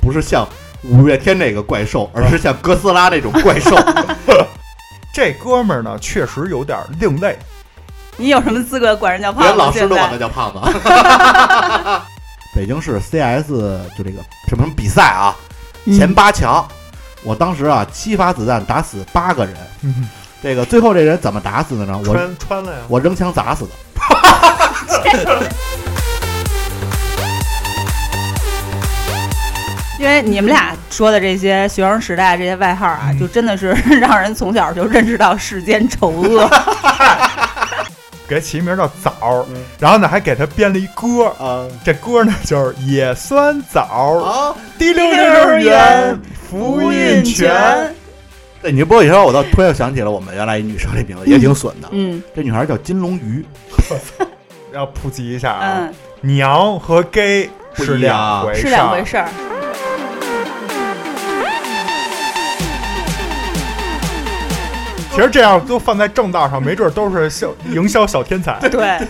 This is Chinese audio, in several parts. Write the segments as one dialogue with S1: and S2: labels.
S1: 不是像五月天那个怪兽，而是像哥斯拉那种怪兽。
S2: 这哥们儿呢，确实有点另类。
S3: 你有什么资格管人叫胖
S1: 连
S3: 子？
S1: 老师
S3: 现
S1: 都管他
S3: 在
S1: 叫胖子。 北京市 CS 就这个什么什么比赛啊，
S4: 嗯
S1: 前八强，我当时啊七发子弹打死八个人，这个最后这人怎么打死的呢？我
S4: 穿穿了呀。
S1: 我扔枪砸死的。
S3: 因为你们俩说的这些学生时代这些外号
S1: 嗯
S3: 啊，就真的是 让人从小就认识到世间丑恶。
S2: 给起名叫枣儿
S4: 嗯，
S2: 然后呢还给他编了一歌儿，
S4: 啊
S2: 这歌儿呢就是野酸枣，
S1: 啊，
S2: 滴溜
S3: 溜
S2: 溜
S3: 圆
S2: 圆，福运泉。，
S1: 对，你不过一说，我倒突然想起了我们原来一女生这名字也挺损的，
S3: 嗯
S1: 这女孩叫金龙鱼，
S2: 要普及一下啊
S3: 嗯，，
S2: 娘和 gay
S1: 不
S2: 是
S1: 一样
S2: 两回
S3: 是
S2: 事
S3: 两
S2: 儿
S3: 回事儿。
S2: 其实这样都放在正道上，没准都是小营销小天才。
S3: 对，
S1: 啊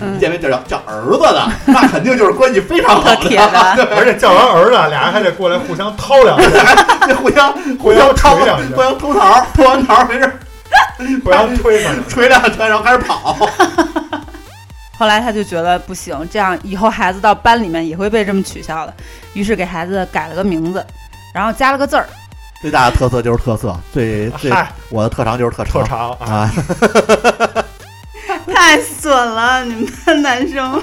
S3: 嗯
S1: 一见面就叫叫儿子的，那肯定就是关系非常好
S3: 特铁 的，
S2: 而且叫完儿子，俩人还得过来互相掏两下，
S1: 这 互相互
S2: 互
S1: 相
S2: 相
S1: 掏，
S2: 捶两下
S1: 互相偷桃，偷完桃没事儿
S2: 互相推搡。
S1: 捶两拳，然后开始跑。
S3: 后来他就觉得不行，这样以后孩子到班里面也会被这么取笑的，于是给孩子改了个名字，然后加了个字儿，
S1: 最大的特色就是特色，最最
S2: 嗨，
S1: 我的特长就是特
S2: 特
S1: 长
S2: 长啊！
S1: 啊！
S3: 太损了，你们班男生。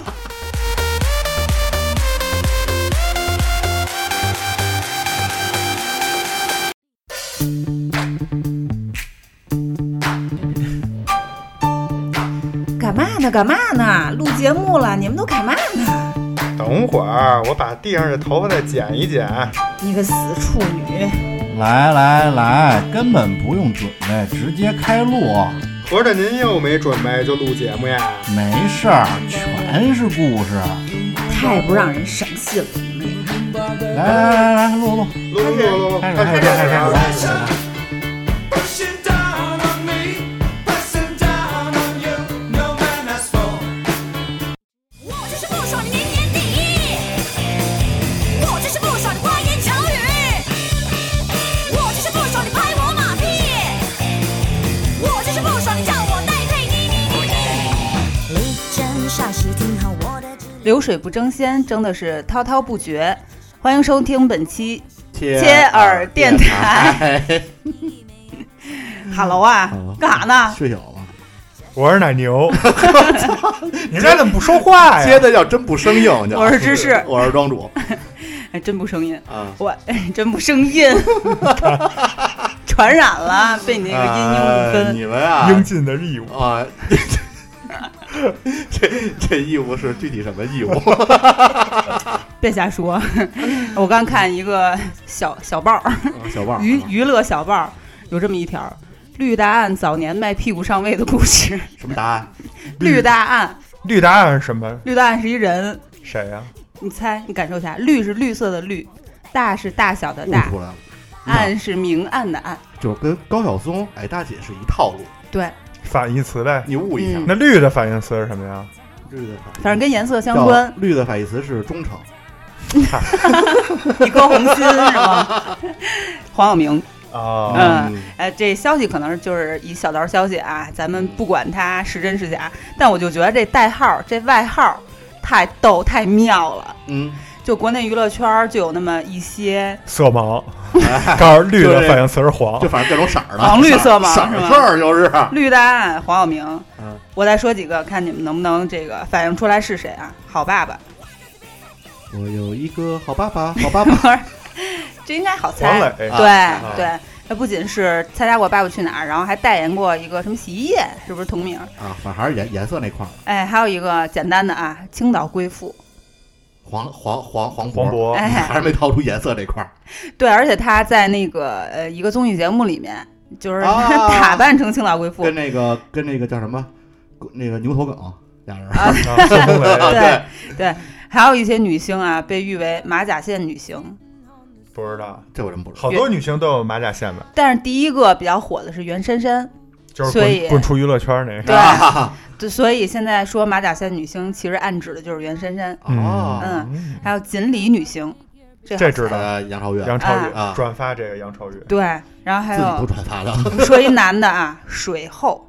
S3: 干嘛呢？干嘛呢？录节目了，你们都干嘛呢？
S1: 啊
S2: 等会儿啊我把地上的头发再剪一剪。
S3: 你个死处女！
S5: 来来来，根本不用准备，直接开录，
S2: 合着您又没准备就录节目呀？
S5: 没事儿，全是故事。啊
S3: 太不让人省心了。
S5: 来来来来，录录，
S2: 录录录录，
S5: 开始开始开始开始。开始
S6: Pushing down on me, pressing down on you, no man has for.
S7: 我就是不爽的年年第一，我就是不爽的花言巧语，我就是不爽你拍我马屁，我就是不爽你叫我代配你你你你。你真傻，是听好我的指
S3: 流水不争先，争的是滔滔不绝。欢迎收听本期
S1: 切
S3: 切耳电台。哈喽啊
S1: 嗯，
S3: 干啥呢？
S1: 睡醒了，
S2: 我是奶 牛，你这怎么不说话
S1: 接
S2: 哎呀？
S1: 的叫真不生硬，叫
S3: 我是芝士
S1: 我是庄 主
S3: 还真不生 音，
S1: 啊。
S3: 我哎真不生音，传染了，被你那个音庸五
S1: 哎
S3: 分。
S1: 你们啊，
S2: 应尽的义务。
S1: 啊， 这这义务是具体什么义务？
S3: 别瞎说， 我刚看一个小小报儿，
S1: 小
S2: 啊
S1: 旺
S3: 娱娱乐小报儿有这么一条儿：绿大案早年卖屁股上位的故事。
S1: 什么答案？
S3: 绿大案，
S2: 绿答案是什么？
S3: 绿大案是一人，
S2: 谁呀、
S3: 你猜，你感受一下，绿是绿色的绿，大是大小的
S1: 悟
S3: 大，
S1: 出来了，啊
S3: 暗是明暗的暗。
S1: 就是跟高晓松、矮大姐是一套路，
S3: 对，
S2: 反义词呗。
S1: 你悟一下。
S3: 嗯
S2: 那绿的反义词是什么呀？
S1: 绿的反
S3: 反正跟颜色相
S1: 叫
S3: 关，
S1: 绿的反义词是忠诚，
S3: 一颗红心是吗？ 黄晓明，
S2: 啊、
S3: 嗯，哎，这消息可能就是一小道消息啊，咱们不管它是真是假，但我就觉得这代号、这外号太逗、太妙了。
S1: 嗯，
S3: 就国内娱乐圈儿就有那么一些，
S2: 色 盲，告诉绿的反义词是黄
S1: 就。反正各种色儿的，
S3: 黄绿色嘛
S1: 色儿
S3: 是吧
S1: 色儿就是。
S3: 绿蛋、黄晓明
S1: 嗯。
S3: 我再说几个，看你们能不能这个反映出来是谁啊？好爸爸，
S1: 我有一个好爸爸，好爸爸
S3: 这应该好
S2: 黄
S3: 猜。
S2: 磊，
S1: 啊
S3: 对、对，他不仅是参加过《爸爸去哪儿》，然后还代言过一个什么洗衣液，是不是同名？
S1: 啊，反正还是颜颜色那块儿，
S3: 哎，还有一个简单的啊，青岛贵妇。
S1: 黄黄黄黄
S2: 黄渤、
S3: 哎
S1: 还，是没套出颜色这块儿。
S3: 对，而且她在那个呃一个综艺节目里面，就是、
S1: 啊
S3: 打扮成青岛贵妇
S1: 跟。那个跟那个叫什么，那个牛头梗俩人。
S3: 啊，
S2: 啊宋冬
S1: 啊
S2: 雷，
S3: 对对，还有一些女星啊，被誉为马甲线女星。
S2: 不知道。
S1: 这我真不知道。
S2: 好多女星都有马甲线的，
S3: 但是第一个比较火的是袁姗姗，
S2: 就是
S3: 所以
S2: 滚滚出娱乐圈那个。
S3: 对
S1: 啊
S3: 就所以现在说嗯
S2: 嗯
S3: 马甲线女星，其实暗指的就是袁姗姗。
S1: 哦，
S3: 还有锦鲤女星，这
S2: 这
S3: 好
S2: 知道
S1: 呃，杨超越
S2: 杨超越、
S1: 啊
S2: 转发这个杨超越，
S3: 对，然后还
S1: 自己不
S3: 有
S1: 转发的，
S3: 说一男的啊，水后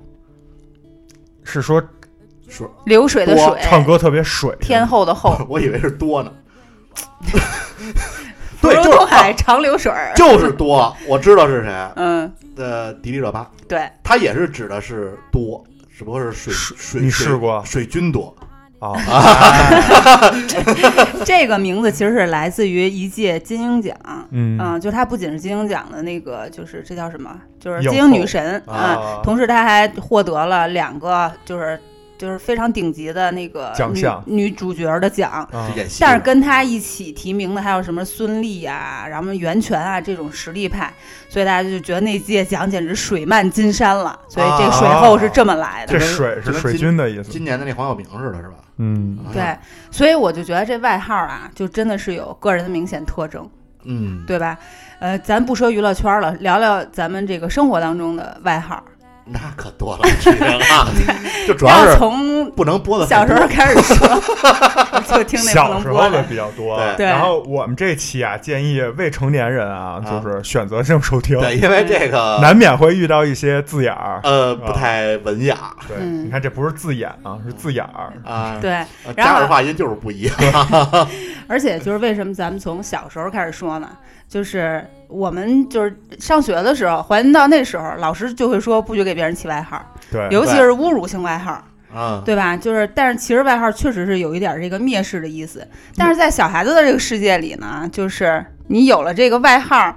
S2: 是说
S1: 说
S3: 流水的
S1: 多
S3: 水，
S2: 唱歌特别水，
S3: 天后的后，
S1: 我以为是多 呢。
S3: 福
S1: 对，
S3: 如
S1: 就是
S3: 东海
S1: 啊
S3: 长流水儿，
S1: 就是多，我知道是谁。
S3: 嗯，
S1: 呃，迪丽热巴，
S3: 对，
S1: 她也是指的是多，只不过是水
S2: 水
S1: 水
S2: 你试过
S1: 水水军多
S2: 啊，
S3: 这个名字其实是来自于一届金鹰奖。
S2: 嗯
S3: 嗯，就她不仅是金鹰奖的那个，就是这叫什么，就是
S2: 影
S3: 金鹰
S2: 后
S3: 女神嗯，
S2: 啊，
S3: 同时她还获得了两个，就是就是非常顶级的那个
S2: 奖
S3: 女
S2: 项
S3: 女主角的奖。
S2: 啊
S1: 是演戏的，
S3: 但是跟他一起提名的还有什么孙俪啊，然后袁泉啊这种实力派，所以大家就觉得那届奖简直水漫金山了。所以这个
S2: 啊
S3: 水后是这么来的。
S2: 这水是水军的意思，
S1: 今年的那黄晓明似的，是吧？
S2: 嗯，
S3: 对，所以我就觉得这外号啊，就真的是有个人的明显特征，
S1: 嗯，
S3: 对吧？呃，咱不说娱乐圈了，聊聊咱们这个生活当中的外号。
S1: 那可多了，去人 了，就主要
S3: 要
S1: 是
S3: 从
S1: 不能播的
S3: 小时候开始 说，就听那不
S2: 小
S3: 能
S2: 时
S3: 播
S2: 候的比较多。
S1: 对
S3: 对
S2: 然后我们这期啊，建议未成年人
S1: 啊
S2: 啊，就是选择性收听，
S1: 对，因为这个
S2: 难免会遇到一些字眼儿。
S1: 呃不太文雅
S2: 对，
S3: 嗯
S2: 你看这不是字眼啊，是字眼儿。
S1: 啊，
S3: 对，
S1: 呃
S3: 然后
S1: 加上话音就是不一样，
S3: 而且就是为什么咱们从小时候开始说呢？就是我们就是上学的时候，怀孕到那时候，老师就会说不许给别人起外号，
S2: 对，
S3: 尤其是侮辱性外号，
S1: 嗯，
S3: 对吧？就是，但是其实外号确实是有一点这个蔑视的意思。但是在小孩子的这个世界里呢，就是你有了这个外号，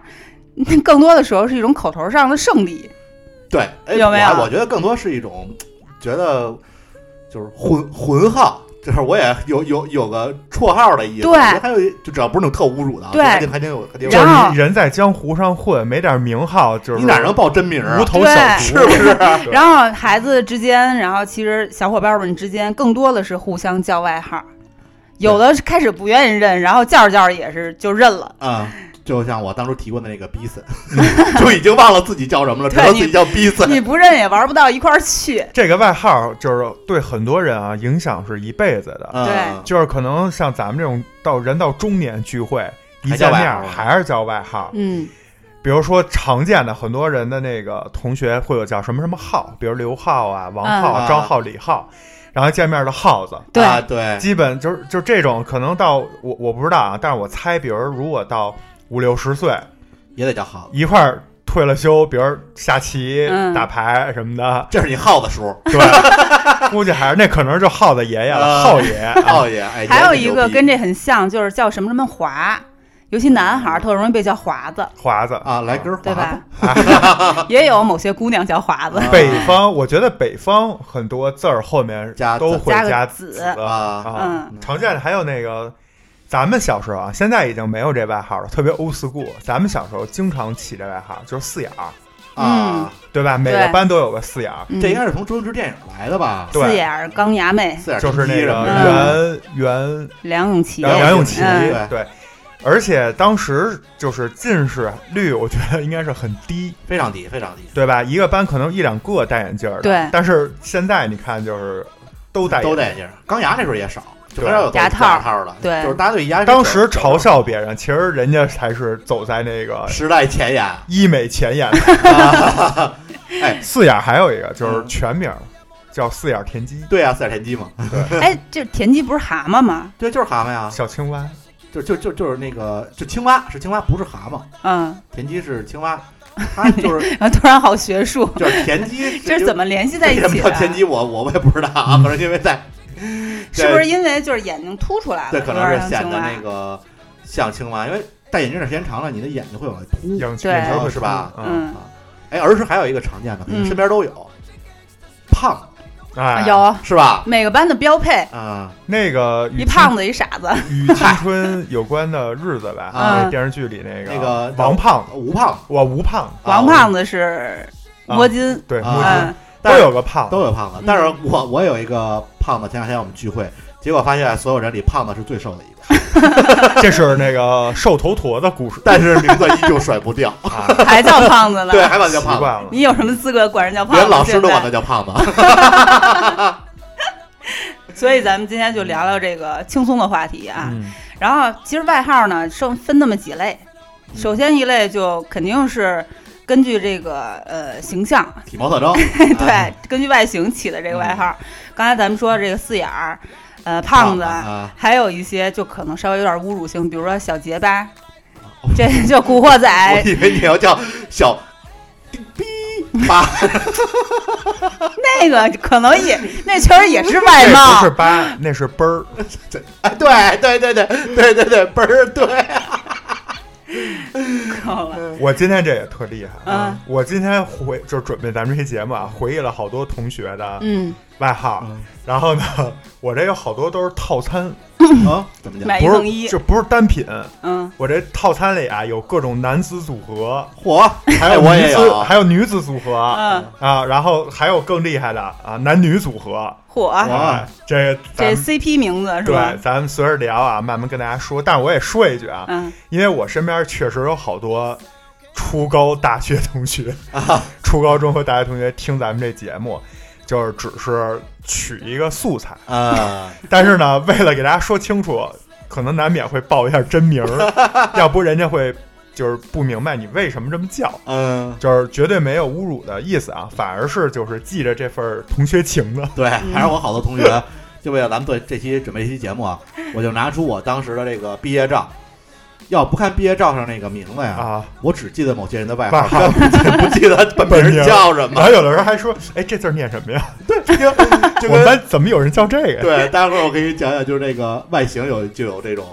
S3: 更多的时候是一种口头上的胜利。
S1: 对，哎
S3: 有没有
S1: 我还我觉得更多是一种觉得就是混混号。就是我也有有有个绰号的意思，
S3: 对
S1: 我觉得还有一就只要不是那种特侮辱的啊，
S3: 对
S1: 还挺还挺有还挺有
S2: 就
S3: 然后
S2: 是你人在江湖上混，没点名号，就是
S1: 你哪能报真名啊
S2: 无？头
S3: 对
S2: 小卒，是不是？
S3: 然后孩子之间，然后其实小伙伴们之间，更多的是互相叫外号，有的是开始不愿意认，然后叫着叫着也是就认了。
S1: 啊、就像我当初提过的那个 b 森，就已经忘了自己叫什么了，只
S3: 对
S1: 知道
S3: 你
S1: 自己叫 b 森。
S3: 你不认也玩不到一块儿去。
S2: 这个外号就是对很多人啊影响是一辈子的，
S1: 嗯，
S2: 就是可能像咱们这种到人到中年聚会。一
S1: 还叫
S2: 见
S1: 外
S2: 面
S1: 号
S2: 儿还是叫外号，
S3: 嗯，
S2: 比如说常见的很多人的那个同学会有叫什么什么浩，比如刘浩啊、王浩、
S1: 嗯
S2: 张浩、李浩，然后见面的浩子，
S3: 对，
S1: 啊、对，
S2: 基本就是就这种，可能到我我不知道啊，但是我猜，比如如果到五六十岁
S1: 也得叫耗子，
S2: 一块儿退了休，比如下棋、
S3: 嗯
S2: 打牌什么的，
S1: 这是你耗子叔，
S2: 对， 估计还是那可能就耗子爷爷了，
S1: 啊
S2: 浩爷啊，
S1: 耗爷。哎，
S3: 还有
S1: 也
S3: 一
S1: 挺
S3: 个
S1: 牛逼
S3: 跟这很像，就是叫什么什么华，尤其男孩儿特容易被叫华子，
S2: 华子
S1: 啊来根
S3: 对
S1: 华子
S3: 吧？ 也有某些姑娘叫华子，
S1: 啊
S2: 北方，我觉得北方很多字儿后面
S1: 加
S2: 都会
S3: 加个嗯
S2: 子
S3: 子，
S1: 啊，
S2: 啊，
S3: 嗯，
S2: 常见的还有那个。咱们小时候啊，现在已经没有这外号了，特别 old school。咱们小时候经常起这外号，就是四眼儿，
S1: 啊，
S2: 对吧？每个
S3: 对
S2: 班都有个四眼儿，
S3: 嗯
S1: 这应该是从周星驰电影来的吧？
S2: 对
S3: 四眼儿钢牙妹，
S1: 四眼
S2: 就是那
S1: 神机
S2: 个
S1: 什么的嗯
S2: 袁
S3: 嗯
S2: 袁
S3: 梁咏琪，
S1: 梁
S2: 袁
S1: 咏
S2: 咏
S1: 琪
S2: 琪，
S1: 嗯
S2: 对。而且当时就是近视率，我觉得应该是很低，
S1: 非常低，非常低，
S2: 对吧？一个班可能一两个戴眼镜儿的，
S3: 对
S2: 但是现在你看，就是都戴，
S1: 都戴眼。镜。钢牙那时候也少，就
S2: 对
S1: 很少有戴
S3: 牙套
S1: 牙套了，
S3: 对
S1: 就是大家对牙是
S2: 当时嘲笑别人，其实人家才是走在那个
S1: 时代前沿，
S2: 医美前沿的。
S1: 哎
S2: 四眼还有一个就是全名儿叫四眼田鸡，
S1: 对啊，四眼田鸡嘛，
S3: 哎，这田鸡不是蛤蟆吗？
S1: 对，就是蛤蟆呀，
S2: 小青蛙，
S1: 就就就就是那个就青蛙是青蛙，不是蛤蟆，
S3: 嗯，
S1: 田鸡是青蛙，它就是
S3: 然后突然好学术，
S1: 就是田鸡，
S3: 这是怎么联系在一
S1: 为什
S3: 起
S1: 么
S3: 的
S1: 叫？田鸡？我我我也不知道啊，可能是因为在
S3: 是不是因为就是眼睛凸出来了，
S1: 对，可能
S3: 有
S1: 是
S3: 点
S1: 显
S3: 像啊青
S1: 得
S3: 蛙
S1: 那个像青蛙，因为戴眼镜的时间长了，你的眼睛会往外凸。
S2: 养
S3: 嗯对
S2: 眼球
S1: 是吧
S2: 嗯，
S3: 嗯，
S1: 哎，儿时还有一个常见的，可能
S3: 嗯
S1: 身边都有，胖啊
S2: 哎，
S3: 啊有
S1: 是吧？
S3: 每个班的标配，
S1: 啊，
S2: 那个
S3: 一胖
S2: 子
S3: 子一傻子，
S2: 与青春有关的日子吧，
S1: 啊
S2: 那电视剧里那个
S1: 那个
S2: 王胖子，
S1: 吴胖
S2: 我吴胖子，
S3: 王胖子是摸金，
S2: 对，
S1: 啊
S2: 木
S1: 啊
S2: 村
S3: 嗯，
S2: 都有个胖子，
S1: 都有胖子，但是我我有一个胖子，前两天我们聚会，结果发现所有人里胖子是最瘦的一个，
S2: 这是那个瘦头陀的故事
S1: 但是名字依旧甩不掉，
S2: 啊，
S3: 还叫胖子 呢。
S1: 对，还管他
S2: 习
S1: 叫胖子，
S2: 惯了。
S3: 你有什么资格管人叫胖子？
S1: 连老师都管他
S3: 现
S1: 叫胖子，
S3: 在所以咱们今天就聊聊这个轻松的话题啊。
S2: 嗯，
S3: 然后其实外号呢，剩分那么几类，首先一类就肯定是根据这个呃形象，
S1: 体貌特征， 哎
S3: 对，根据外形起的这个外号。
S2: 嗯
S3: 刚才咱们说这个四眼儿，呃，胖子，
S1: 啊，
S3: 还有一些就可能稍微有点侮辱性，比如说小结巴， 这就《古惑仔
S1: 啊我》 以为你要叫小丁逼八，
S3: 那个可能也那确实也是
S2: 那
S3: 外
S2: 不
S3: 貌
S2: 是，八，那是奔儿。
S1: 哎，对对对对对对对，倍儿 对，
S3: 够了
S2: 我今天这也特厉害啊
S3: 嗯！
S2: 我今天回就是准备咱们这期节目啊，回忆了好多同学的
S3: 嗯，
S2: 外号
S1: 嗯，
S2: 然后呢， 我这有好多都是套餐，
S1: 啊，怎么讲？
S3: 买一
S2: 不
S3: 赠一
S2: 是，就不是单品。
S3: 嗯，
S2: 我这套餐里啊有各种男子组合，
S1: 火，
S2: 还
S1: 哎
S2: 有
S1: 我
S2: 女
S1: 也
S2: 子，
S1: 有，
S2: 还有女子组合
S3: 嗯
S2: 啊，然后还有更厉害的啊，男女组合。
S3: 火，
S1: 哇
S2: 啊，这咱
S3: 这
S2: 们
S3: CP 名字是吧
S2: 对，？咱们随着聊啊，慢慢跟大家说。但是我也说一句啊，
S3: 嗯，
S2: 因为我身边确实有好多初高、大学同学啊，初高中和大学同学听咱们这节目，就是只是取一个素材，
S1: 啊，
S2: 但是呢，为了给大家说清楚，可能难免会报一下真名儿， 要不人家会就是不明白你为什么这么叫。
S1: 嗯，
S2: 就是绝对没有侮辱的意思啊，反而是就是记着这份儿同学情的。
S1: 对，
S3: 嗯
S1: 还是我好多同学，就为了咱们做这期准备这期节目啊， 我就拿出我当时的这个毕业照。要不看毕业照上那个名字呀，
S2: 啊，
S1: 我只记得某些人的外
S2: 外
S1: 号，
S2: 号
S1: 但不记不记得本
S2: 本
S1: 名
S2: 名
S1: 叫什
S2: 然
S1: 么。
S2: 后有的人还说，哎，这字儿念什么呀？
S1: 对，就跟就
S2: 我
S1: 跟
S2: 们班怎么有人叫这个呀？
S1: 对，待会儿我给你讲讲，就是这个外形有就有这种，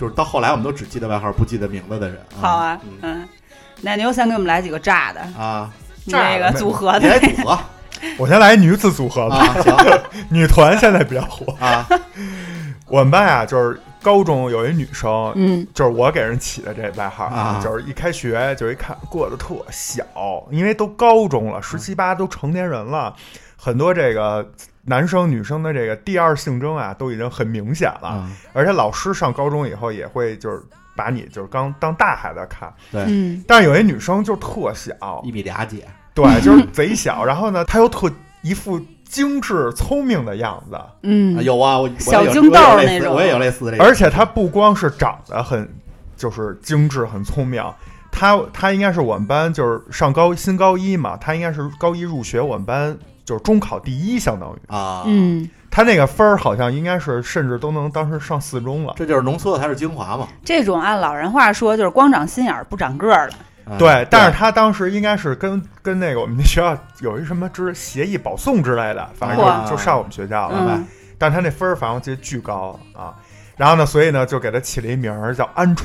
S1: 就是到后来我们都只记得外号，不记得名字的人。
S3: 好啊，
S1: 嗯
S3: 嗯，奶牛先给我们来几个炸的，
S1: 啊，
S3: 你
S2: 炸
S3: 这
S2: 的
S3: 个组合
S1: 你
S3: 的
S1: 来组合
S2: 我先来女子组合吧，
S1: 啊，行
S2: 女团现在比较火。
S1: 啊，
S2: 我们班啊，就是高中有一女生，
S3: 嗯
S2: 就是我给人起的这外号
S1: 啊
S2: 就是一开学就一看个子特小，因为都高中了，十七八都成年人了，很多这个男生女生的这个第二性征啊，都已经很明显了，
S1: 啊，
S2: 而且老师上高中以后也会就是把你就是刚当大孩子看，
S1: 对，
S3: 嗯，
S2: 但是有一女生就是特小
S1: 一，米俩几，
S2: 对，就是贼小，然后呢，她又特一副精致聪明的样子。
S1: 啊
S3: 嗯，
S1: 有啊，我我也有
S3: 小京豆
S1: 我也有类似
S3: 那种
S1: 我也有类似的这个，
S2: 而且她不光是长得很，就是精致、很聪明，她她应该是我们班就是上高新高一嘛，她应该是高一入学，我们班就是中考第一，相当于
S1: 啊，，
S3: 嗯，
S2: 她那个分儿好像应该是甚至都能当时上四中了。
S1: 这就是浓缩的才是精华嘛。
S3: 这种按老人话说就是光长心眼儿不长个儿了，
S1: 啊
S2: 对，但是她当时应该是跟跟那个我们那学校有一什么之协议保送之类的，反正
S1: 哇
S2: 就就上我们学校了。
S1: 白
S3: 嗯，
S2: 但是她那分儿反正我记得巨高啊。然后呢，所以呢就给她起了一名儿叫鹌鹑。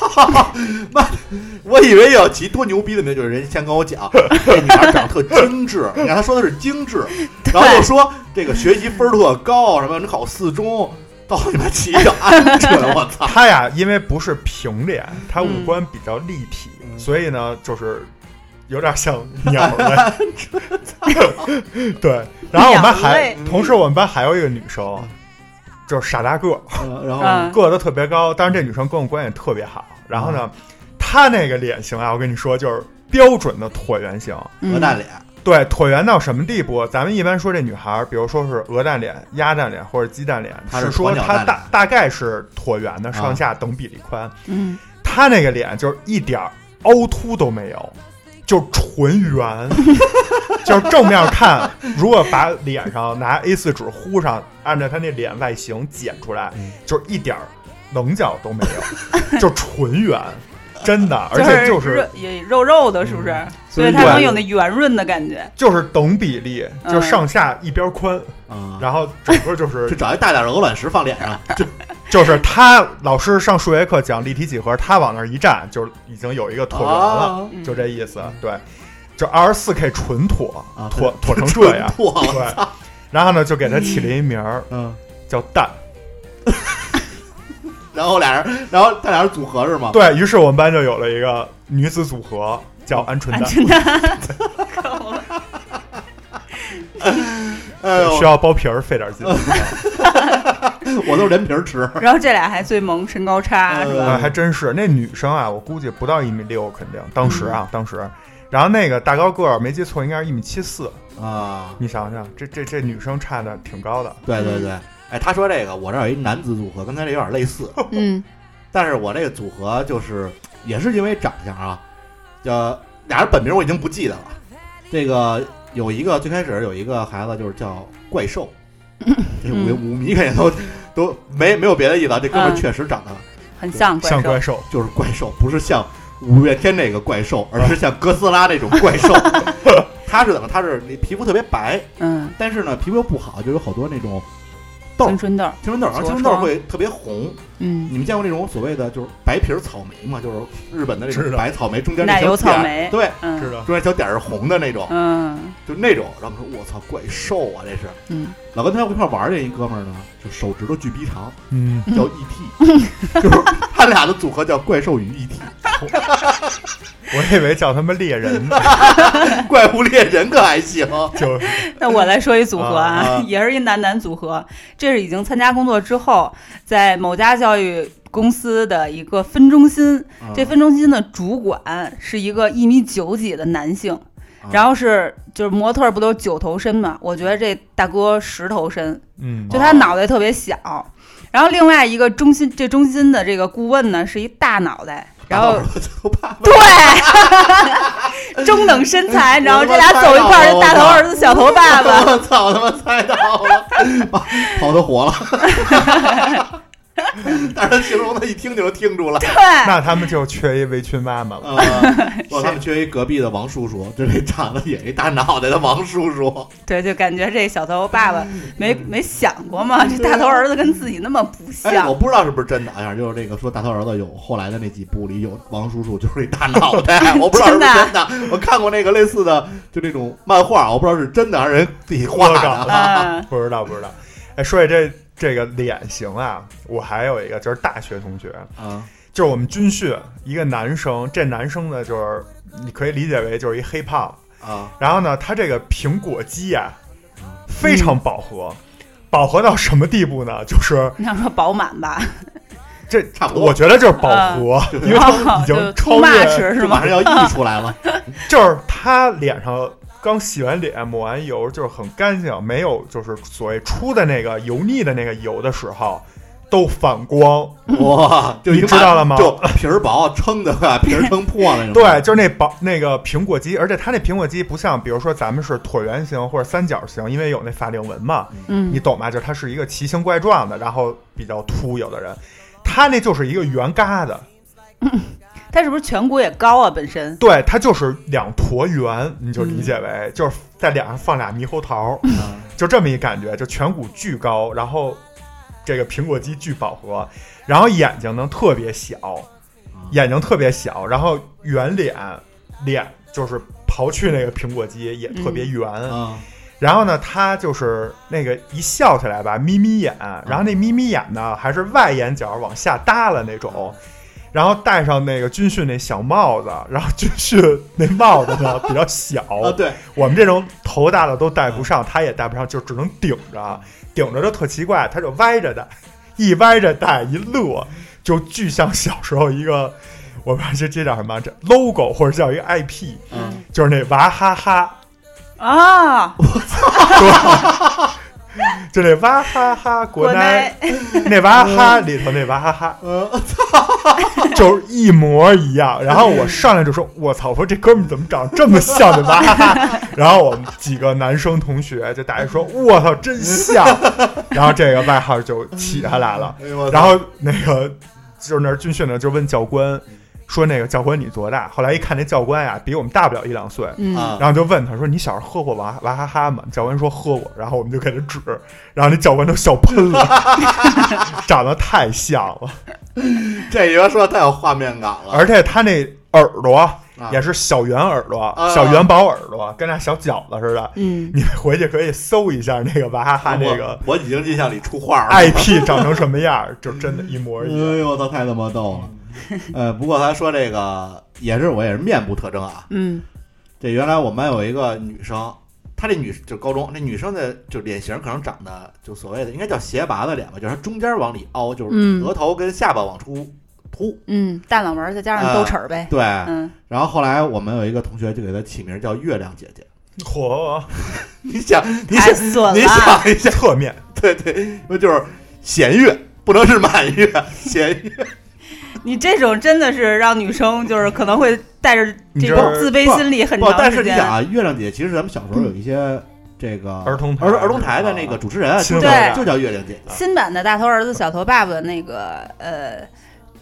S1: 我以为有其多牛逼的名，就是人先跟我讲，这女孩长得特精致，你看她说的是精致，然后又说这个学习分儿特高，什么能考四中，到你妈起一个鹌鹑，我操！
S2: 她呀，因为不是平脸，她五
S3: 嗯
S2: 官比较立体，
S1: 嗯
S2: 所以呢就是有点像鸟儿的。 对，然后我们
S3: 鸟
S2: 还
S3: 类
S2: 同时我们班还有一个女生，就是傻大个儿，
S1: 嗯然后呢
S3: 嗯，
S2: 个子特别高，但是这女生跟我关系特别好。然后呢，她那个脸型啊，我跟你说，就是标准的椭圆形。
S3: 嗯
S1: 鹅蛋脸，
S2: 对，椭圆到什么地步？咱们一般说这女孩儿，比如说是鹅蛋脸、鸭蛋脸或者鸡蛋脸，
S1: 她是
S2: 是说
S1: 鸵鸟
S2: 她
S1: 蛋
S2: 大大概是椭圆的，
S1: 啊
S2: 上下等比例宽。
S3: 嗯，
S2: 她那个脸就是一点儿凹凸都没有，就纯圆， 就是正面看，如果把脸上拿 A 4纸糊上，按照她那脸外形剪出来，就是一点儿棱角都没有， 就纯圆，真 的，而且就
S3: 就是肉也肉肉的，是不
S1: 嗯
S3: 是？所以它
S2: 对
S3: 能有那圆润的感觉，
S2: 就是等比例，
S3: 嗯
S2: 就上下一边宽，
S1: 啊，
S2: 嗯然后整个就是
S1: 就找一大点的鹅卵石放脸上，
S2: 就是他老师上数学课讲立体几何，他往那儿一站就已经有一个椭圆了，
S1: 啊
S3: 嗯
S2: 就这意思。对，就二十四 K 纯椭
S1: 啊，
S2: 椭 椭成这样。
S1: 破了，
S2: 对，然后呢就给他起了一名儿
S1: 嗯，
S2: 叫蛋。
S1: 然后俩人，然后他俩人组合是吗？
S2: 对于是我们班就有了一个女子组合叫鹌
S3: 啊
S2: 鹑蛋，
S1: 哎呦
S2: 需，要剥皮儿费点劲，嗯
S1: 我都是连皮儿吃，
S3: 然后这俩还最萌身高差
S1: 嗯
S3: 是
S2: 啊
S3: 吧？
S2: 还真是那女生啊，我估计不到一米六，肯定当时啊，当时。然后那个大高个儿没记错，应该是一米七四。
S1: 啊，
S2: 你想想，这这这女生差的挺高的。
S1: 对对对，哎，他说这个，我这儿有一男子组合，跟他这有点类似，
S3: 嗯
S1: 但是我这个组合就是也是因为长相啊，叫俩人本名我已经不记得了。这个有一个最开始有一个孩子就是叫怪兽，这五五迷肯定都都没没有别的意思，啊，这哥们儿
S3: 嗯
S1: 确实长得
S3: 很像怪
S2: 像
S3: 兽
S2: 怪，兽，
S1: 就是怪兽，不是像五月天那个怪兽，而是像哥斯拉那种怪兽。他是怎么？他是皮肤特别白，
S3: 嗯，
S1: 但是呢皮肤又不好，就有好多那种豆
S3: 青春痘，
S1: 青春痘，然后青春痘会特别红。
S3: 嗯，
S1: 你们见过那种所谓的就是白皮儿草莓吗？就是日本的那
S2: 知
S1: 种
S2: 道
S1: 白草莓，中间那
S3: 奶
S1: 小
S3: 油
S1: 点
S3: 草
S1: 儿
S3: 莓
S1: 对，
S2: 知
S3: 嗯
S2: 道？
S1: 中间小点儿是红的那种，
S3: 嗯
S1: 就那种。然后我说我操，怪兽啊，这是。
S3: 嗯，
S1: 老跟他一块玩儿去，一哥们儿呢，就手指头巨逼长，
S2: 嗯，
S1: 叫 ET，就是他俩的组合叫怪兽与 E ET，
S2: 我以为叫他们猎人，
S1: 怪物猎人可还行。
S2: 就
S3: 那我来说一组合
S1: 啊
S3: 啊
S1: 啊，
S3: 也是一男男组合，这是已经参加工作之后，在某家教育公司的一个分中心，
S1: 嗯
S3: 这分中心的主管是一个一米九几的男性
S1: 啊，
S3: 然后是就是模特儿不都九头身嘛？我觉得这大哥十头身，
S2: 嗯
S3: 就他脑袋特别小。然后另外一个中心这中心的这个顾问呢是一大脑袋，然后
S1: 后怕
S3: 对 中等身
S1: 哎
S3: 材，然后这俩走一块儿，这大头儿子小头爸爸。
S1: 我操他妈猜到了， 跑都活了。 但是他形容他一听就能听出来。
S3: 对，
S2: 那他们就缺一围裙妈妈了。
S1: 呃，我他们缺一隔壁的王叔叔，这里长得也一大脑袋的王叔叔，
S3: 对，就感觉这小头爸爸没没想过嘛，这大头儿子跟自己那么不
S1: 嗯哎，我
S3: 像。
S1: 不知道是不是真的啊，就是这个说大头儿子有后来的那几部里有王叔叔就是一大脑袋，我不知道是不是真
S3: 真
S1: 的，我看过那个类似的就那种漫画，我不知道是真的还是人自己画
S2: 我靠
S1: 的。
S3: 嗯，
S2: 不知道，不知道。哎，说起这这个脸型啊，我还有一个就是大学同学，
S1: 啊，
S2: 就是我们军训一个男生，这男生呢就是你可以理解为就是一黑胖，
S1: 啊，
S2: 然后呢，他这个苹果肌啊非常饱和，饱和到什么地步呢？就是
S3: 你想说饱满吧？
S2: 这
S1: 差不多
S2: 我觉得就是饱和，因为他已
S3: 就
S2: 经超
S3: too
S2: 越，
S3: much 是
S1: 这
S3: 吗
S1: 马？上要溢出来了。
S2: 就是他脸上刚洗完脸抹完油，就是很干净，没有就是所谓出的那个油腻的那个油的时候，都反光。
S1: 哇，就已经
S2: 你知道了吗
S1: 就皮儿薄，撑的快，皮儿撑破了那种。
S2: 对，就是那薄那个苹果肌，而且它那苹果肌不像，比如说咱们是椭圆形或者三角形，因为有那法令纹嘛，你
S3: 嗯，
S2: 懂吗？就是它是一个奇形怪状的，然后比较凸，有的人，它那就是一个圆疙瘩，
S3: 他是不是颧骨也高啊？本身
S2: 对，它就是两坨圆，你就理解为、就是在脸上放俩猕猴桃，
S1: 嗯
S2: 就这么一感觉，就颧骨巨高，然后这个苹果肌巨饱和，然后眼睛呢特别小，眼睛特别小，然后圆脸，脸就是刨去那个苹果肌也特别圆，
S1: 啊，
S2: 然后呢，他就是那个一笑起来吧，眯眯眼，然后那眯眯眼呢还是外眼角往下耷拉那种，然后戴上那个军训那小帽子，然后军训那帽子呢比较小，
S1: 啊对，
S2: 我们这种头大的都戴不上，他也戴不上，就只能顶着，啊顶着就特奇怪，他就歪着戴，一歪着戴一乐，就巨像小时候一个，我不知道这这叫什么，这 logo 或者叫一个 IP，
S1: 嗯，
S2: 就是那娃哈哈。
S3: 啊，
S2: 就那娃哈哈国
S3: 国
S2: 内
S3: 内
S2: 那娃哈里头那娃哈哈，
S1: 呃，
S2: 就是一模一样。然后我上来就说：“我操！我说这哥们儿怎么长这么像那娃哈哈？”然后我们几个男生同学就大家说：“我操，真像！”然后这个外号就起下来了。
S1: 哎呦我操
S2: 然后那个就是那儿军训呢，就问教官说：“那个教官你多大？”后来一看那教官呀，比我们大不了一两岁，
S3: 嗯，
S1: 啊，
S2: 然后就问他说：“你小时候喝过娃娃哈哈吗？”教官说：“喝过。”然后我们就给他指，然后那教官都笑喷了，长得太像了，
S1: 这你们说的太有画面感了。
S2: 而且他那耳朵
S1: 啊
S2: 也是小圆耳朵，
S1: 啊
S2: 小元宝耳朵，跟那小饺子似的。
S3: 嗯
S2: 你们回去可以搜一下那个娃哈哈那个哎
S1: 我，我已经印象里出画了。
S2: IP 长成什么样儿，就真的一模
S1: 哎
S2: 一样。
S1: 呦我操，太他妈逗了。呃，不过他说这个也是我也是面部特征啊。
S3: 嗯
S1: 这原来我们班有一个女生，她这女就高中那女生的就脸型可能长得就所谓的应该叫斜拔子脸吧，就是她中间往里凹，就是
S3: 嗯
S1: 额头跟下巴往出凸。
S3: 嗯，大脑门儿再加上
S1: 啊
S3: 兜齿儿呗。
S1: 对，
S3: 嗯，
S1: 然后后来我们有一个同学就给她起名叫月亮姐姐。
S2: 嚯，
S1: 你想，你
S3: 太
S1: 想，
S3: 损
S1: 你
S3: 了。
S1: 想一下，
S2: 侧面
S1: 对对，因为就是弦乐，不能是满月，弦乐。
S3: 你这种真的是让女生就是可能会带着这种自卑心理很
S1: 不，
S3: 长
S1: 但
S3: 时
S1: 是你
S3: 间。
S1: 想啊，月亮姐其实咱们小时候有一些这个
S2: 嗯儿童台
S1: 儿儿童台的那个主持人啊，
S2: 亲
S1: 就
S2: 子
S1: 叫
S3: 台
S1: 就叫月亮姐。
S3: 新版的《大头儿子小头爸爸》那个呃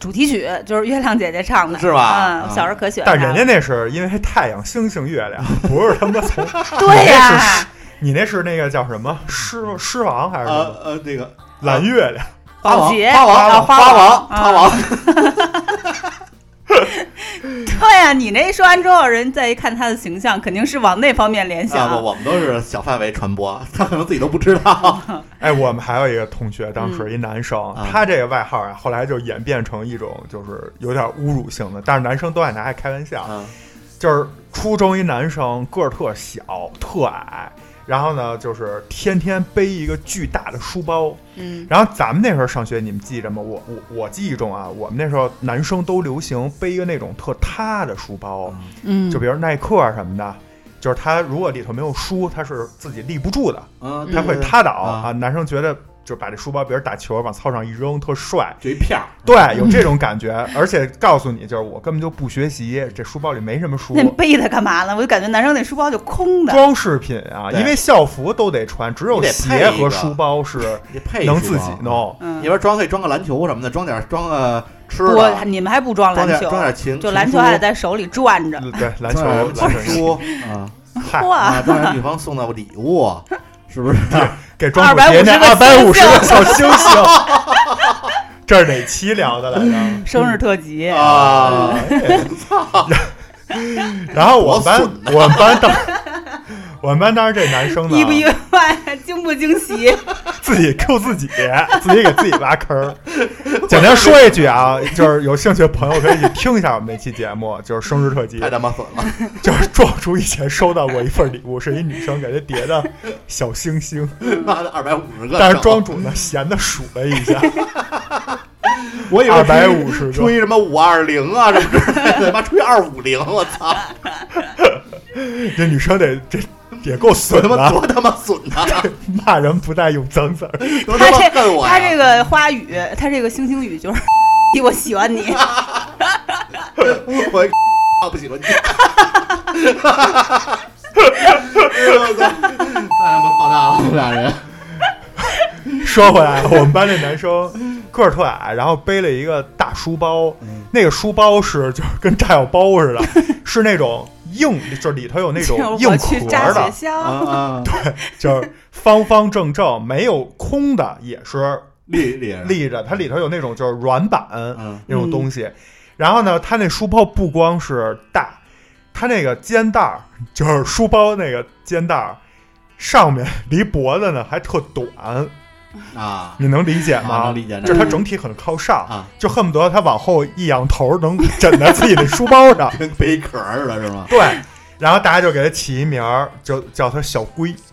S3: 主题曲就是月亮姐姐唱的，
S1: 是吧啊
S3: 嗯，我小时候可喜欢
S2: 但
S3: 她
S2: 人
S3: 了。
S2: 家那是因为太阳、星星、月亮，不是他妈从
S3: 对呀、
S2: 你那是那个叫什么狮狮王还是什
S1: 呃
S2: 么
S1: 呃，那个
S2: 啊蓝月亮？
S1: 花王
S3: 宝洁
S1: 花
S3: 啊
S1: 王
S3: 花
S1: 花
S3: 王
S1: 王花
S3: 嗯
S1: 王，
S3: 嗯对呀、你那一说完之后，人再一看她的形象，肯定是往那方面联想。
S1: 啊，我我们都是小范围传播，他可能自己都不知道。
S2: 哎，我们还有一个同学，当时一男生，
S1: 啊
S2: 他这个外号啊，后来就演变成一种就是有点侮辱性的，但是男生都爱拿来开玩笑。
S1: 嗯
S2: 就是初中一男生，个儿特小，特矮，然后呢，就是天天背一个巨大的书包。
S3: 嗯，
S2: 然后咱们那时候上学，你们记着吗？我我我记忆中啊，我们那时候男生都流行背一个那种特塌的书包，
S3: 嗯
S2: 就比如耐克啊什么的。就是他如果里头没有书，他是自己立不住的，
S1: 嗯，
S2: 他会
S1: 对，
S2: 塌倒
S1: 啊
S2: 啊。男生觉得就把这书包，比如打球往操场一扔，特帅，
S1: 就一片儿。
S2: 对，有这种感觉。而且告诉你，就是我根本就不学习，这书包里没什么书
S3: 那。你背它干嘛呢？我就感觉男生那书包就空的。
S2: 装饰品啊，
S1: 对
S2: 因为校服都得穿，只
S1: 你
S2: 有
S1: 得配
S2: 鞋
S1: 一
S2: 和
S1: 个
S2: 书包是
S1: 你 配一
S2: 能
S1: 书
S2: 自
S1: 包啊
S2: 己。弄。
S3: 嗯
S1: 你，说装可以装个篮球什么的，装点装个吃的，
S3: 我你们还不装
S1: 装
S3: 篮
S1: 点
S3: 球
S1: 装，点琴，
S3: 就篮球
S1: 琴书
S3: 还得在手里转着。
S2: 对，篮球，
S1: 装
S2: 篮
S1: 点琴
S2: 球，
S1: 书 啊
S2: 嗨
S3: 哇
S1: 啊，，装点女方送的礼物，是 不是？
S2: 给庄主别那二百
S3: 250
S2: 五
S3: 个
S2: 十个小星星。 这是哪期聊的来着？
S3: 生日特辑，
S1: 啊，
S2: 然后我们
S1: 多
S2: 班
S1: 损，
S2: 我们班当，我们班当时这男生呢，
S3: 意不意 外，惊不惊喜？
S2: 自己 Q 自 己，自己给自己挖坑儿。简单说一句啊，就是有兴趣的朋友可以去听一下我们那期节目，就是生日特辑
S1: 太，他妈损了！
S2: 就是壮叔以前收到过一份礼物，是一女生给他叠的小星星，
S1: 妈的，二百五十个，
S2: 但是庄主呢闲的数了一下，
S1: 我以为
S2: 250个
S1: 除以什么五二零啊什么之类的，妈除以二五零，我操，
S2: 这女生得这也够
S1: 多
S2: 损
S1: 他妈
S2: 的，
S1: 多他妈损呐，
S2: 骂人不带用脏字儿。
S1: 多
S3: 他
S1: 他妈恨
S3: 这
S1: 我
S3: 他这
S1: 呀！
S3: 个花语，他这个星星语就是， 我喜欢你。
S1: 我啊不喜欢你。我操！太他妈操蛋了，你们俩人。
S2: 说回来，我们班那男生个儿特矮，然后背了一个大书包，
S3: 嗯
S2: 那个书包是就是跟炸药包似 的，是那种硬，就是里头有那种硬
S3: 我去
S2: 壳
S3: 炸学
S2: 的，
S3: 校，
S1: 啊啊！
S2: 就是方方正正，没有空的，也是
S1: 立立
S3: 嗯
S1: 人，
S2: 立着，它里头有那种就是软板
S1: 嗯
S2: 那种东西。然后呢，它那书包不光是大，它那个肩带儿就是书包那个肩带儿上面离脖子呢还特短，
S1: 啊，
S2: 你能理解
S1: 啊
S2: 吗？
S1: 能理解
S2: 就是它整体很靠上，
S1: 啊，。
S2: 就恨不得它往后一仰头能枕在自己的书包上
S1: 跟贝壳儿似的，是吗？
S2: 对，然后大家就给它起一名儿，就叫它小龟。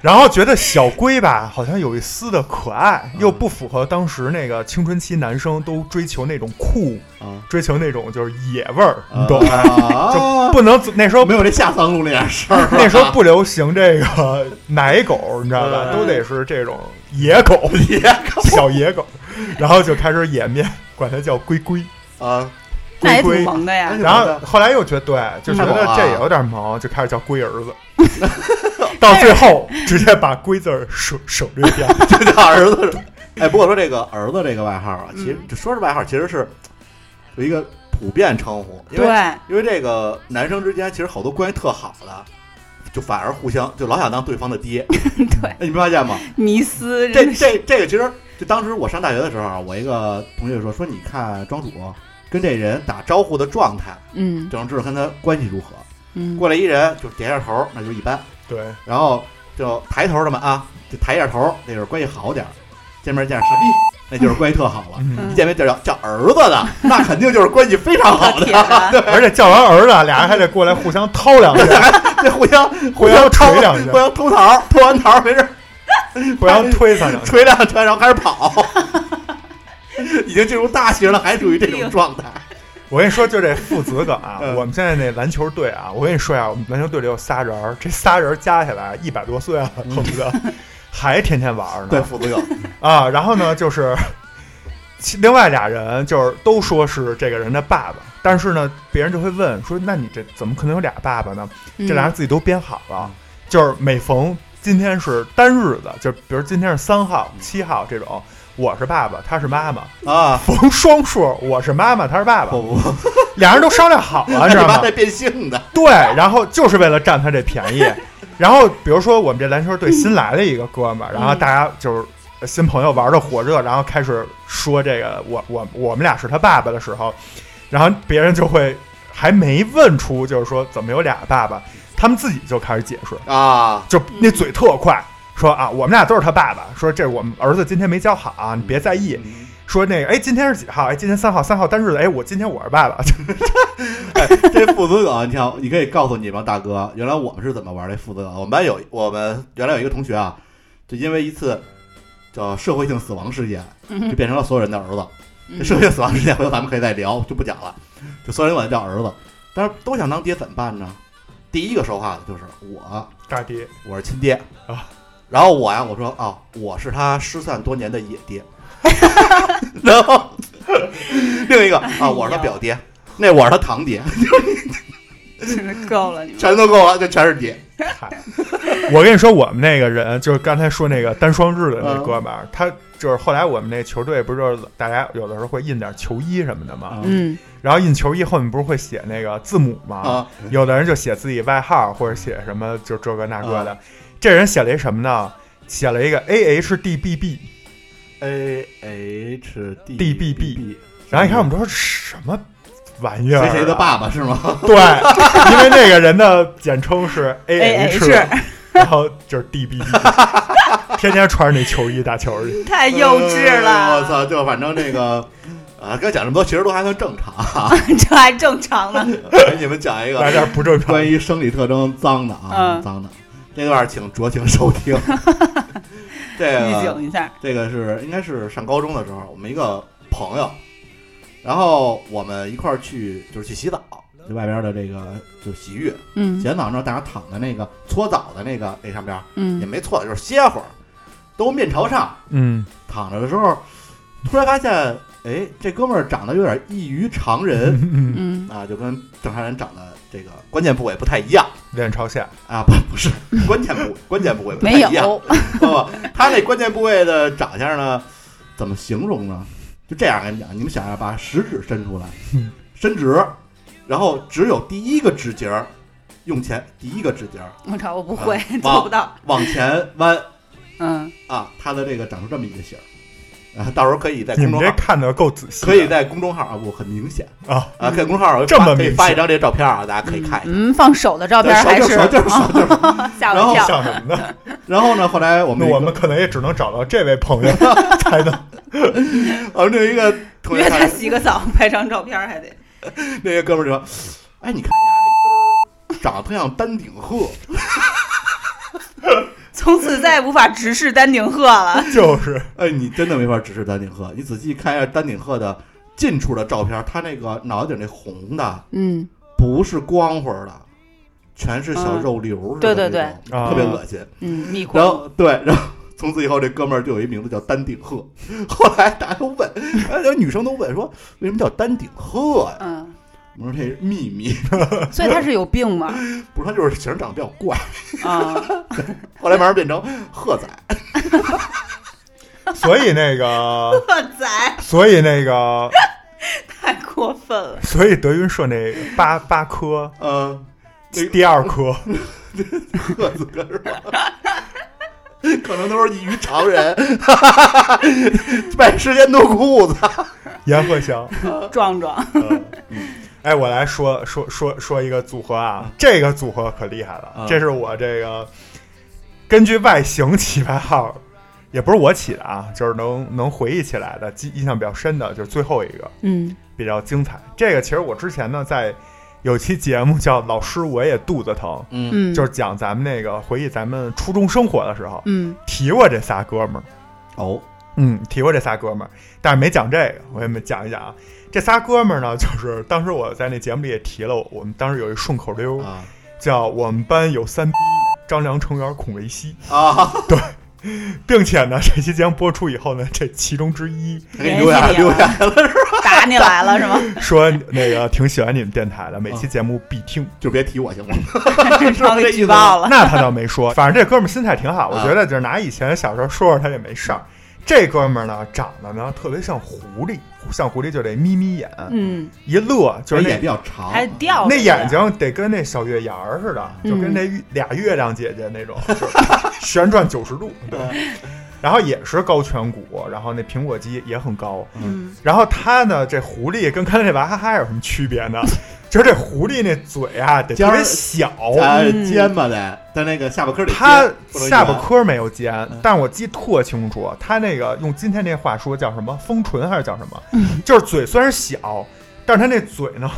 S2: 然后觉得小龟吧，好像有一丝的可爱，
S1: 嗯
S2: 又不符合当时那个青春期男生都追求那种酷，
S1: 啊，
S2: 追求那种就是野味儿，你懂？
S1: 啊
S2: 就不能 那时候
S1: 没有这下三路那点事儿。啊
S2: 那时候不流行这个奶狗，你知道吧？
S1: 嗯
S2: 都得是这种野狗，野狗， 小野狗，然后就开始演面，管它叫龟龟。
S1: 啊，
S3: 那也挺
S2: 龟
S3: 萌的呀
S1: 哎。
S2: 然后后来又觉得对，就觉
S1: 太猛
S2: 得
S1: 了
S2: 这也有点萌，就开始叫龟 儿子。到最后直接把“龟”字儿省省略 掉。
S1: 这叫儿子。 哎，不过说这个儿子这个外号啊，其
S3: 嗯
S1: 实就说是外号，其实是有一个普遍称呼，因
S3: 对
S1: 为，因为这个男生之间其实好多关系特好的，就反而互相就老想当对方的爹。
S3: 对，
S1: 哎，你没发现吗？
S3: 迷思
S1: 这
S3: 真的是
S1: 这这个其实就当时我上大学的时候啊，我一个同学说说你看庄主跟这人打招呼的状态，
S3: 嗯
S1: 就能知道跟他关系如何。
S3: 嗯，
S1: 过来一人就是点一下头，那就是一般。
S2: 对，
S1: 然后就抬头什么啊，就抬一下头，那就是关系好点儿。见面见 着傻逼，那就是关系特好了。
S2: 嗯
S1: 一见面就叫叫儿子 的，那肯定就是关系非常好
S3: 特
S1: 的
S3: 铁，的，
S2: 而且叫完儿子，俩人还得过来互相掏两 下，
S1: 这互相
S2: 互
S1: 互
S2: 相
S1: 相掏
S2: 捶两下
S1: 互相偷桃， 偷完桃没事儿
S2: 互相推搡两下。
S1: 捶两拳，然后开始跑。 已经进入大学了，还处于这种状态。
S2: 我跟你说，就这父子梗啊，
S1: 嗯
S2: 我们现在那篮球队啊啊，我跟你说呀、我们篮球队里有仨人儿，这仨人儿加起来一百多岁了，恨不得。还天天玩
S1: 嗯
S2: 呢。
S1: 对副作用，
S2: 啊，然后呢，就是其另外俩人就是都说是这个人的爸爸，但是呢，别人就会问说，那你这怎么可能有俩爸爸呢？
S3: 嗯
S2: 这俩人自己都编好了，就是每逢今天是单日子，就比如今天是三号、七号这种，我是爸爸，他是妈妈；
S1: 啊，
S2: 逢双数，我是妈妈，他是爸爸
S1: 不，不不，
S2: 俩人都商量好 了，
S1: 你
S2: 知道
S1: 妈
S2: 吗
S1: 在？变性的，
S2: 对，然后就是为了占他这便宜。然后比如说我们这篮球队新来了一个哥们儿，然后大家就是呃新朋友玩的火热，然后开始说这个我我我们俩是他爸爸的时候，然后别人就会还没问出就是说怎么有俩爸爸，他们自己就开始解释，
S1: 啊，
S2: 就那嘴特快。说啊，我们俩都是他爸爸。说这我们儿子今天没教好啊，你别在意。
S1: 嗯
S2: 说那个，哎，今天是几号？哎，今天三号，三号单日子。哎，我今天我是爸 爸，
S1: 这副作用，你看，你可以告诉你们大哥，原来我们是怎么玩这副作用。我们班有我们原来有一个同学啊，就因为一次叫社会性死亡事件，就变成了所有人的儿子。
S3: 嗯
S1: 这社会性死亡事件回头咱们可以再聊，就不讲了。就所有人管他叫儿子，但是都想当爹怎么办呢？第一个说话的就是我，
S2: 大爹。
S1: 我是亲爹
S2: 啊。
S1: 然后我呀，我说啊，我是他失散多年的野爹。 然后 另一个啊，我是他表爹，那我是他堂爹，
S3: 真是够了你们。
S1: 全都够了，这全是爹。
S2: 嗨， 我跟你说，我们那个人就是刚才说那个单双日的那哥
S1: 嗯
S2: 们儿，他就是后来我们那球队不是就是大家有的时候会印点球衣什么的嘛，
S3: 嗯，
S2: 然后印球衣后面不是会写那个字母嘛
S1: 啊，
S2: 有的人就写自己外号或者写什么就这个那个
S1: 嗯
S2: 的，这人写了一什么呢？写了一个 A H D B B，
S1: A H D 嗯
S2: DBB 然后一看我们都说这什么玩意儿、啊
S1: 谁谁的？爸爸是吗？
S2: 对，因为那个人的简 称是
S1: 嗯
S2: A
S3: AH
S2: 然后就是 D B B，天天穿着那球衣打球去。
S3: 太哎幼稚
S1: 呃
S3: 了，
S1: 我操，就反正那个。啊，刚才讲这么多，其实都还算正常。
S3: 这还正常 呢。
S1: 给你们讲一
S2: 来
S1: 个
S2: 点不正常
S1: 关。于生理特征脏的啊，
S3: 嗯
S1: 脏的这段请酌情收听。这
S3: 预
S1: 个
S3: 警一下，
S1: 这个是应该是上高中的时候，我们一个朋友，然后我们一块儿去就是去洗澡，就外边的这个就洗浴，
S3: 嗯
S1: 洗完澡之后大家躺在那个搓澡的那个那上边儿也
S3: 嗯
S1: 没错，就是歇会儿，都面朝上
S2: 嗯，
S1: 躺着的时候，突然发现，哎，这哥们儿长得有点异于常人
S2: 嗯，
S3: 嗯，
S1: 啊，就跟正常人长得这个关键部位不太一样
S2: 脸朝下，
S1: 啊，不不是关键部位关键部位不太
S3: 没
S1: 一样，
S3: 有，
S1: 不不，他那关键部位的长相呢，怎么形容呢？就这样跟你讲，你们想想，把食指伸出来
S2: 嗯，
S1: 伸直，然后只有第一个指节儿用前第一个指节儿
S3: 我操，我不会
S1: 啊，
S3: 做不到。
S1: 往前弯
S3: 嗯，
S1: 啊，他的这个长出这么一个形儿啊，到时候可以在
S2: 你
S1: 公
S2: 们
S1: 众
S2: 这
S1: 号
S2: 看的够仔细的。
S1: 可以在公众号啊，我很明显
S2: 啊
S1: 啊，在公众号我
S2: 这么
S1: 发可
S2: 明
S1: 以
S2: 显
S1: 发一张这照片啊，大家可以看一下。
S3: 嗯，放手的照片还
S1: 对
S3: 是啊
S1: 手就是手就是手就是手。
S3: 吓
S1: 然
S3: 我
S1: 后
S3: 一跳。
S2: 像啊什么呢？
S1: 然后呢，后来我
S2: 那
S1: 们
S2: 我们可能也只能找到这位朋友 才能。
S1: 我们有一个同学
S3: 约他
S1: 他
S3: 洗个澡，拍张照片还得。
S1: 那个哥们儿就说：“哎，你看人家那嘚儿长得特像丹顶鹤，
S3: 从此再也无法直视丹顶鹤了。
S2: 就是
S1: 哎，你真的没法直视丹顶鹤。你仔细看一下丹顶鹤的近处的照片，它那个脑袋顶那红的
S3: 嗯，
S1: 不是光滑的，全是小
S3: 嗯
S1: 肉瘤似
S3: 对
S1: 的那种、
S3: 对对
S2: 啊
S1: 特别恶心。
S3: 嗯，逆
S1: 然后对，然后从此以后这哥们儿就有一名字叫丹顶鹤。 后来大家都问，哎，有女生都问说为什么叫丹顶鹤呀、
S3: 嗯，
S1: 我说这是秘密，
S3: 所以他是有病 嘛？
S1: 不是他就是形儿长得比较怪，
S3: 啊，
S1: 后来慢慢变成鹤仔。
S2: 所以那个，
S3: 哇塞，
S2: 所以那个，
S3: 太过分了！
S2: 所以德云社那八八科
S1: 嗯、那
S2: 第二科，
S1: 个子哥是吧？ 可能都是异于常人， 卖时间多裤子。
S2: 阎鹤 祥。呃
S3: 壮壮，
S2: 哎，我来说说说说一个组合啊，这个组合可厉害了
S1: 嗯，
S2: 这是我这个根据外形起外号，也不是我起的啊，就是能能回忆起来的，记印象比较深的，就是最后一个
S3: 嗯
S2: 比较精彩。这个其实我之前呢，在有期节目叫《老师我也肚子疼》，
S1: 嗯，
S3: 嗯，
S2: 就是讲咱们那个回忆咱们初中生活的时候，
S3: 嗯
S2: 提过这仨哥们儿。
S1: 哦，
S2: 嗯，提过这仨哥们儿，但是没讲这个，我给你们讲一讲啊。这仨哥们儿呢，就是当时我在那节目里也提了，我们当时有一顺口溜，
S1: 啊
S2: 叫“我们班有三逼：张良、程远、孔维西
S1: 啊，”
S2: 并且呢，这期节目播出以后呢，这其中之一
S1: 他给你留言留言了，
S3: 打你来了是 吗？
S2: 说那个挺喜欢你们电台
S3: 啊
S2: 的，每期节目必听。
S1: 就别提我行吗？
S3: 我给举 报了。
S2: 那他倒没说，反正这哥们儿心态挺好，我
S1: 啊
S2: 觉得就是拿以前小时候说说他也没事儿。这哥们儿呢，长得呢特别像狐狸，像狐狸就得眯眯眼，
S3: 嗯，
S2: 一乐就是
S1: 眼
S2: 那
S1: 比较长，
S3: 还掉
S2: 那眼睛得跟那小月牙儿似的，
S3: 嗯
S2: 就跟那月俩月亮姐姐 那种，就是旋转九十度。
S1: 嗯
S2: 对，然后也是高颧骨，然后那苹果肌也很高。
S3: 嗯，
S2: 然后他呢，这狐狸跟刚才那娃哈哈有什么区别 呢？就是这狐狸那嘴啊得特
S1: 尖
S2: 别
S1: 儿
S2: 小，
S1: 哎
S3: 嗯
S1: 尖吧得，但那个下巴颏儿得尖
S2: 他
S1: 不能
S2: 下
S1: 圆
S2: 巴颏儿没有尖
S1: 嗯，
S2: 但是我记得特清楚，他那个用今天这话说叫什么丰唇还是叫什么？
S3: 嗯
S2: 就是嘴虽然小，但是他那嘴呢，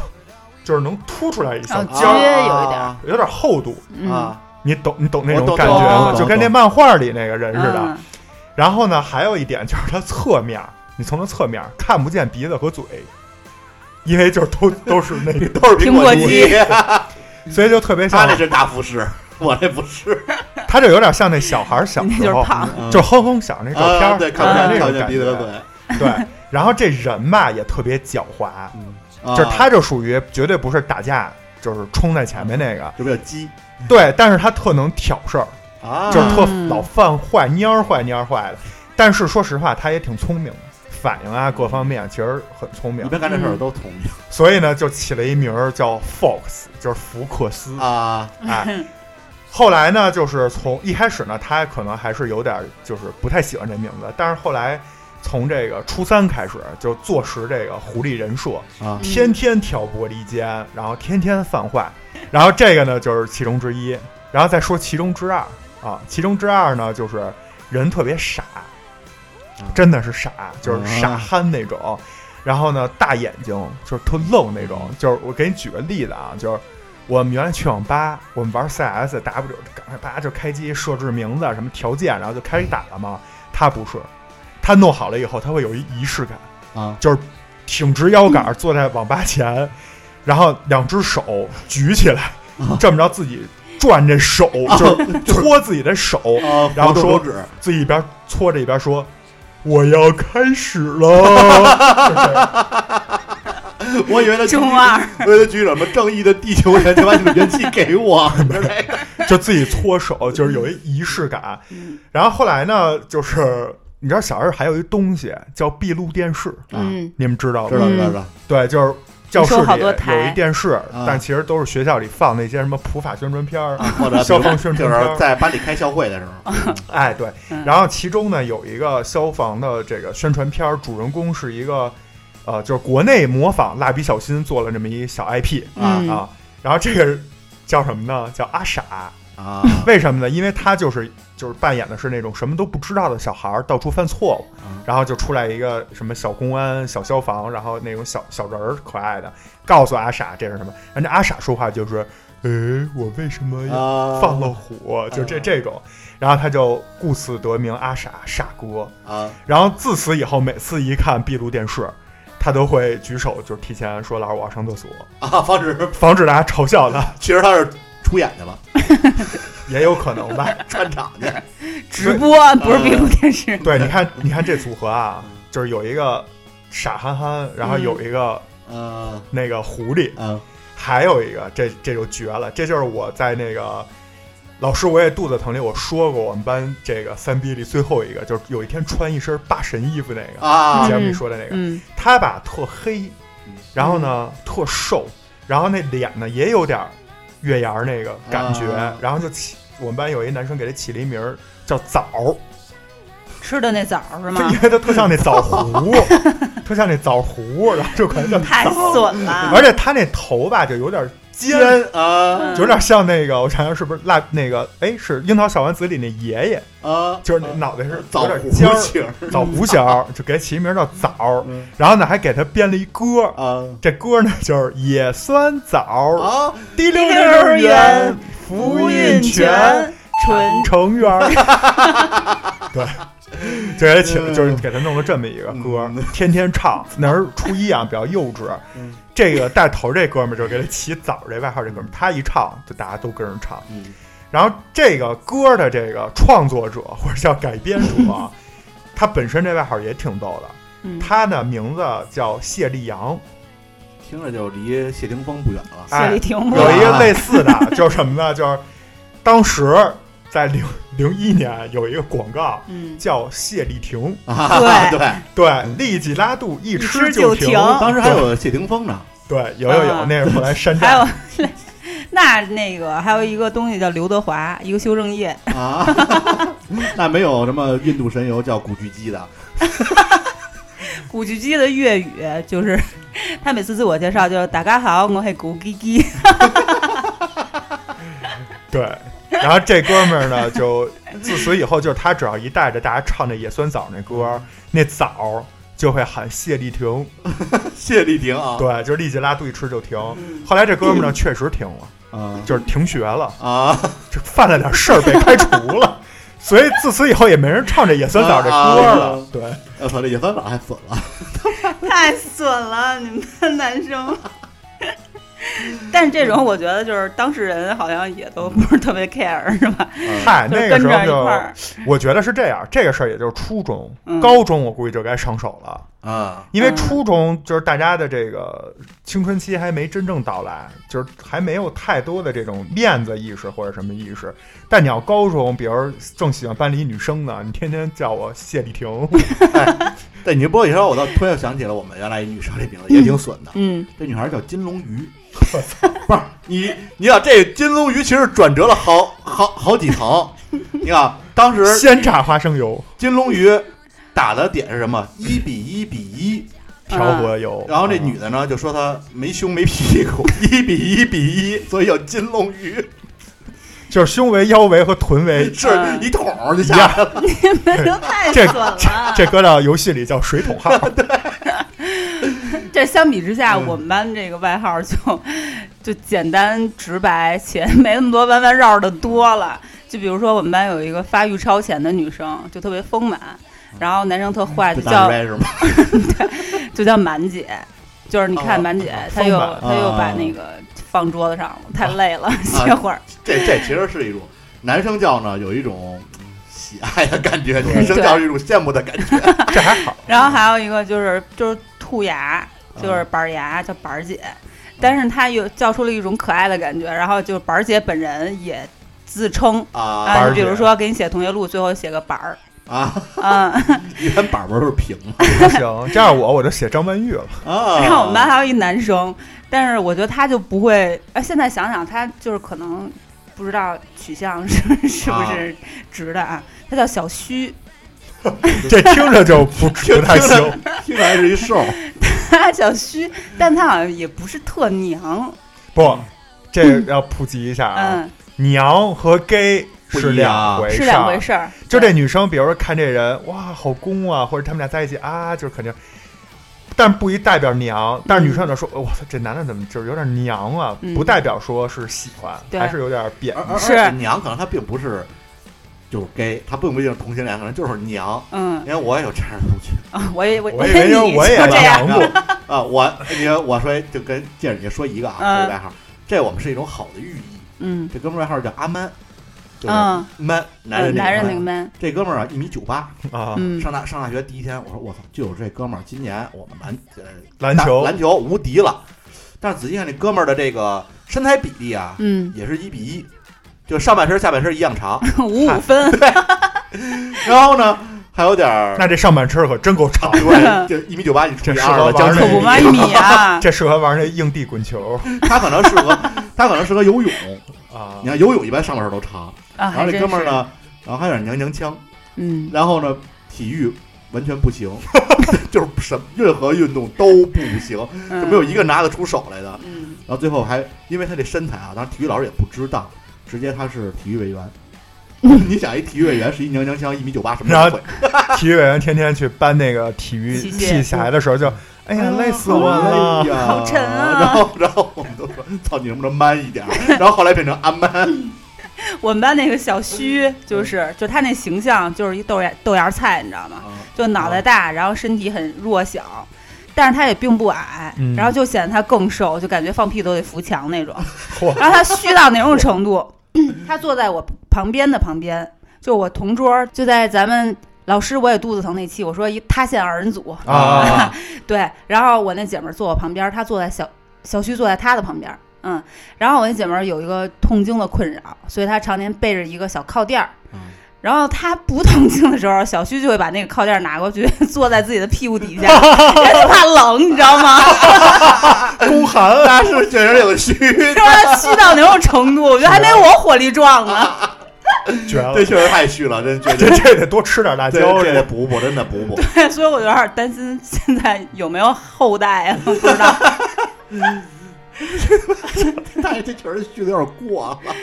S2: 就是能凸出来一小
S3: 啊
S2: 尖儿，
S3: 撅有一点儿
S2: 有点厚度。
S3: 嗯
S1: 啊，
S2: 你懂你懂那
S1: 我
S2: 种
S1: 懂
S2: 感
S1: 懂
S2: 觉吗？
S1: 懂
S2: 就跟那
S1: 懂
S2: 漫画里那个人似的。
S3: 嗯
S2: 然后呢，还有一点就是它侧面儿，你从它侧面儿看不见鼻子和嘴，因为就是 都都是那个
S1: 都是苹
S3: 苹果
S1: 肌
S3: 肌，
S2: 所以就特 别
S1: 他
S2: 像
S1: 那，是大复式， 我这不是。
S2: 它就有点像那小孩儿小
S3: 那
S2: 时
S3: 就是
S2: 候，
S3: 胖，
S2: 就是哼哼响那照片
S1: 啊
S2: 儿，
S1: 对，
S2: 就
S1: 看不见
S2: 是那
S1: 嗯看不
S2: 种
S1: 见
S2: 感
S1: 鼻子和
S2: 觉。
S1: 嘴，
S2: 对，然后这人吧也特别狡猾，
S1: 啊
S2: 就是他就属于绝对不是打架，就是冲在前面那个，
S1: 就比较鸡
S2: 对，但是他特能挑事儿，
S1: 啊，
S2: 就是特
S3: 嗯
S2: 老犯坏，蔫儿坏蔫儿坏的。但是说实话，他也挺聪明的，反应啊各方面其实很聪
S1: 一
S2: 明，
S1: 般干这事儿都聪明
S2: 所以呢就起了一名儿叫 Fox，就是福克斯。
S1: 啊，
S2: 哎，后来呢，就是从一开始呢，他可能还是有点儿就是不太喜欢这名字，但是后来。从这个初三开始，就坐实这个狐狸人设，
S1: 啊
S2: 天天挑拨离间，然后天天犯坏，然后这个呢就是其中之一，然后再说其中之二啊，其中之二呢就是人特别傻，真的是傻，就是傻憨那种，然后呢大眼睛就是特愣那种，就是我给你举个例子啊，就是。我们原来去网吧，我们玩 CS、W，赶快叭就开机设置名字、什么条件，然后就开始打了嘛。他不是，他弄好了以后，他会有一仪式感，
S1: 啊
S2: 就是挺直腰杆儿坐在网吧前，然后两只手举起来，这么着自己转这手，啊 就是搓自己的手，
S1: 啊，
S2: 然后
S1: 活动
S2: 说
S1: 手指
S2: 自己一边搓着一边说：“我要开始 了。就是这样
S1: 我以为他
S3: 中二，
S1: 我以为他举什么正义的地球人，就把你们元气给 我，之类的”
S2: 就自己搓手，就是有一仪式感。然后后来呢，就是你知道小时候还有一东西叫闭路电视，
S3: 嗯，
S2: 你们知道吗？
S1: 知道知道知道，
S2: 对，就是教室
S3: 你说好
S2: 里
S3: 多
S2: 有
S3: 台
S2: 一电视，
S1: 啊
S2: 但其实都是学校里放那些什么普法宣传片儿、
S1: 或者
S2: 嗯消防
S1: 比
S2: 宣
S1: 如就
S2: 传
S1: 是
S2: 片儿。
S1: 在班里开校会的时候，
S2: 哎，对
S3: 嗯，
S2: 然后其中呢有一个消防的这个宣传片儿，主人公是一个，呃，就是国内模仿蜡笔小新做了这么一小 IP
S1: 啊
S3: 嗯
S2: 啊，然后这个叫什么呢？叫阿傻。
S1: 啊
S2: 为什么呢？因为他就是就是扮演的是那种什么都不知道的小孩儿，到处犯错误
S1: 啊，
S2: 然后就出来一个什么小公安、小消防，然后那种小小人儿可爱的，告诉阿傻这是什么。人家阿傻说话就是，哎，我为什么要
S1: 啊
S2: 放了火？就这
S1: 啊
S2: 这种，然后他就故此得名阿傻傻哥。
S1: 啊
S2: 然后自此以后，每次一看闭路电视，他都会举手，就是提前说老师我要上厕所，
S1: 啊，防止
S2: 防止大家嘲笑他，
S1: 其实他是出演去了，
S2: 也有可能吧。
S1: 串场去，
S3: 直播
S2: 嗯
S3: 不是闭路电 视，
S2: 对，你看，你看这组合啊，就是有一个傻憨憨，然后
S3: 嗯
S2: 有一个
S1: 呃
S2: 那个狐狸，
S1: 嗯
S2: 还有一个这这就绝了，这就是我在那个老师我也肚子疼里我说过，我们班这个三 B 里最后一个，就是有一天穿一身八神衣服那个，
S1: 啊
S2: 节
S3: 嗯
S2: 目里说的那个，
S3: 嗯
S2: 他吧特黑，然后呢特瘦，然后那脸呢也有点月牙儿那个感觉，
S1: 啊
S2: 然后就起我们班有一男生给他起了一名儿叫枣儿。
S3: 吃的那枣是吗？
S2: 因为它特像那枣核，特像那枣核，然后就可能叫
S3: 太
S2: 枣，
S3: 损了
S2: 而，且它那头吧就有点尖，
S1: 尖啊
S2: 就有点像那个我想想是不是蜡那个哎是樱桃小丸子里那爷爷，
S1: 啊，
S2: 就是那脑袋是
S1: 枣
S2: 有
S1: 核
S2: 点尖儿，
S1: 型
S2: 枣核形儿，就给起一名叫枣
S1: 嗯，
S2: 然后呢还给他编了一歌。
S1: 啊
S2: 这歌呢，就是野酸枣，
S1: 啊，
S2: 滴溜
S3: 溜
S2: 圆
S3: 圆，
S2: 福
S3: 运
S2: 运泉，
S3: 纯
S2: 成员儿， 对，就给他起了，就是给他弄了这么一个歌，天天唱。那是初一啊，比较幼稚。这个带头这哥们儿就给他起“枣”这外号，这哥们儿他一唱，就大家都跟着唱。
S1: 嗯
S2: 然后这个歌的这个创作者或者叫改编者啊，他本身这外号也挺逗的，
S3: 嗯，
S2: 他的名字叫谢丽阳，
S1: 听着就离谢霆锋不远了。
S3: 谢丽婷
S2: 哎有
S3: 吧，
S2: 一个类似的，就是什么呢？就是当时在零零一年有一个广告
S3: 嗯，
S2: 叫谢丽婷，
S1: 啊，对，
S2: 对，利吉拉度一吃
S3: 吃就
S2: 停，
S3: 停
S1: 当时还有谢霆锋呢，
S2: 对，有有有，
S3: 啊
S2: 那是后来 山
S3: 还
S2: 寨。
S3: 有那那个还有一个东西叫刘德华，一个修正液，
S1: 啊，那没有什么印度神油叫古巨基的，
S3: 古巨基的粤语就是 他每次自我介绍就是大家好，我是古巨基，
S2: 对，然后这哥们儿呢，就自此以后，就是他只要一带着大家唱那野酸枣那歌儿，那枣儿就会喊谢丽婷，
S1: 谢丽婷啊，
S2: 对，就是利吉拉度一吃就停。后来这哥们儿呢，确实停了，
S1: 啊
S2: 就是停学了，
S1: 啊，
S2: 就犯了点事儿被开除了， 所以自此以后也没人唱这野酸枣这歌
S1: 啊
S2: 儿
S1: 啊
S2: 了。对，
S1: 我操，这也算老还损了，
S3: 太损了，你们的男生。 但是这种我觉得就是当事人好像也都不是特别 care 是吧？
S2: 嗨，
S3: 就
S2: 那个
S3: 是跟
S2: 时候
S3: 着一块
S2: 就
S3: 儿，
S2: 我觉得是这样，这个事儿也就是初中
S3: 嗯、
S2: 高中，我估计就该上手了。
S1: 啊，
S2: 因为
S3: 嗯
S2: 初中就是大家的这个青春期还没真正到来，就是还没有太多的这种面子意识或者什么意识。但你要高中，比如正喜欢班里一女生呢，你天天叫我谢丽婷，
S1: 对，你这播一说，我倒突然想起了我们原来一女生这名字也挺损的，
S3: 嗯，
S1: 这女孩叫金龙鱼，不是你，你想这金龙鱼其实转折了好好好几层，你看当时
S2: 先炸花生油、
S1: 金龙鱼打的点是什么？一比一比一。
S2: 调 和 油，
S1: 嗯
S2: 啊
S1: 然后这女的呢就说她没胸没屁股，一比一比一，所以叫金龙鱼，
S2: 就是胸围、腰围和臀围，
S1: 是一桶就下来了。
S3: 你们都太
S2: 这
S3: 损了。
S2: 这搁到游戏里叫水桶号。
S3: 这相比之下，
S2: 嗯
S3: 我们班这个外号就 就简单直白，且没那么多弯弯绕的多了。就比如说，我们班有一个发育超前的女生，就特别丰满，
S2: 嗯
S3: 然后男生特坏，就
S1: 就大
S3: 叫
S1: 瑞是吗？
S3: 就叫满姐，就是你看
S1: 哦
S3: 满姐，她
S2: 丰
S3: 又
S2: 满哦啊
S3: 她又把
S1: 啊
S3: 那个放桌子上了，太累了，歇会儿。
S1: 这这其实是一种男生叫呢，有一种喜爱的感觉；女生叫是一种羡慕的感觉。
S2: 这还好，
S3: 然后还有一个就是就是兔牙，就是板儿牙，叫板儿姐，
S2: 嗯
S3: 但是她又叫出了一种可爱的感觉。然后就板儿姐本人也自称
S1: 啊
S2: 板
S3: 啊，
S2: 儿
S3: 你比
S2: 姐
S3: 如说给你写同学录，最后写个 板儿，
S1: 啊！
S3: 嗯，
S1: 一般板板都是平嘛
S2: 不行，这样我我就写张曼玉了。
S1: 啊。
S3: 然后我们班还有一男生，但是我觉得他就不会，哎，现在想想他就是可能不知道取向是是不
S1: 哦
S3: 是直的啊，他叫小虚，
S2: 这听着就不不太
S1: 听着
S2: 行。
S1: 听着还是一瘦，
S3: 他小虚，但他好像也不是特
S1: 啊
S3: 娘，
S2: 不，这要普及一下啊。
S3: 嗯，
S2: 娘和 gay 是两回
S3: 是
S2: 儿
S3: 两回事儿，
S2: 就这女生，比如说看这人，哇，好攻啊，或者他们俩在一起啊，就是肯定，但不一代表娘。但是女生就说，哇塞，这男的怎么就是有点娘啊？
S3: 嗯
S2: 不代表说是喜欢，
S3: 对
S2: 还是有点贬
S1: 而而
S3: 是
S1: 而且娘可能她并不是就是 gay，她并不一定是同性恋，可能就是娘。
S3: 嗯
S1: 因为我也有这样的同学
S3: 啊，我也我
S2: 我以为就是
S3: 你
S2: 我也
S3: 就这样，
S2: 娘过，
S1: 啊，我你我说就跟见着你说一个啊，
S3: 嗯
S1: 这个外号，这我们是一种好的寓意。
S3: 嗯
S1: 这哥们儿外号叫阿 man，就是
S3: 嗯，
S1: man 男
S3: 嗯
S1: 人
S3: 男人
S1: 那
S3: 那
S1: 个
S3: 个 man，
S1: 这哥们儿啊，一米九八，
S2: 啊，
S3: 嗯
S1: 上大上大学第一天，我说我操，就有这哥们儿，今年我们篮呃
S2: 篮球
S1: 篮球无敌了。但是仔细看这哥们儿的这个身材比例啊，
S3: 嗯，
S1: 也是一比一，就上半身下半身一样长，
S3: 五五分，
S1: 然后呢还有点儿，
S2: 那这上半身可真够长
S3: 嗯
S1: 对，就一米九八，你除以
S2: 这
S1: 二了，
S2: 适合
S1: 将
S2: 玩
S1: 近
S3: 可不嘛，一米啊，
S2: 这适合玩那硬地滚 球
S3: 嗯
S1: 他可能适合，他可能适合游泳。
S2: 啊
S1: 你。看游泳一般上半身都长，
S3: 啊，
S1: 然后
S3: 还
S1: 这
S3: 真
S1: 哥们儿
S3: 是，
S1: 呢，然后还有点娘娘腔，
S3: 嗯，
S1: 然后呢体育完全不行， 就是什么任何运动都不行，就没有一个拿得出手来的。
S3: 嗯，
S1: 然后最后还因为他这身材啊，当然体育老师也不知道，直接他是体育委员。 你想一体育委员是一娘娘腔，一米九八，什么都不会。
S2: 体育委员天天去搬那个体育
S3: 器械嗯
S2: 器材的时候就，哎呀，累死我了
S1: 哎。呀，
S3: 好沉啊
S1: 然后，然后我们都说，操，你能不能 man 一点儿？然后后来变成阿 man，
S3: 嗯我们班那个小虚就是就他那形象就是一豆芽豆芽菜，你知道吗？
S1: 啊
S3: 就脑袋大，然后身体很弱小，但是他也并不矮，
S2: 嗯
S3: 然后就显得他更瘦，就感觉放屁都得扶墙那种。
S2: 嚯
S3: 然后他虚到哪种程度？他坐在我旁边的旁边，就我同桌，就在咱们老师我也肚子疼那期，我说一塌陷二人组，
S2: 啊，
S3: 对，然后我那姐们儿坐我旁边，她坐在小小区坐在她的旁边，嗯，然后我那姐们儿有一个痛经的困扰，所以她常年背着一个小靠垫儿。
S1: 嗯
S3: 然后她不痛经的时候，小旭就会把那个靠垫儿拿过去， 坐在自己的屁股底下，因为她怕冷，你知道吗？
S2: 宫寒
S1: 大师确实有虚，
S3: 是吧？虚到那种程度，我觉得还没我火力壮呢。
S2: 绝了
S1: 这！确实太虚了，真 觉
S2: 这
S1: 得。
S2: 这得多吃点辣
S1: 这
S2: 椒，
S1: 这得
S2: 这
S1: 补补，真的补补。
S3: 所以我有点担心现在有没有后代啊？不知道。
S1: 但是这确实虚的有点过了。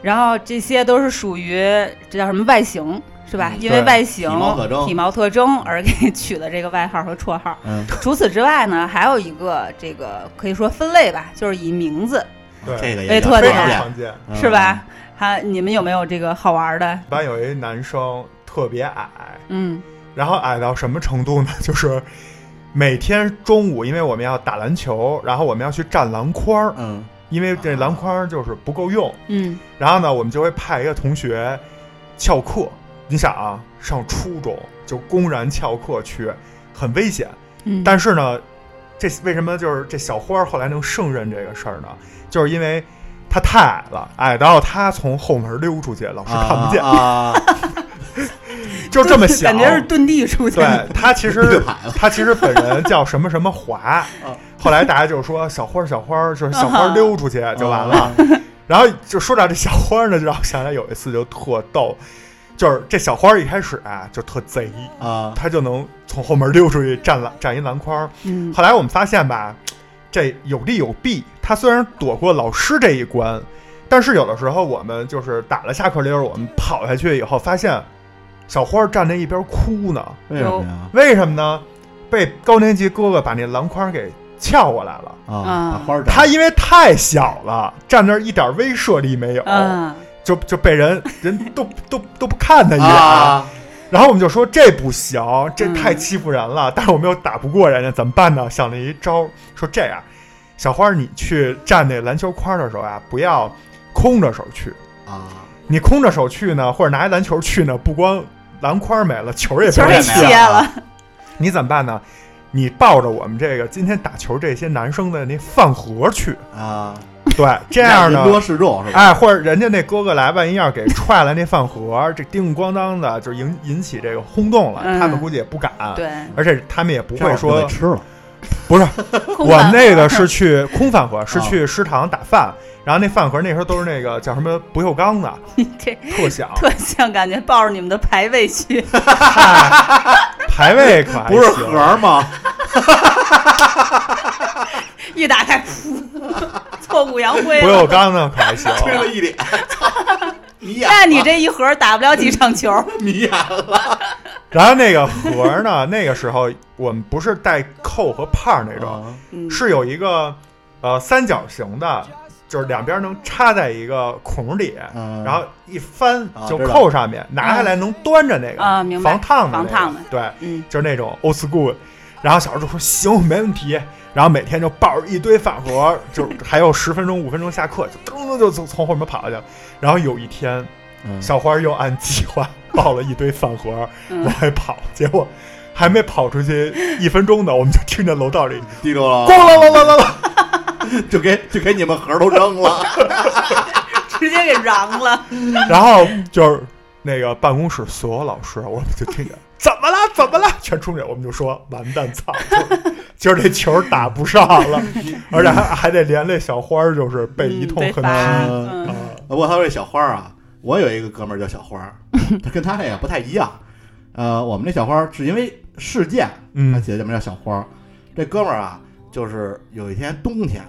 S3: 然后这些都是属于这叫什么外形是吧？因为
S2: 嗯对
S3: 外形、
S1: 体貌特征
S3: 体貌特征而给取的这个外号和绰号。
S1: 嗯，
S3: 除此之外呢，还有一个这个可以说分类吧，就是以名字、
S1: 这
S2: 对
S1: 个
S3: 哎
S1: 也
S3: 特
S2: 非
S3: 点
S2: 常常见。
S3: 是吧？
S2: 嗯
S3: 还你们有没有这个好玩的？
S2: 班有一男生特别矮，
S3: 嗯，
S2: 然后矮到什么程度呢？ 就是每天中午，因为我们要打篮球，然后我们要去站篮筐儿，
S1: 嗯？
S2: 因为这篮筐儿就是不够用。
S3: 嗯，
S2: 然后呢，我们就会派一个同学翘课。你想啊，上初中就公然翘课去，很危险。
S3: 嗯，
S2: 但是呢，这为什么就是这小花儿后来能胜任这个事儿呢？就是因为她太矮了，矮到她从后门溜出去，老
S1: 嗯，
S2: 师看不见，
S1: 啊，啊
S2: 就这么小。
S3: 感觉是遁地出去。
S2: 对她其
S1: 对
S2: 实
S1: 牌了。
S2: 她其实本人叫什么什么华
S1: 啊，
S2: 后来大家就说小花儿小花儿，就是小
S3: 啊
S2: 花儿溜出去就完了。
S1: 啊，
S2: 然后就说到这小花儿呢，就让我想起来有一次就特逗，就是这小花儿一开始啊就特贼，
S1: 啊，
S2: 她就能从后门溜出去站篮站一篮筐儿。
S3: 嗯，
S2: 后来我们发现吧，这有利有弊。她虽然躲过老师这一关，但是有的时候我们就是打了下课铃儿，我们跑下去以后发现小花儿站在一边哭呢，
S1: 为什么呀？
S2: 为什么呢？被高年级哥哥把那篮筐给撬过来了。
S1: 啊，把花儿摘
S2: 她因为太小了，站那儿一点威慑力没有。
S3: 嗯，
S2: 就就被人人都都都不看他一眼，
S1: 啊，
S2: 然后我们就说这不行，这
S3: 嗯
S2: 太欺负人了。但是我们又打不过人家，怎么办呢？想了一招，说这样，小花儿你去站那篮球框的时候啊，不要空着手去。
S1: 啊，
S2: 你空着手去呢，或者拿一篮球去呢，不光篮筐没了，球儿也
S3: 球
S2: 被
S3: 给
S2: 人
S1: 也没了
S3: 切了。
S2: 你怎么办呢？你抱着我们这个今天打球这些男生的那饭盒 去，
S1: 啊，
S2: 对，这样呢，
S1: 人多势众是吧？
S2: 哎，或者人家那哥哥来，万一要是给踹了那饭盒，这叮咣当的就引引起这个轰动了，
S3: 嗯
S2: 他们估计也不敢。
S3: 对，
S2: 而且他们也不
S1: 不
S2: 会说，
S1: 吃了
S3: 空
S2: 我
S3: 泛
S2: 那个是去空 饭盒，是
S1: 啊
S2: 去食堂打饭，然后那饭盒那时候都是那个叫什么不锈钢 的，
S3: 这
S2: 特小，
S3: 特像感觉抱着你们的排位去，
S2: 嗨排位可还
S1: 不是
S2: 行
S1: 盒儿吗？
S3: 一打开，噗，挫骨扬灰
S2: 不
S3: 了。
S2: 锈钢的可 还行。
S1: 吹了一脸，迷 眼了，
S3: 那你这一盒打不了几场球。
S1: 迷眼了
S2: 然后那个盒呢， 那个时候我们不是带扣和泡儿那种，
S1: 啊
S3: 嗯，
S2: 是有一个呃三角形的，就是两边能插在一个孔里，
S1: 嗯
S2: 然后一翻
S1: 啊
S2: 就
S1: 知道
S2: 扣上面，拿下来能端着那个、
S3: 啊明白
S2: 防烫的、那个、
S3: 防烫的
S2: 对，
S3: 嗯，
S2: 就是那种 old school。然后小时候就说行，没问题。然后每天就抱着一堆饭盒，就还有十分钟、五分钟下课，就噔噔就从从后面跑下去了。然后有一天，
S1: 嗯
S2: 小花又按计划抱了一堆饭盒
S3: 嗯
S2: 往外跑，结果还没跑出去一分钟呢，我们就听见楼道里
S1: 记住了
S2: 咣
S1: 吗，
S2: 啷啷啷啷啷。
S1: 就给就给你们盒儿都扔了。
S3: 直接给瓤了。
S2: 然后就是那个办公室所有老师，我们就听见怎么了，怎么了，全冲着我们就说完蛋操，今儿这球打不上了，而且还还得连累小花儿，就是 被一通
S3: 嗯被
S2: 狠
S3: 罚
S2: 批。
S1: 嗯
S3: 嗯
S1: 不过他说这小花儿啊，我有一个哥们儿叫小花儿，他跟他这个不太一样。呃，我们这小花儿是因为事件，他
S2: 嗯
S1: 起的名叫小花儿。这哥们儿啊，就是有一天冬天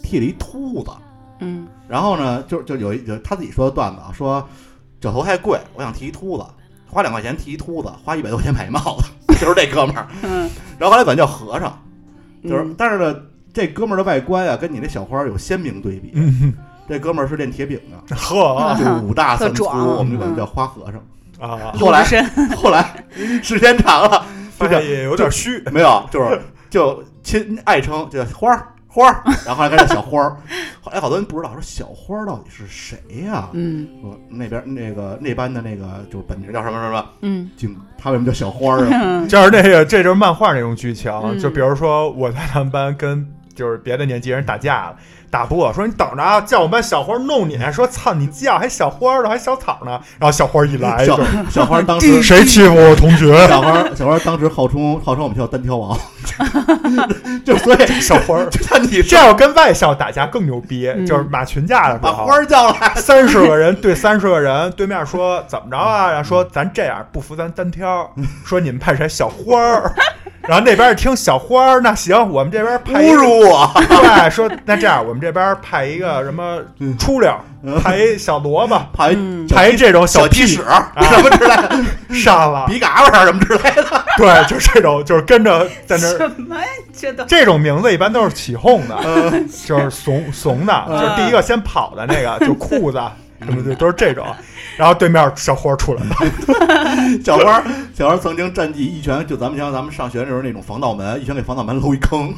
S1: 剃了一秃子，
S3: 嗯
S1: 然后呢，就就有一有他自己说的段子啊，说绞头太贵，我想剃一秃子，花两块钱剃一秃子，花一百多块钱买一帽子， 就是这哥们儿。
S2: 啊
S3: 嗯，
S1: 然后后来管叫和尚，就是、
S3: 嗯
S1: 但是呢，这哥们儿的外观啊，跟你这小花儿有鲜明对比。
S2: 嗯，
S1: 这哥们儿是练铁饼的，
S2: 呵
S1: 就五大三
S3: 啊特
S1: 粗，
S3: 壮
S1: 我们就管
S3: 嗯
S1: 他叫花和尚。
S2: 啊，
S1: 后来
S3: 鲁智深
S1: 后来时间长了，
S2: 发现也有点虚。
S1: 没有，就是就亲爱称就叫花儿花花儿，然后后来开始叫小花儿， 后来好多人不知道，说小花儿到底是谁呀、
S3: 嗯
S1: 我那边那个那班的那个就是本名叫什么什么，
S3: 嗯
S1: 警，他为什么叫小花儿啊？
S2: 就是那个，这就是漫画那种剧情。
S3: 嗯
S2: 就比如说我在他们班跟就是别的年级人打架了，打不过，说你等着啊，叫我们班小花弄你，说操你叫还小花呢，还小草呢。然后小花一来，
S1: 小
S2: 就
S1: 小花儿 当时
S2: 谁欺负我同学？
S1: 小花儿小花儿当时号称号称我们学校单挑王， 就所以
S2: 小花 儿，
S1: 就像你
S2: 这要跟外校打架更牛逼，
S3: 嗯
S2: 就是打群架的时
S1: 把
S2: 候
S1: 花，儿叫来，
S2: 三十个人对三十个人，对面说怎么着
S1: 嗯
S2: 啊？然后说咱这样不服咱单挑，说你们派谁小花儿， 然后那边一听小花儿，那行，我们这边派一
S1: 侮辱我，
S2: 对，说那这样，我们这边派一个什么
S1: 嗯
S2: 初溜，派一小萝卜，
S1: 派
S3: 嗯
S2: 派一这种
S1: 小啊
S2: 屁
S1: 鸡屎嗯什么之类 的，
S2: 杀了，
S1: 鼻嘎巴什么之类的，
S2: 对，就是这种，就是跟着在那儿。
S3: 什么呀？这都
S2: 这种名字一般都是起哄的，
S1: 嗯
S2: 就是怂怂的，就是第一个先跑的那个，就裤子
S1: 嗯
S2: 什么的都是这种，然后对面小花出来了，
S1: 小花儿，小花儿曾经战绩一拳，就咱们像咱们上学的时候那种防盗门，一拳给防盗门搂一坑。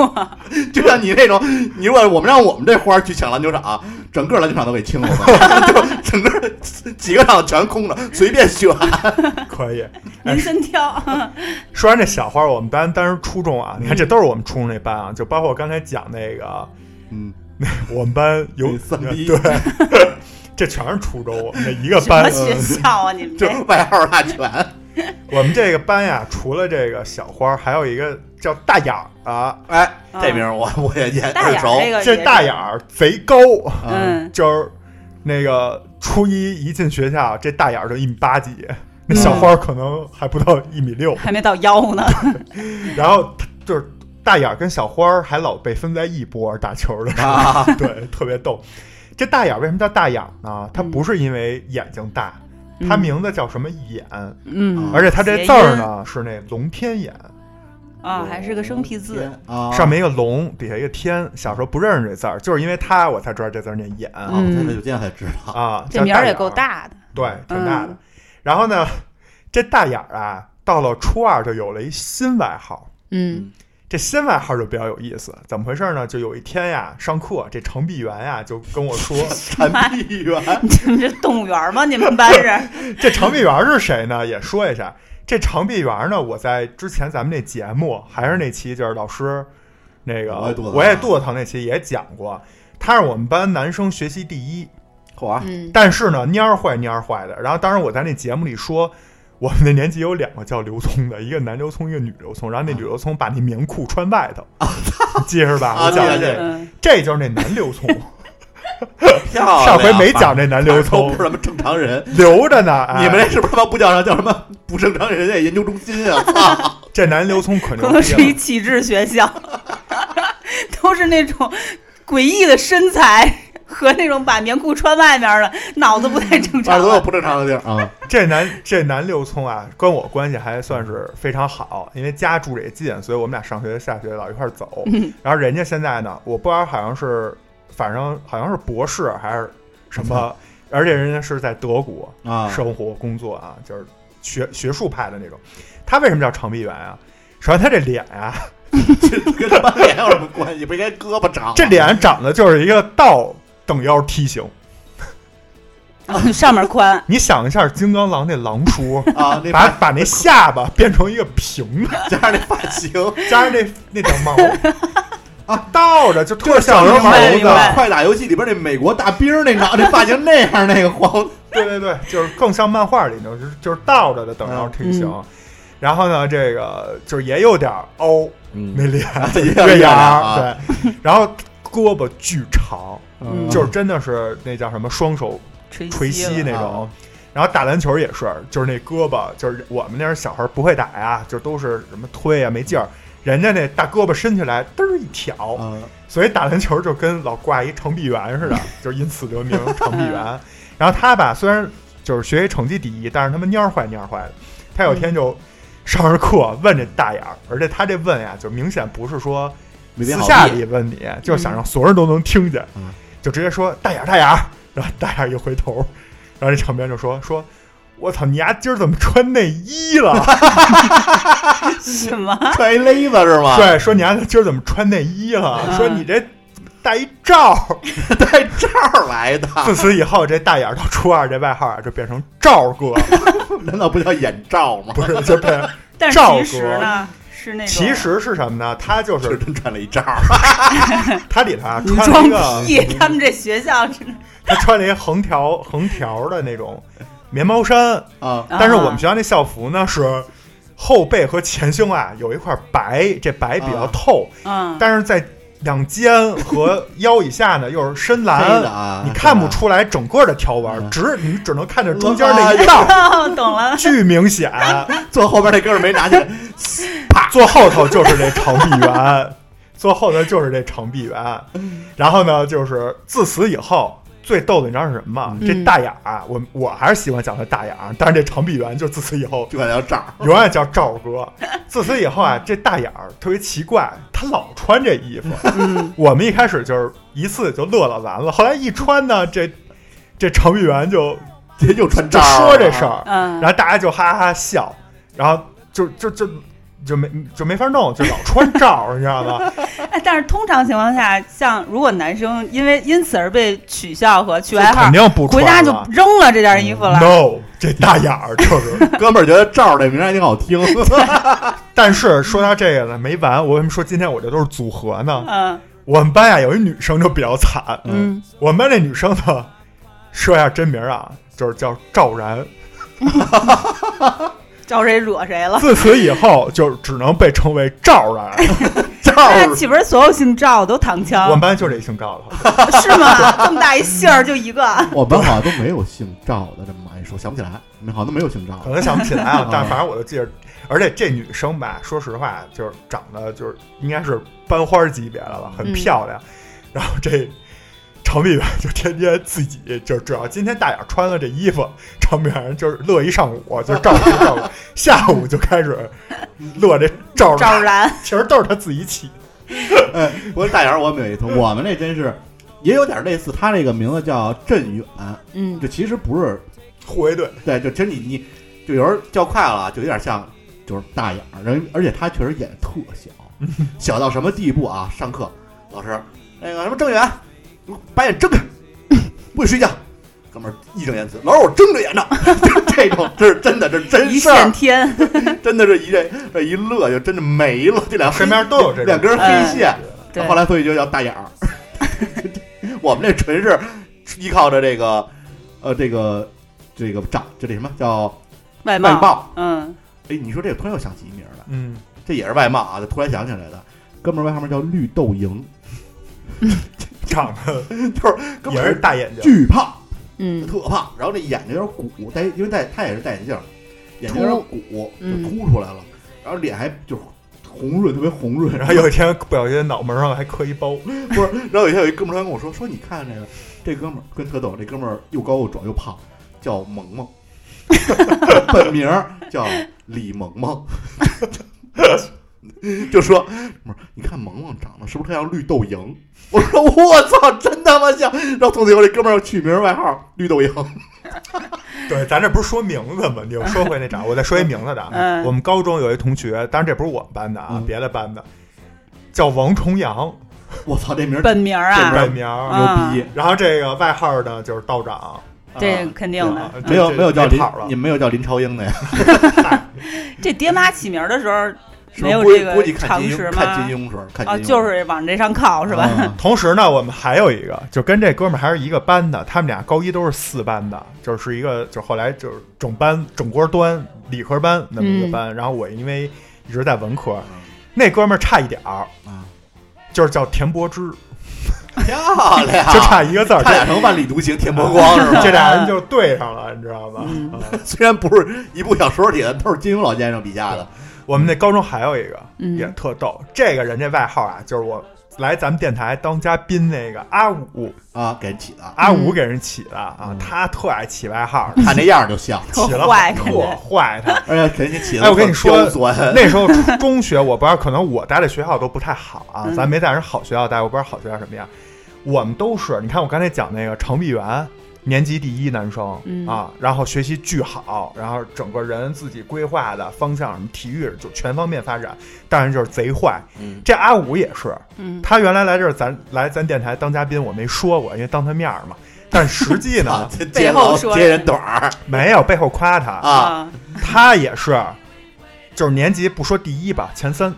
S1: 就像你那种，你如果我们让我们这花儿去抢篮球场，整个篮球场都给清了吧， 就整个几个场全空着，随便选。
S2: 可以。
S3: 您真挑，
S2: 说完这小花，我们班当时初中啊，你看这都是我们初中那班啊，就包括我刚才讲那个，
S1: 嗯，
S2: 我们班有
S1: 那三逼
S2: 对，这全是初中，我们这一个
S3: 什 么
S2: 班，嗯
S3: 学校啊？你们
S1: 就
S3: 这
S1: 是外号大全。
S2: 我们这个班呀，除了这个小花，还有一个叫大眼儿啊，
S1: 哎，这名儿我我也也
S3: 大
S1: 耳
S3: 眼
S1: 熟
S3: 儿。这个也
S2: 这
S3: 是
S2: 大眼儿贼高，
S3: 嗯，
S2: 就是那个初一一进学校，这大眼儿就一米八几，那小花
S3: 嗯
S2: 可能还不到一米六，
S3: 还没到 腰呢。
S2: 然后他就是大眼儿跟小花还老被分在一波打球的时候，
S1: 啊，
S2: 对，特别逗。这大眼儿为什么叫大眼儿呢？它
S3: 嗯
S2: 不是因为眼睛大，它名字叫什么眼，
S3: 嗯
S2: 而且它这字儿呢是那龙天眼。
S3: 啊，还是个生僻
S2: 嗯
S3: 字。
S1: 啊，
S2: 上面一个龙，底下一个天。小时候不认识这字儿，就是因为他我才知道这字儿念眼、
S1: 啊，我现在
S3: 嗯
S1: 就今天才 知道。
S2: 啊。
S3: 这
S2: 叫
S3: 名儿
S2: 大
S3: 也
S2: 眼
S3: 够，大的，
S2: 对，挺大的。
S3: 嗯
S2: 然后呢，这大眼儿啊，到了初二就有了一新外号。
S3: 嗯
S2: 这新外号就比较有意思，怎么回事呢？就有一天呀，上课这程璧媛呀就跟我 说，
S1: 产地员，
S3: 嗯 你们这动物园吗？你 们班是？
S2: 这程璧媛是谁呢？也说一下，这程璧媛呢，我在之前咱们那节目还是那期，就是老师那个
S1: 我也肚子疼
S2: 我也肚子疼那期也讲过，他是我们班男生学习第一，
S1: 嚯啊，
S3: 嗯
S2: 但是呢蔫儿坏蔫儿坏的。然后当时我在那节目里说。我们那年级有两个叫刘聪的，一个男刘聪，一个女刘聪。然后那女刘聪把那棉裤穿外头，你记着吧？
S1: 啊
S2: 我讲的
S1: 对对
S2: 这，个，
S3: 嗯，
S2: 这就是那男刘聪。
S1: 漂亮！啊
S2: 上回没讲这男刘
S1: 都
S2: 聪
S1: 不是，什么正常人。
S2: 留着呢。哎
S1: 你们这是不是他妈不叫啥叫什么不正常人类研究中心啊？ 操！
S2: 这男刘聪 可牛
S3: 可
S2: 逼
S3: 能
S2: 了
S3: 是一体制学校， 都是那种诡异的身材和那种把棉裤穿外面的，脑子不太正
S1: 反
S3: 常
S1: 正都有
S3: 了。
S1: 不正常的地儿啊。
S2: 这男这男六聪啊，跟我关系还算是非常好，因为家住着也近，所以我们俩上学下学老一块儿走。
S1: 嗯
S2: 然后人家现在呢，我不知道好像是，反正好像是博士还是什么，而且人家是在德国
S1: 啊
S2: 生活工作啊，就是学学术派的那种。他为什么叫长臂猿啊？首先他这脸啊，
S1: 跟他妈脸有什么关系？不应该胳膊长？。
S2: 这脸长得就是一个倒等腰梯形。
S3: 上面宽，
S2: 你想一下，金刚狼那狼叔
S1: 啊，那
S2: 把
S1: 发
S2: 把那下巴变成一个平的，
S1: 加上那发型，
S2: 加上那那顶 毛啊，倒着就特像
S1: 小时
S2: 人
S1: 候
S2: 玩
S1: 玩
S2: 猴
S1: 那
S3: 明
S2: 子
S3: 白明白
S1: 个快打游戏里边那美国大兵那脑那发型那样那个黄，
S2: 对对对，就是更像漫画里那种，就是就是倒着的等
S1: 嗯
S2: 腰梯形。然后呢，这个就是也有点凹，
S1: 嗯
S2: 那脸
S1: 啊也有
S2: 月
S1: 点
S2: 牙
S1: 啊
S2: 哎儿，对，然后胳膊巨长，
S1: 嗯
S2: 就是真的是那叫什么双手
S3: 垂
S2: 锤
S3: 膝
S2: 膝那
S1: 了
S2: 种
S1: 啊。
S2: 然后打篮球也是，就是那胳膊，就是我们那儿小孩儿不会打呀，就都是什么推呀没劲儿，人家那大胳膊伸起来嘚儿一挑，
S1: 嗯
S2: 所以打篮球就跟老挂一程璧媛似的，就是因此得名程璧媛。然后他吧，虽然就是学习成绩第一，但是他妈蔫儿坏蔫儿坏的。他有天就上着课问这大眼儿，而且他这问呀，就明显不是说
S1: 没
S2: 私
S1: 编好
S2: 下
S1: 地
S2: 里问你，就是想让所有人都能听见
S1: 嗯，
S2: 就直接说大眼儿大眼儿。然后大眼儿一回头，然后这场边就说说。我操，你丫今儿怎么穿内衣了？
S3: 什么？
S1: 穿一勒子是 吗？
S2: 对，说你丫今儿怎么穿内衣了？
S3: 嗯
S2: 说你这戴一罩儿。
S1: 带罩儿来的，
S2: 自此以后，这大眼儿到初二这外号啊就变成罩哥，
S1: 难道不叫眼罩吗？
S2: 不是就变 成。
S3: 但是
S2: 赵
S3: 其实呢，是那种
S2: 其实是什么呢？他就
S1: 这
S2: 是
S1: 真穿了一罩儿，
S2: 他里头啊
S3: 你
S2: 穿了一
S3: 装
S2: 个，
S3: 屁！他们这学校真的，
S2: 他穿了一横条横条的那种棉毛衫，
S1: 啊
S2: 但是我们学校那校服呢是后背和前胸啊有一块白，这白比较透，
S3: 嗯，
S2: 但是在两肩和腰以下呢又是深
S1: 黑的
S2: 蓝，
S1: 啊，
S2: 你看不出来整个的条纹，
S1: 嗯
S2: 只你只能看见中间那一道，
S3: 哦，懂了，
S2: 巨 明显。
S1: 坐后边那哥们儿没拿起来，啪，
S2: 坐后头就是这长臂猿，坐后头就是这长臂猿。然后呢，就是自此以后。最逗的你知道是什么吗？
S3: 嗯
S2: 这大眼儿啊，我我还是喜欢叫他大眼儿，但是这长臂猿就自此以后
S1: 就管叫罩儿。
S2: 永远叫赵哥。自此以后啊，这大眼儿特别奇怪，他老穿这衣服。
S3: 嗯，
S2: 我们一开始就是一次就乐了完了，后来一穿呢，这这程序员就
S1: 这又穿
S2: 就
S1: 罩儿
S2: 说这事
S1: 了啊
S2: 儿，
S3: 嗯，
S2: 然后大家就哈哈笑，然后就就就。就没就没法弄，就老穿罩儿，你知道 吗？
S3: 哎，但是通常情况下，像如果男生因为因此而被取笑和取外号
S2: 肯，定不穿
S3: 回家就
S2: 了嗯
S3: 扔了这件衣服了。
S2: No，这大眼儿就是。
S1: 哥们儿觉得罩儿这名儿还挺好听，
S2: 但是说到这个呢，没完。我为什么说今天我这都是组合呢？
S3: 嗯
S2: 我们班呀有一女生就比较惨，
S3: 嗯，
S2: 我们班那女生呢，说一下真名啊，就是叫赵然。
S3: 招谁惹谁了？
S2: 自此以后，就只能被称为赵然。
S1: 罩
S3: 那
S1: 儿
S3: 岂不是所有姓赵都躺
S2: 我们
S3: 枪？
S2: 班就这姓赵的，
S3: 是吗？这么大一姓儿就一 个，
S1: 我们好像都没有姓赵的，这么一说想不起来，你们好像都没有姓赵的。
S2: 可能想不起来啊，但反正我就记着。而且这女生吧，说实话，就是长得就是应该是班花级别的了，很
S3: 嗯
S2: 漂亮。然后这长臂猿就天天自己就只要今天大眼穿了这衣服，长臂猿就是乐一上午，就 照顾照顾，下午就开始乐这赵然
S3: 赵然。
S2: 其实都是他自己起的。
S1: 哎，不过大眼儿我们有一同，我们这真是也有点类似，他这个名字叫镇远，
S3: 嗯
S1: 就其实不是，
S2: 护卫队，
S1: 对，就其实你你就有时候叫快了啊，就有点像就是大眼儿，人而且他确实演得特小，
S2: 嗯
S1: 小到什么地步啊？上课老师那个什么郑远，你把眼睁开， 不许睡觉。哥们儿义正言辞，老师我睁着眼呢， 就这种这是真的，这是真
S3: 一
S1: 事儿
S3: 线，天，
S1: 真的是一这这一乐就真的没了，这俩黑
S2: 身边都有这种
S1: 两根黑线，
S3: 哎对，
S1: 后来所以就叫大眼儿。 我们这纯是依靠着这个呃这个这个长就这什么叫
S3: 外
S1: 外
S3: 貌，
S1: 貌。
S3: 嗯，
S1: 哎，你说这个突然又想起一名儿来，
S2: 嗯，
S1: 这也是外貌啊，就突然想起来的。哥们儿外号叫绿豆蝇，
S2: 长得
S1: 哥们
S2: 也
S1: 儿
S2: 是大眼睛，
S1: 巨胖，
S3: 嗯，
S1: 特胖，然后那眼睛有点鼓，戴因为戴他也是戴眼镜儿，眼睛有点鼓，
S3: 嗯
S1: 就凸出来了，然后脸还就是红润，特别红润。
S2: 然后有一天不小心脑门上还磕一包，
S1: 不是，然后有一天有一哥们儿突然跟我说，说你看这个，这哥们儿跟特逗，这哥们儿又高又壮又胖，叫萌萌， 本名儿叫李萌萌， 就说，不是，你看萌萌长得是不是特像绿豆蝇？ 我说我操，真他妈像！然后从此以后，这哥们儿取名儿外号绿豆蝇。
S2: 对，咱这不是说名字吗？你又说回那啥，我再说一名字的啊
S3: 嗯。
S2: 我们高中有一同学，当然这不是我们班的啊
S1: 嗯，
S2: 别的班的，叫王重阳，
S1: 我操，这名儿
S3: 本名儿啊
S1: 这，
S2: 本名儿。
S3: 嗯啊
S1: 牛逼！
S2: 然后这个外号呢就是道长，
S3: 这
S1: 啊
S3: 肯定
S2: 啊
S3: 的。
S2: 这
S1: 没有
S2: 这
S1: 没有叫
S2: 这
S1: 林
S2: 跑了，
S1: 你们没有叫林超英的呀？
S3: 这爹妈起名儿的时候
S1: 是不
S3: 没
S1: 是
S3: 有
S1: 估
S3: 这
S1: 计估计
S3: 个
S1: 看
S3: 常
S1: 金
S3: 识
S1: 庸，
S3: 吗
S1: 看？金庸时候，看金
S3: 啊，
S1: 庸
S3: 就是往这上靠是吧？
S1: 啊
S2: 同时呢，我们还有一个，就跟这哥们儿还是一个班的，他们俩高一都是四班的，就是一个，就后来就是整班整锅端理科班那么一个班。然后我因为一直在文科，
S1: 嗯
S2: 那哥们儿差一点儿，
S1: 啊
S2: 就是叫田伯之，
S1: 漂亮，
S2: 就差一个字儿，
S1: 差点成万里独行，田伯啊光是吧？
S2: 这俩人就对上了，你知道吧？
S3: 嗯
S2: 啊
S1: 虽然不是一部小说里的，都是金庸老先生笔下的。
S2: 我们那高中还有一个
S3: 嗯
S2: 也特逗，这个人这外号啊，就是我来咱们电台当嘉宾那个阿五，
S1: 啊，给人起的，
S2: 阿五给人起的啊
S1: 嗯，
S2: 他特爱起外号，
S1: 看那样儿就像，
S2: 起了
S3: 特坏感
S2: 特
S3: 觉
S2: 坏 他。
S1: 而且肯定起的。
S2: 哎我跟你说
S1: 刁钻，
S2: 那时候初中学我不知道，可能我待的学校都不太好啊，
S3: 嗯
S2: 咱没在人好学校待，我不知道好学校什么样。我们都是，你看我刚才讲那个长臂猿，年级第一男生、
S3: 嗯
S2: 啊，然后学习巨好，然后整个人自己规划的方向，什么体育就全方面发展，当然就是贼坏。
S1: 嗯
S2: 这阿五也是，
S3: 嗯
S2: 他原来来这儿咱来咱电台当嘉宾，我没说过，因为当他面儿嘛。但实际
S1: 啊
S2: 呢，，
S1: 这
S3: 背
S1: 接
S3: 后
S1: 老
S3: 说
S1: 接
S3: 人
S1: 人短儿
S2: 没有背后夸他，
S1: 啊，，
S2: 他也是，就是年级不说第一吧，前三，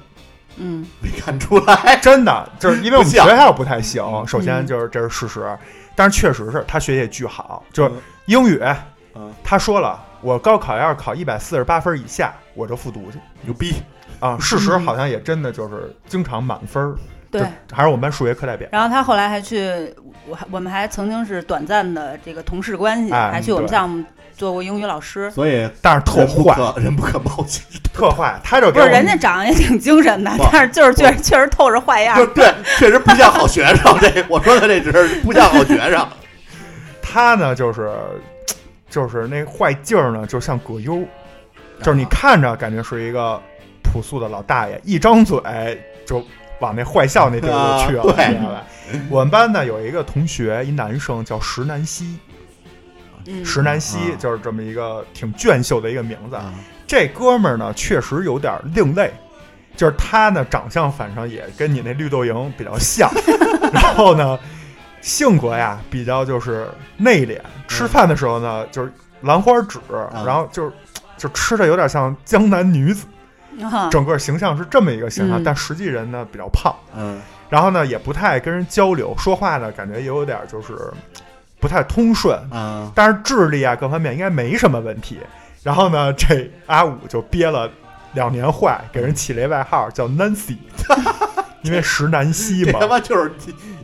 S3: 嗯
S1: 没看出来。
S2: 真的就是因为我们
S1: 不
S2: 学
S1: 像
S2: 校不太行，首先
S3: 嗯
S2: 就是这是事实，但是确实是他学业巨好，就是
S1: 嗯
S2: 英语，
S1: 嗯
S2: 他说了，我高考要是考一百四十八分以下，我就复读去
S1: 牛逼，
S2: 啊。事实好像也真的就是经常满分儿，
S3: 嗯对
S2: 就。还是我们班数学课代表。
S3: 然后他后来还去，我还我们还曾经是短暂的这个同事关系，
S2: 哎
S3: 还去我们
S2: 对
S3: 项目做过英语老师。
S1: 所以
S2: 但是特
S1: 人不
S2: 坏，
S1: 可人不可貌相。
S2: 特坏，他就
S3: 不
S2: 给我
S3: 是，
S2: 们
S3: 人家长得也挺精神的
S1: 不，
S3: 但是就是确实确实透着坏样
S1: 就。对，确实不像好学生。这我说的这只是不像好学生。
S2: 他呢就是就是那坏劲儿呢，就像葛优，就是
S1: 啊
S2: 你看着感觉是一个朴素的老大爷，一张嘴就往那坏笑那地儿就去了，
S1: 啊对
S2: 你知道吧？我们班呢有一个同学，一男生叫石南希，
S3: 嗯，
S2: 石南希
S1: 啊
S2: 就是这么一个挺俊秀的一个名字。
S1: 啊
S2: 这哥们儿呢确实有点另类。就是他呢，长相反正也跟你那绿豆蝇比较像，然后呢，性格呀比较就是内敛，吃饭的时候呢就是兰花指，
S1: 啊
S2: 然后就是就吃的有点像江南女子，
S3: 啊
S2: 整个形象是这么一个形象，
S3: 嗯
S2: 但实际人呢比较胖，
S1: 嗯
S2: 然后呢也不太跟人交流，说话呢感觉也有点就是不太通顺，
S1: 啊，
S2: 但是智力啊各方面应该没什么问题。然后呢，这阿五就憋了两年坏，给人起了一外号叫 Nancy，因为石南希
S1: 这
S2: 嘛
S1: 他。妈就是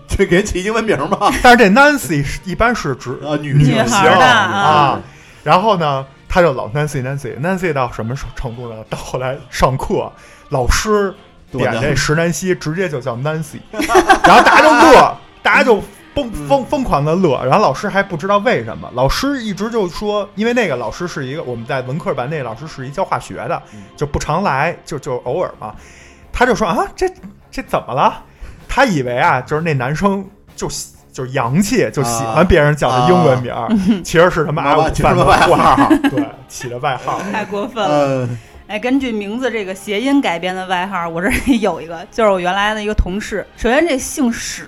S1: 这给人起英文名吧？
S2: 但是这 Nancy 是一般是指
S1: 啊，女
S2: 女
S3: 女
S2: 性
S3: 孩儿的啊
S2: 啊。然后呢，他就老 Nancy Nancy Nancy 到什么程度呢？到后来上课，老师点这石南希，直接就叫 Nancy，然后大家就乐，大家就疯疯疯狂的乐，然后老师还不知道为什么，老师一直就说，因为那个老师是一个我们在文科班，那个老师是一教化学的
S1: 嗯，
S2: 就不常来，就就偶尔嘛，他就说啊，这这怎么了？他以为啊，就是那男生就喜就洋气，就喜欢别人叫他英文名儿，其实啊是他妈
S1: 妈
S2: 阿
S1: 妈
S2: 五
S1: 起
S2: 犯
S1: 什
S2: 的
S1: 么外
S2: 号，对，起的外 号。
S3: 太过分了。
S1: 嗯
S3: 哎，根据名字这个谐音改编的外号，我这里有一个，就是我原来的一个同事。首先，这姓史，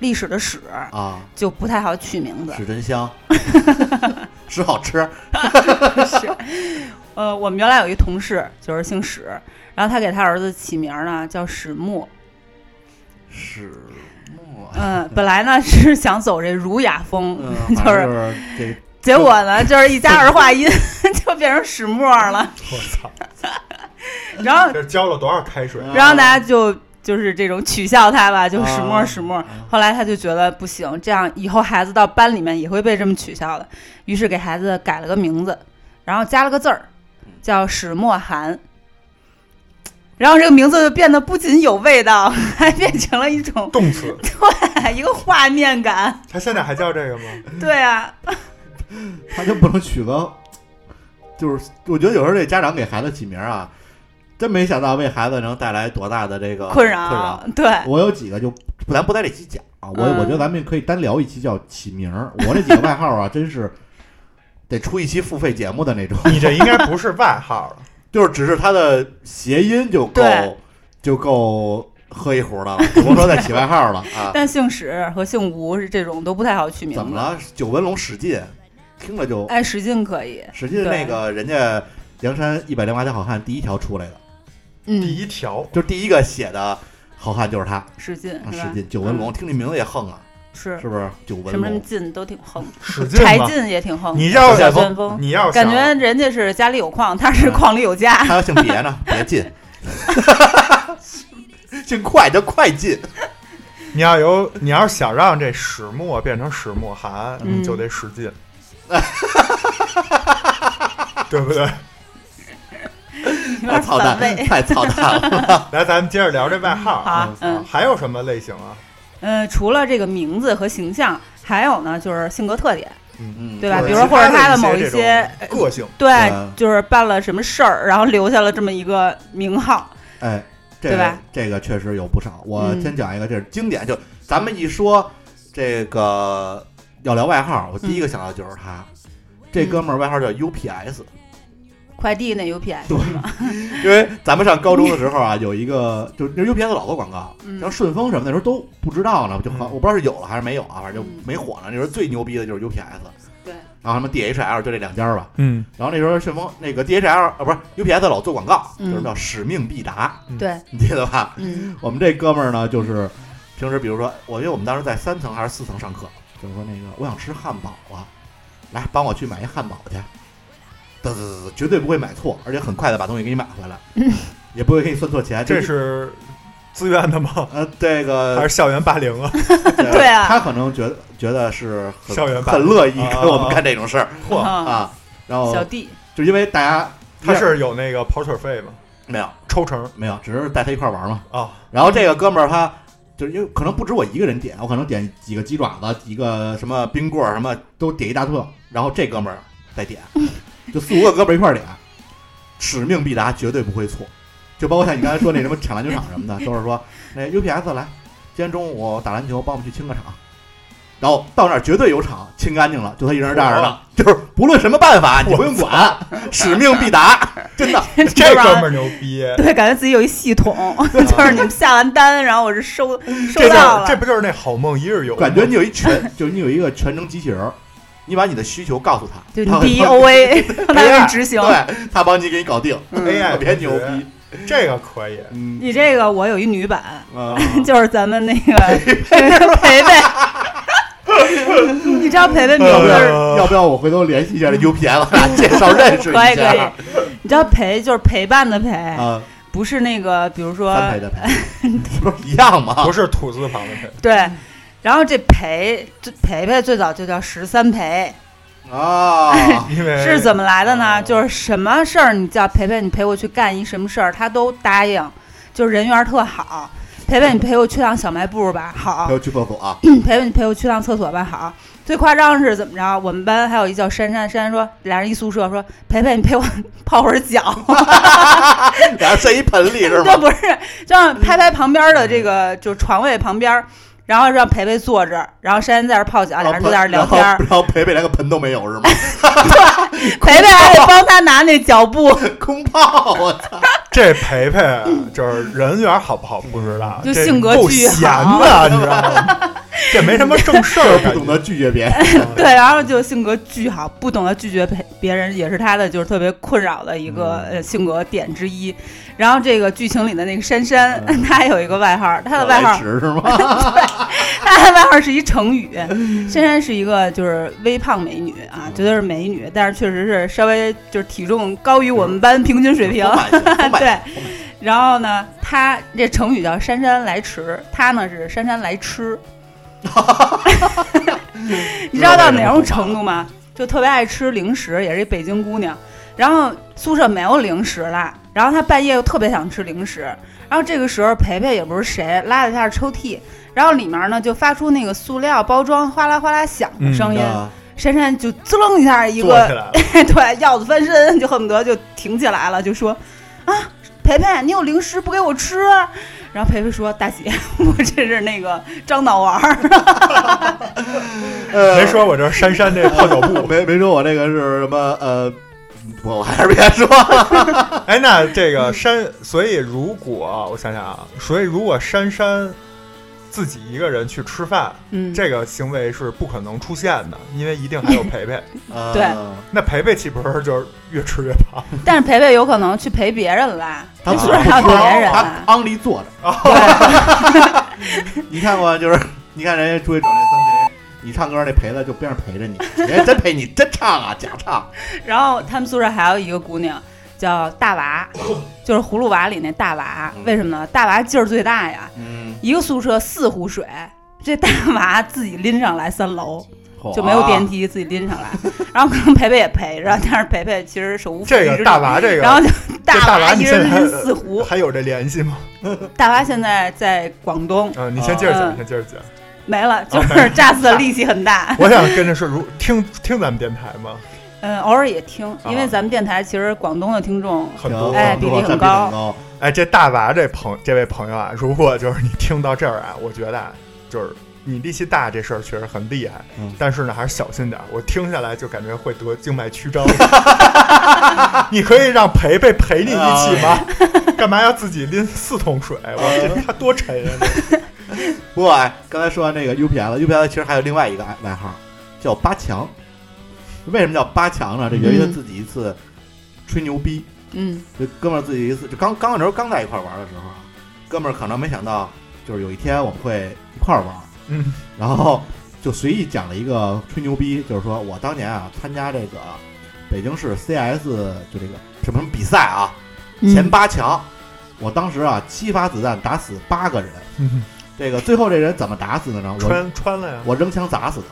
S3: 历史的史
S1: 啊，
S3: 就不太好取名字。
S1: 史真 香，史好吃，
S3: 是，呃，我们原来有一同事就是姓史，然后他给他儿子起名呢叫史墨。
S1: 史墨，
S3: 嗯，本来呢是想走这儒雅风，
S1: 嗯，
S3: 就
S1: 反正
S3: 是
S1: 就是这
S3: 结果呢就是一加儿化音 就变成史墨了。
S2: 我操，
S3: 然后
S2: 这浇了多少开水？
S3: 然后大家就就是这种取笑他吧，就使墨
S1: 啊
S3: 使墨。后来他就觉得不行，这样以后孩子到班里面也会被这么取笑的，于是给孩子改了个名字，然后加了个字儿，
S1: 嗯
S3: 叫史墨寒。然后这个名字就变得不仅有味道， 还变成了一种
S2: 动词，
S3: 对一个画面感。
S2: 他现在还叫这个吗？
S3: 对啊，
S1: 他就不能取个，就是我觉得有时候这家长给孩子起名啊，真没想到为孩子能带来多大的这个
S3: 困
S1: 扰。啊困
S3: 扰，对，
S1: 我有几个就不咱不在这期讲啊，我、
S3: 嗯
S1: 我觉得咱们可以单聊一期叫起名儿。我这几个外号 啊，真是得出一期付费节目的那种，
S2: 你这应该不是外号了，
S1: 就是只是它的谐音就够
S3: 对
S1: 就够喝一壶的了，甭说再起外号了啊。
S3: 但姓史和姓吴是这种都不太好取名字。
S1: 怎么？了？九纹龙史进，听着就
S3: 哎，史进可以，
S1: 史进那个人家梁山一百零八将好汉第一条出来的，
S2: 第
S3: 嗯，
S2: 一条
S1: 就是第一个写的好汉就是他，
S3: 史进
S1: 啊
S3: 是
S1: 史
S3: 吧？嗯
S1: 进九纹龙，听这名字也横啊，
S3: 是
S1: 是不是？九纹
S3: 什么什么
S1: 龙，
S3: 进都挺横，
S2: 使劲
S3: 柴
S2: 吗？
S3: 进也挺横。
S2: 你要
S3: 小旋风，
S2: 你要想
S3: 感觉人家是家里有矿，他
S2: 嗯
S3: 是矿里有家。
S1: 还有姓别呢，别进， 姓快叫快进，
S2: 你要有你要想让这始末变成始末寒，
S3: 嗯
S2: 你就得使劲， 对不对？
S1: 太
S3: 有点
S1: 操
S3: 反
S1: 蛋，
S3: 胃。
S1: 太操蛋了。
S2: 来，咱们接着聊这外号
S3: 好
S2: 啊。
S3: 啊，嗯
S2: 还有什么类型啊？
S3: 呃，除了这个名字和形象，还有呢就是性格特点，
S1: 嗯，
S3: 对吧？
S2: 对
S3: 比如说或者他
S2: 他
S3: 的某
S2: 一
S3: 一
S2: 些
S3: 些
S2: 这种个性，
S3: 对
S1: 嗯，
S3: 就是办了什么事儿，然后留下了这么一个名号。
S1: 哎，这
S3: 对
S1: 个
S3: 吧
S1: 这个确实有不少。我
S3: 嗯
S1: 先讲一个，这是经典，就咱们一说这个要聊外号，我第一个想到就是他。
S3: 嗯
S1: 这哥们儿外号叫 UPS，
S3: 快递那 UPS
S1: 对
S3: 是吧？
S1: 因为咱们上高中的时候啊，有一个就那 UPS 老做广告，
S3: 嗯
S1: 像顺丰什么的那时候都不知道呢，就好
S2: 嗯
S1: 我不知道是有了还是没有啊，反正就
S3: 嗯
S1: 没火呢。那时候最牛逼的就是 UPS，
S3: 对，
S1: 然后什么 DHL 就这两家吧。
S2: 嗯，
S1: 然后那时候顺丰那个 DHL 啊不是 UPS 老做广告，
S3: 嗯
S1: 就是叫使命必达，
S3: 对，
S1: 你记得吧？
S3: 嗯
S1: 我们这哥们儿呢，就是平时比如说，我觉得我们当时在三层还是四层上课，就是说那个我想吃汉堡啊，来帮我去买一汉堡去，嘚嘚嘚，绝对不会买错，而且很快的把东西给你买回 来，也不会给你算错钱。
S2: 这
S1: 就是
S2: 自愿的吗？
S1: 呃，这
S2: 还
S1: 个
S2: 是校园霸凌啊？
S3: 对啊
S1: 他可能觉得觉得是很
S2: 校园霸
S1: 很
S2: 凌
S1: 乐意
S2: 啊
S1: 跟我们干这种事儿
S2: 嚯，
S3: 啊，
S1: 啊，然
S2: 哦
S1: 后
S3: 小 弟，
S1: 就因为大家
S2: 他是有那个跑腿费吗？
S1: 没有
S2: 抽成
S1: 没有，只是带他一块儿玩嘛。
S2: 啊？
S1: 然后这个哥们儿他就是因为可能不止我一个人点，我可能点几个鸡爪子、几个什么冰棍儿什么都点一大特，然后这哥们儿再点，就四五个哥们儿一块儿点，使命必达，绝对不会错。就包括像你刚才说那什么抢篮球场什么的，都是说哎那 UPS 来，今天中午打篮球，帮我们去清个场。然后到那儿绝对有场清干净了，就他一人站着呢，就是不论什么办法，你不用管，使命必达，真的。
S2: 这
S3: 吧
S2: 哥们儿牛逼！
S3: 对，感觉自己有一系统， 就是你们下完单，然后我是收收
S2: 这就是
S3: 到
S2: 这
S3: 了，
S2: 不就是那好梦一日游 吗？
S1: 感觉你有一全，就是你有一个全能机器人儿， 你把你的需求告诉他，
S3: 就你
S1: 他会
S3: 第一
S1: 帮
S3: OA 让 他
S2: 哎
S3: 给
S1: 对
S3: 你执行。
S1: 对他帮你给你搞定， 特
S2: AI
S1: 别牛逼，
S2: 逼，这个可以。
S1: 嗯
S3: 你这个我有一女版，
S1: 啊，
S3: 就是咱们那个 培培，你知道培培名
S2: 呃
S3: 字
S2: 就是
S1: 要不要我回头联系一 下这 UPN，咱俩介绍认识一
S3: 可以可
S1: 下？
S3: 以，你知道陪就是陪伴的陪，
S1: 啊，
S3: 不是那个比如
S1: 三
S3: 说
S1: 陪的陪，这不是一样吗
S2: 不？是土字旁的陪，
S3: 对，然后这陪这陪陪最早就叫十三陪，
S1: 啊，
S2: 因为
S3: 是怎么来的呢？
S2: 哦
S3: 就是什么事儿你叫陪陪，你陪我去干一什么事儿，他都答应，就是人缘儿特好。陪陪，你陪我去趟小卖部吧，好
S1: 陪。我去厕所啊，
S3: 陪陪你陪我去趟厕所吧，好。最夸张是怎么着？我们班还有一叫珊珊，珊珊说俩人一宿舍，说陪陪你陪我泡会 儿脚，
S1: 俩人睡一盆里是
S3: 这
S1: 吗？
S3: 不是
S1: 嗯
S3: 让拍拍旁边的这个就床位旁边，然后让培培坐着，然后珊珊在这儿泡脚，俩人就在这儿聊天
S1: 哦然
S3: 儿
S1: 后，然后培培连个盆都没有是吗？
S3: 培培还得帮他拿那脚 布，
S1: 空炮，啊我 操！
S2: 这陪陪啊就是人缘好不好不知道，
S3: 就
S2: 这
S3: 性格
S2: 够
S3: 巨
S2: 闲
S3: 好
S2: 的，你知道吗？这没什么正事儿，
S1: 不懂得拒绝别人，
S3: 对，然后就性格巨好，不懂得拒绝别别人，也是他的就是特别困扰的一个
S1: 嗯
S3: 呃性格点之一。然后这个剧情里的那个珊珊，
S1: 嗯
S3: 她有一个外号，她的外号
S1: 来迟是吗？
S3: 她的外号是一成语，珊珊是一个就是微胖美女啊，绝对是美女，但是确实是稍微就是体重高于我们班平均水平。
S1: 丰满型 丰满型
S3: 对然后呢，她这成语叫姗姗来迟，她呢是姗姗来吃。你知道到哪种程度吗？就特别爱吃零食，也是一北京姑娘。然后宿舍没有零食了，然后她半夜又特别想吃零食。然后这个时候，培培也不是谁，拉了一下抽屉，然后里面呢就发出那个塑料包装哗啦哗啦响的声音，
S1: 啊
S3: 珊珊就滋楞一下一
S2: 坐
S3: 个
S2: 起来了。
S3: 对，鹞子翻身就恨不得就挺起来了，就说啊，培培，你有零食不给我吃？然后培培说：“大姐， 我这是那个樟脑丸儿。
S1: 呃
S2: 没说我这珊珊这泡脚 步。
S1: 没没说我这个是什么呃，我我还是别说了。
S2: 哎，那这个珊，所以如果我想想啊，所以如果珊珊自己一个人去吃饭，”
S3: 嗯，
S2: 这个行为是不可能出现的，因为一定还有培培。
S1: 呃
S3: 对
S2: 那培培岂不是就是越吃越胖？
S3: 但是培培有可能去陪别人啦，
S1: 他
S3: 就
S1: 不
S3: 是还有
S1: 说
S3: 别人啊
S1: 他
S3: 啦。
S1: 昂立坐 着。 你看过就是，你看人家出去整那三陪，你唱歌那陪子就边上陪着 你，人家真陪你，真唱啊，假唱。
S3: 然后他们宿舍还有一个姑娘叫大娃，就是葫芦娃里那大娃。为什么呢？大娃劲儿最大呀，
S1: 嗯，
S3: 一个宿舍四壶水，这大娃自己拎上来三楼。
S2: 哦
S3: 就没有电。梯，自己 拎上来。然后可能培培也陪着，但是培培其实手无缚
S2: 嗯这
S3: 鸡
S2: 个
S3: 之
S2: 大
S3: 力，
S2: 娃这个，
S3: 然后就
S2: 这大
S3: 娃
S2: 你
S3: 一
S2: 现在
S3: 人
S2: 还
S3: 拎四壶。
S2: 还有这联系吗？
S3: 大娃现在在广东
S2: 啊，你先接着
S3: 啊
S2: 讲，你先接着讲。
S3: 没了，就是炸死的力气很大。
S2: 哦 我想跟着说，如听听咱们电台吗？
S3: 嗯，偶尔也听，
S2: 哦
S3: 因为咱们电台其实广东的听众
S2: 很多。
S3: 哎比例很高
S1: 高，
S2: 哎，这大娃这朋这位朋友啊，如果就是你听到这儿啊，我觉得啊，就是你力气大这事儿确实很厉害，
S1: 嗯
S2: 但是呢还是小心点儿。我听下来就感觉会得静脉曲 张。你可以让培培陪你一起吗？
S1: 哎
S2: 干嘛要自己拎四桶水？啊我这他多沉呀、这
S1: 不过哎，刚才说完这个 UPL 了 UPL 其实还有另外一个外号叫八强。为什么叫八强呢？这源于他
S3: 嗯
S1: 自己一次吹牛逼，
S3: 嗯
S1: 这哥们儿自己一次就刚刚那时候刚在一块儿玩的时候啊，哥们儿可能没想到，就是有一天我们会一块儿玩，
S2: 嗯，
S1: 然后就随意讲了一个吹牛逼，就是说我当年啊参加这个北京市 CS 就这个什么什么比赛啊，
S3: 嗯
S1: 前八强，我当时啊七发子弹打死八个人，这个最后这人怎么打死的呢？我
S2: 穿穿了呀。
S1: 嗯我扔枪砸死的。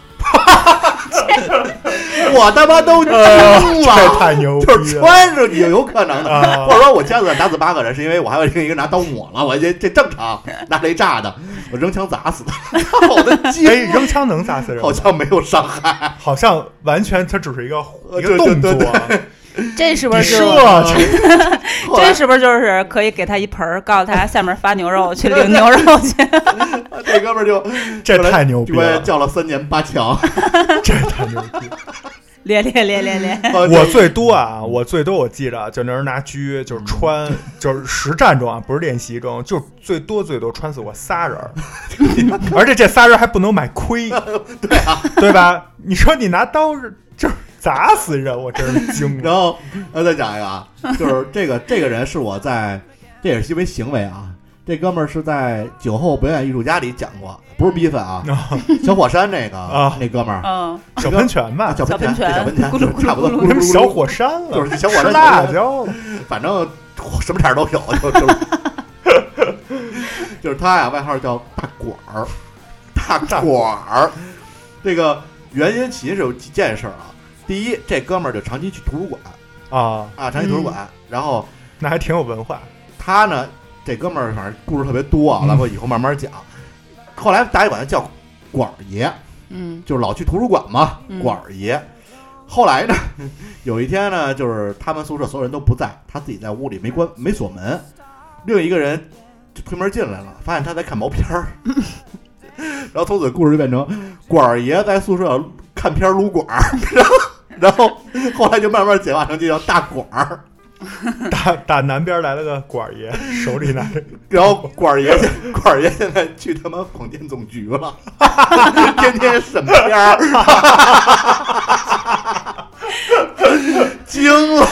S1: 我他妈都惊
S2: 这
S1: 了，
S2: 太牛逼
S1: 就是
S2: 了！
S1: 穿上有有可能的，
S2: 啊
S1: 或者说我枪子弹打死八个人，是因为我还有一个人拿刀抹了，我这这正 常，拿雷炸的，我扔枪砸死的， 我的惊
S2: 哎，扔枪能砸死人吗？
S1: 好像没有伤害，
S2: 好像完全它只是一个
S1: 呃
S2: 一个动作
S1: 对对对，
S3: 这是不
S2: 你
S3: 是
S2: 射
S3: 就
S2: 这
S1: 后
S3: 这
S1: 来
S3: 是不是就是可以给他一盆儿，告诉他下面发牛肉去领牛肉 去？
S1: 这哥们儿就
S2: 这太牛逼
S1: 就被
S2: 了，
S1: 叫了三年八 强，
S2: 这太牛逼！
S3: 咧咧咧咧咧，
S2: 我最多啊，我最多我记着就那人拿狙，就是穿，
S1: 嗯
S2: 就是实战中啊，不是练习中，就最多最多穿死过仨人儿， 而且这仨人还不能买 亏，对
S1: 啊，
S2: 对吧？你说你拿刀是就是砸死人，我真是惊
S1: 然
S2: 了。
S1: 后，然后再讲一个啊，就是这个 这个人是我在，这也是因为行为啊。这哥们儿是在酒后表演艺术家里讲过，不是逼粉啊，
S2: 哦
S1: 小火山那个、
S2: 啊
S1: 那哥们儿，啊
S3: 嗯，
S2: 小喷泉吧，
S1: 小
S3: 小
S1: 喷
S3: 喷泉
S1: 对小喷泉，
S3: 咕噜咕噜
S1: 差不多，
S3: 咕噜
S1: 咕噜咕噜
S2: 小火山了，
S1: 就是小火
S2: 吃
S1: 山
S2: 辣椒了，
S1: 反正什么色儿都有，就就是 就是他呀，外号叫大管儿，大管儿。这个原因起因是有几件事儿啊。第一，这哥们儿就长期去图书馆
S2: 啊，
S1: 啊，长期图书馆，然后
S2: 那还挺有文 化。
S1: 他呢，这哥们儿反正故事特别多啊，
S2: 嗯
S1: 咱们以后慢慢讲。后来大家管他叫管儿爷，
S3: 嗯
S1: 就是老去图书馆嘛，
S3: 嗯
S1: 管儿爷。后来呢， 有一天呢，就是他们宿舍所有人都不在，他自己在屋里没关没锁门，另一个人就推门进来了，发现他在看毛片儿，然后从此故事就变成管儿爷在宿舍看片儿 撸管儿，然后然后后来就慢慢简化成就叫大管儿。
S2: 打打南边来了个管儿爷，手里拿着
S1: 然后管儿爷现 管儿爷现在去他妈广电总局了， 天天审片儿，惊了！。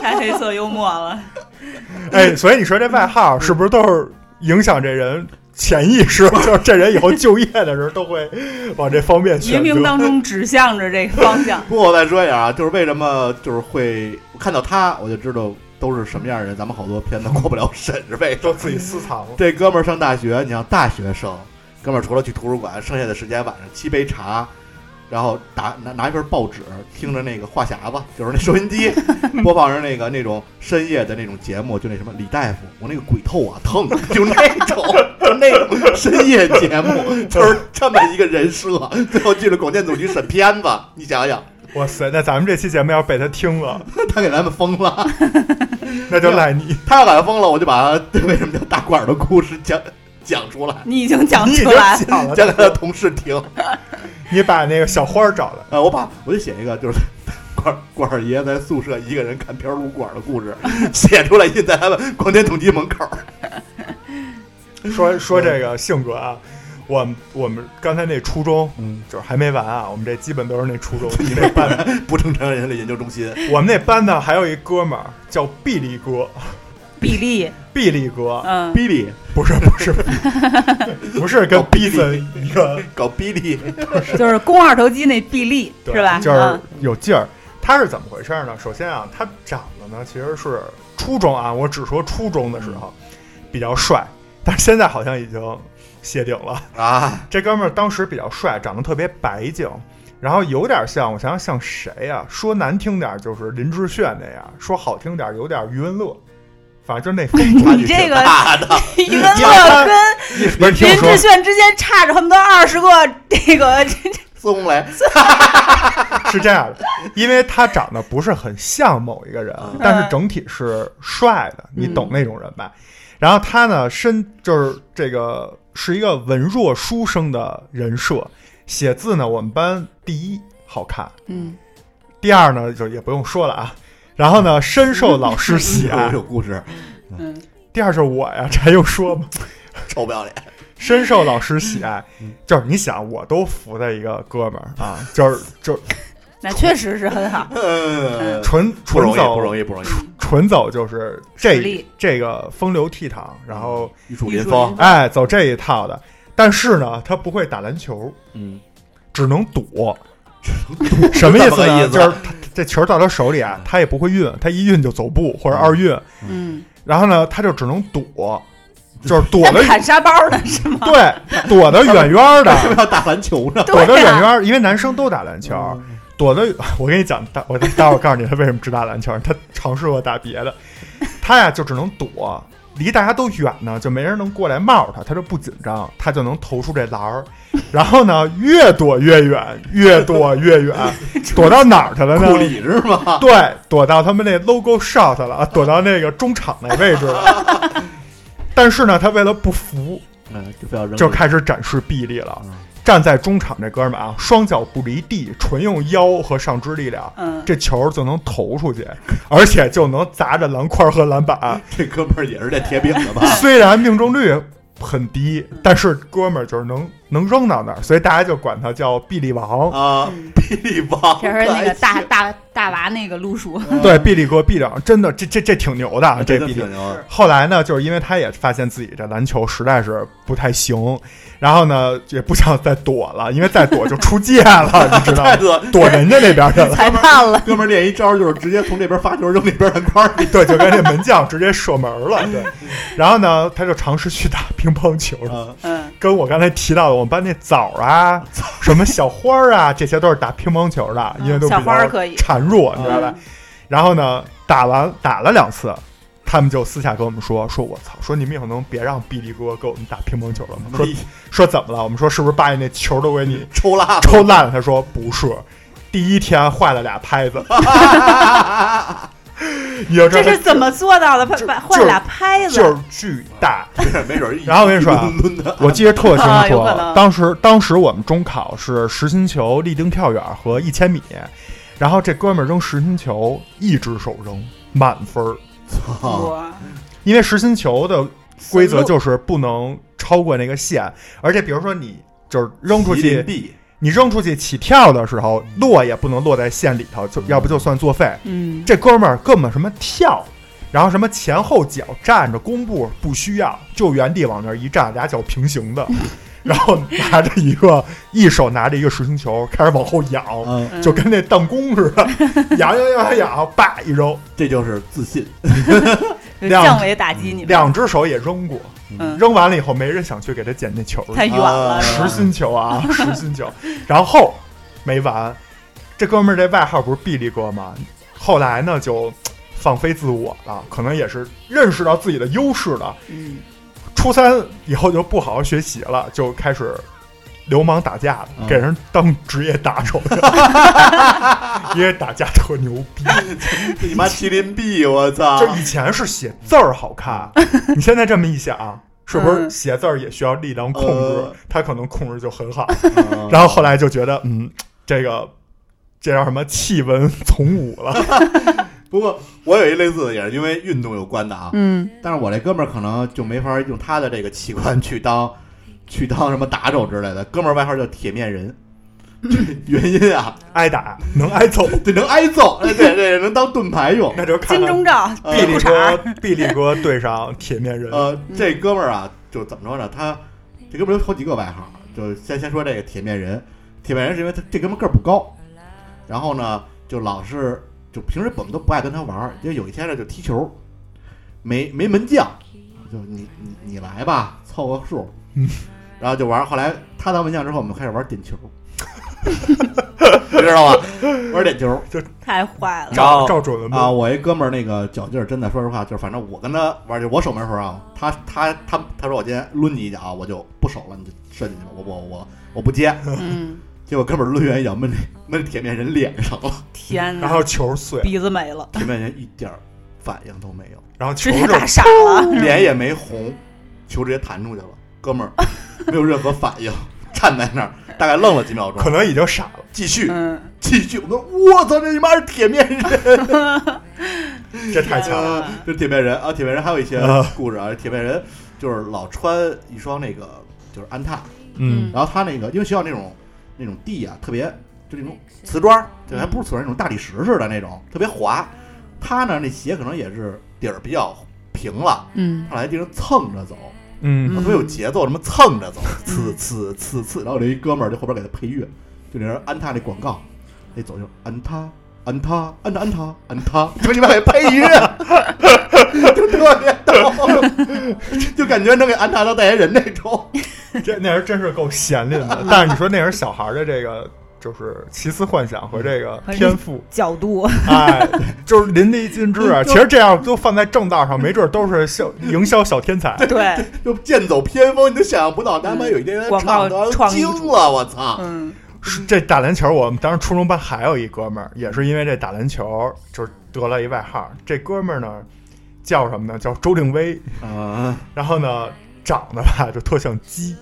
S3: 太黑色幽默了。
S2: 哎，所以你说这外
S3: 嗯
S2: 号是不是都是影响这人潜意 识？就是这人以后就业的时候都会往这方面
S3: 冥
S2: 选
S3: 冥
S2: 择。
S3: 当中指向着这个方向
S1: 不过我再说一下啊，就是为什么就是会我看到他，我就知道都是什么样的人，咱们好多片子过不了审是为什
S2: 都
S1: 么？
S2: 自己私藏了，
S1: 这哥们儿上大学，你像大学生，哥们儿除了去图书馆，剩下的时间晚上沏杯茶，然后打拿拿一份报纸，听着那个话匣子，就是那收音机播放着那个那种深夜的那种节目，就那什么李大夫，我那个鬼头啊疼，就那种 就那种深夜节目，就是这么一个人设，最后去了广电总局审片子，你想想，
S2: 哇塞！那咱们这期节目要被他听 了，
S1: 他给咱们封了，
S2: 那就赖你，
S1: 他要敢封了，我就把他为什么叫大管儿的故事讲讲出来，
S3: 你已经讲
S2: 你已
S3: 出
S2: 经
S3: 来了，
S2: 讲了，
S1: 讲给他的同事听。
S2: 你把那个小花儿找来，
S1: 呃，我把我就写一个，就是 管管儿爷在宿舍一个人看片儿撸管儿的故事， 写出来印在他们广电总局门口儿。
S2: 说说这个性格啊。我们我们刚才那初中，
S1: 嗯，
S2: 就是还没完啊，我们这基本都是那 初中，你那班
S1: 不正常人类研究中心，
S2: 我们那班呢，还有一哥们儿叫毕力哥，
S3: 比例，
S2: 毕力哥
S3: 嗯，
S1: 哔哩
S2: 不是不是 不是跟
S1: 搞
S2: 逼
S1: 逼
S2: 森一个，
S1: 搞哔哩，
S3: 就是肱二头肌那臂力
S2: 对
S3: 是吧？
S2: 就是
S3: 嗯
S2: 有劲儿。他是怎么回事呢？首先啊，他长得呢其实是初中啊，我只说初中的时候
S3: 嗯
S2: 比较帅，但是现在好像已经谢顶了。
S1: 啊，
S2: 这哥们儿当时比较帅，长得特别白净，然后有点像我想想像谁啊？说难听点儿就是林志炫那样，说好听点儿有点余文乐，反正就那风 格。
S3: 你这个
S1: 大的，
S3: 余文乐跟
S2: 不是听我
S3: 林
S2: 说
S3: 志，炫之间差着恨不得二十个 这个，
S1: 孙红雷，
S2: 是这样的，因为他长得不是很像某一个人
S1: 嗯，
S2: 但是整体是帅的，你懂那种人吧？然后他呢，身就是这个是一个文弱书生的人设，写字呢，我们班第一好看，
S3: 嗯，
S2: 第二呢就也不用说了啊。然后呢，深受老师喜
S1: 有
S2: 爱。
S1: 有故事，
S3: 嗯，
S2: 第二就是我呀，这还用说吗？
S1: 臭不要脸。
S2: 深受老师喜爱
S1: 嗯，
S2: 就是你想，我都服的一个哥们儿啊，就是就是
S1: 嗯
S3: 那确实是 很好。
S1: 呃，
S2: 纯
S1: 不
S2: 纯
S1: 容易，
S2: 走
S1: 不容易，不容易，
S2: 嗯纯走就是这
S3: 实力嗯
S2: 这个风流倜傥，然后
S1: 玉树
S3: 艺
S1: 临
S3: 术
S1: 风。
S2: 哎走这一套的。但是呢，他不会打篮球，
S1: 嗯，
S2: 只能 躲。什么意
S1: 这
S2: 思
S1: 么个
S2: 呢？
S1: 意思嗯
S2: 就是他这球到他手里啊，他也不会运，他一运就走步或者二运，
S3: 嗯，
S2: 然后呢，他就只能躲，就是躲
S3: 那
S2: 得
S3: 砍沙包 呢是吗？
S2: 对，躲得远远
S1: 为什
S2: 的，
S1: 么要打篮球呢？
S2: 躲得
S3: 对啊
S2: 远
S3: 呀，
S2: 远，因为男生都打篮球，躲得， 我跟你讲，待我待会儿告诉你他为什么只打篮球，他尝试过打别的，他呀就只能躲，离大家都远呢，就没人能过来冒他，他就不紧张，他就能投出这篮儿，然后呢，越躲越远，越躲越远，躲到哪儿去了
S1: 库
S2: 呢？
S1: 里是吗？
S2: 对，躲到他们那 logo shot 了，躲到那个中场那位置了。但是呢，他为了不服，
S1: 嗯，就非要扔
S2: 就开始展示臂力了
S1: 嗯。
S2: 站在中场这哥们儿啊，双脚不离地，纯用腰和上肢力量，
S3: 嗯，
S2: 这球就能投出去，而且就能砸着篮筐和篮板。
S1: 这哥们儿也是这铁饼的吧？
S2: 虽然命中率很低，但是哥们儿就是能能扔到那儿，所以大家就管他叫臂力王。
S1: 啊，霹雳王，
S3: 这是那个大大大娃那个路数，
S2: 对，臂力哥、臂力王，真的，这这这挺牛的啊，
S1: 这
S2: 这臂力
S1: 挺牛的。
S2: 后来呢，就是因为他也发现自己这篮球实在是不太行，然后呢也不想再躲了，因为再躲就出界了，你知道
S1: 太
S2: 吗？
S1: 恶
S2: 躲人家那边去了，
S3: 裁 判了。
S1: 哥们儿练一招，就是直接从这边发球扔那边篮筐里。
S2: 对，就跟这门将直接射门 了，对。然后呢，他就尝试去打乒乓球，
S1: 啊，
S3: 嗯，
S2: 跟我刚才提到的我们班那枣啊、什么小花儿啊， 这些都是打乒乓球的，因为都比
S3: 嗯小花
S2: 较
S3: 儿可以
S2: 孱弱，你知道吧
S3: 嗯？
S2: 然后呢，打完打了两次，他们就私下跟我们说：“说我操，说你们以后能别让臂力哥给我们打乒乓球了吗？”
S3: 嗯
S2: 说说怎么了？我们说是不是把你那球都给你
S1: 抽蜡
S2: 抽烂了？他说不是，第一天坏了俩拍子。你要知道他
S3: 这是怎么做到的？把把换俩拍子，
S2: 就是巨大。
S1: 没准儿一
S2: 然后我跟你说啊
S1: 一抡抡的
S2: 我记得特清
S3: 啊 有可
S2: 楚，
S3: 能
S2: 当时当时我们中考是实心球、立定跳远和一千米，然后这哥们儿扔实心球，一只手扔满分儿，
S1: 操
S2: 啊
S3: 哇
S2: 因为实心球的规则
S3: 思路
S2: 就是不能超过那个线，而且比如说你就是扔出
S1: 麒麟
S2: 去，
S1: 臂
S2: 你扔出去起跳的时候落也不能落在线里头，就要不就算作废。
S3: 嗯，
S2: 这哥们儿根本什么跳，然后什么前后脚站着弓步不需要，就原地往那儿一站，俩脚平行的，然后拿着一个一手拿着一个实心球开始往后仰，
S1: 嗯，
S3: 嗯
S2: 就跟那弹弓似的，仰仰仰仰仰，叭一扔，
S1: 这就是自信。
S3: 有
S2: 两
S3: 嗯降维打击你们，
S2: 两只手也扔过，
S3: 嗯，
S2: 扔完了以后没人想去给他捡那球，
S3: 太远了，
S1: 啊
S3: 是吧
S2: 实心球啊，实心球，然后没完，这哥们儿这外号不是臂力哥吗？后来呢就嘖放飞自我了，可能也是认识到自己的优势了。
S3: 嗯，
S2: 初三以后就不好好学习了，就开始流氓打架了，
S1: 嗯
S2: 给人当职业打手了，因为打架特牛逼。
S1: 你妈麒麟臂，我操！
S2: 就以前是写字儿好看，你现在这么一想，是不是
S3: 嗯
S2: 写字儿也需要力量控制
S1: 呃？
S2: 他可能控制就很好。
S1: 嗯
S2: 然后后来就觉得，嗯，这个这叫什么弃文从武了，
S1: 不过我有一类似的，也是因为运动有关的啊。
S3: 嗯，
S1: 但是我这哥们儿可能就没法用他的这个器官去当 去当什么打手之类的。哥们儿外号叫铁面人， 原因啊，
S2: 挨打能挨揍，
S1: 这能挨揍，哎对对，能当盾牌用。
S2: 那就看
S3: 金
S2: 看
S3: 钟罩，
S2: 臂
S3: 别
S2: 力
S3: 裤
S2: 哥
S3: 衩，
S2: 臂力哥对上铁面人，
S1: 呃，这哥们儿啊，就怎么说呢？他这哥们儿有好几个外号，就先先说这个铁面人。铁面人是因为他这哥们儿个儿不高，然后呢，就老是就平时我们都不爱跟他玩儿，就有一天呢就踢球，没没门将，就你你你来吧，凑个数，然后就玩儿。后来他当门将之后，我们开始玩儿 点球，你知道吧？玩儿点球，
S3: 太坏了，
S2: 照照准了
S1: 啊，
S2: 吗？
S1: 我一哥们儿那个脚劲儿真的，说实话，就是反正我跟他玩儿，就我守门的时候啊，他他他他说我今天抡你一脚，啊我就不守了，你就射进去吧，我我我我不接。
S3: 嗯，
S1: 结果哥们儿抡圆一脚，闷闷铁面人脸上了，
S3: 天
S2: 然
S3: 哪，
S2: 后球碎，
S3: 鼻子没了，
S1: 铁面人一点儿反应都没有，
S2: 然后球
S3: 直接
S2: 就
S3: 打傻了，
S1: 脸也没红，球直接弹出去了。哥们儿没有任何反应，站在那儿大概愣了几秒钟
S2: 可，能已经傻了。
S1: 继续
S3: 嗯，
S1: 继续，我说我操，这他妈是铁面人，
S2: 这太强了。
S1: 啊，这是铁面人啊，铁面人还有一些
S2: 啊
S1: 故事啊，铁面人就是老穿一双那个就是安踏，
S2: 嗯
S1: 然后他那个因为学校那种那种地啊，特别就那种瓷砖儿，就还不是瓷砖儿那种大理石似的那种，特别滑。他呢那鞋可能也是底儿比较平了，
S3: 嗯，
S1: 他老在地上蹭着走，
S2: 嗯
S1: 特别有节奏，什么蹭着走，呲呲呲呲。然后有一哥们儿就后边给他配乐，就那人安踏那广告，那走就安踏。安踏，安踏，安踏，安踏，就你们给配乐， 就特别逗，就感觉能给安踏当代言人那种。
S2: 嗯这那人真是够闲林的。但是你说那人小孩儿的这个就是奇思幻想和这个
S3: 和
S2: 天赋，
S3: 角度，
S2: 哎，就是淋漓尽致
S3: 嗯
S2: 啊。其实这样都放在正道上，没准都是销营销小天才。
S3: 对，
S1: 就剑走偏锋，你都想象不到，他妈有一天他
S3: 嗯广告
S1: 唱的
S3: 创意
S1: 惊了，我操！
S3: 嗯
S2: 是这打篮球，我们当时初中班还有一哥们儿，也是因为这打篮球，就是得了一外号。这哥们儿呢，叫什么呢？叫周定威。
S3: 嗯
S1: 啊，
S2: 然后呢，长得吧就特像鸡，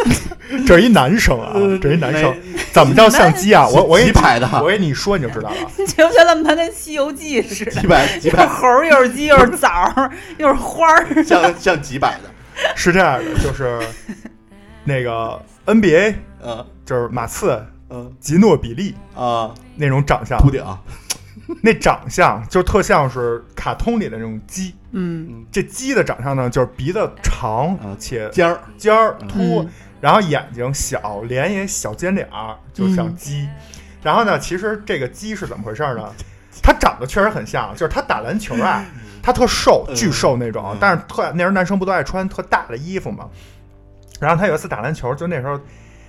S2: 这是一男生啊，这是一男生，怎么叫像鸡 啊？我我给
S1: 几
S2: 你
S1: 排的
S2: 我给你说你就知道了。
S3: 你觉不觉得他跟《西游记》似的？
S1: 几百几
S3: 又是
S1: 百，
S3: 猴儿，又是鸡，又是枣儿，又是花儿，
S1: 像像几百的，
S2: 是这样的，就是那个 NBA
S1: 嗯
S2: 就是马刺、
S1: 嗯
S2: 吉诺比利
S1: 啊，
S2: 那种长相，
S1: 秃顶，
S2: 那长相就特像是卡通里的那种鸡。
S3: 嗯
S2: 这鸡的长相呢，就是鼻子长
S1: 啊
S2: 且
S1: 尖儿，
S2: 尖儿
S1: 嗯
S2: 凸，
S3: 嗯
S2: 然后眼睛小，脸也小尖脸儿，就像鸡。然后呢，其实这个鸡是怎么回事呢？它长得确实很像，就是它打篮球啊，它特瘦，
S1: 嗯
S2: 巨瘦那种。
S1: 嗯
S2: 但是特那时候男生不都爱穿特大的衣服嘛？然后他有一次打篮球，就那时候，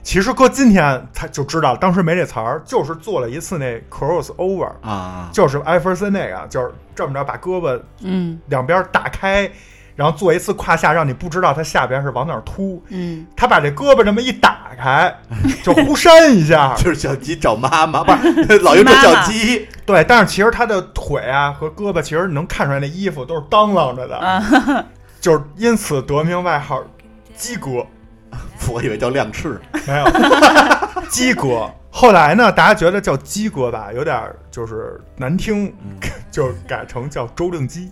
S2: 其实搁今天他就知道，当时没这词儿，就是做了一次那 cross over，
S1: 啊，，
S2: 就是艾弗森那个，就是这么着把胳膊
S3: 嗯
S2: 两边打开，然后做一次胯下，让你不知道他下边是往哪儿凸。
S3: 嗯，
S2: 他把这胳膊这么一打开，就忽扇一下
S1: 就是小鸡找妈 妈，不是老鹰找小鸡，
S2: 对。但是其实他的腿啊和胳膊，其实你能看出来那衣服都是当啷着的，
S3: 啊
S2: 就是因此得名外号“鸡哥
S1: 我以为叫亮翅，”，
S2: 没有鸡哥。后来呢，大家觉得叫鸡哥吧，有点儿就是难听， 就改成叫周令基，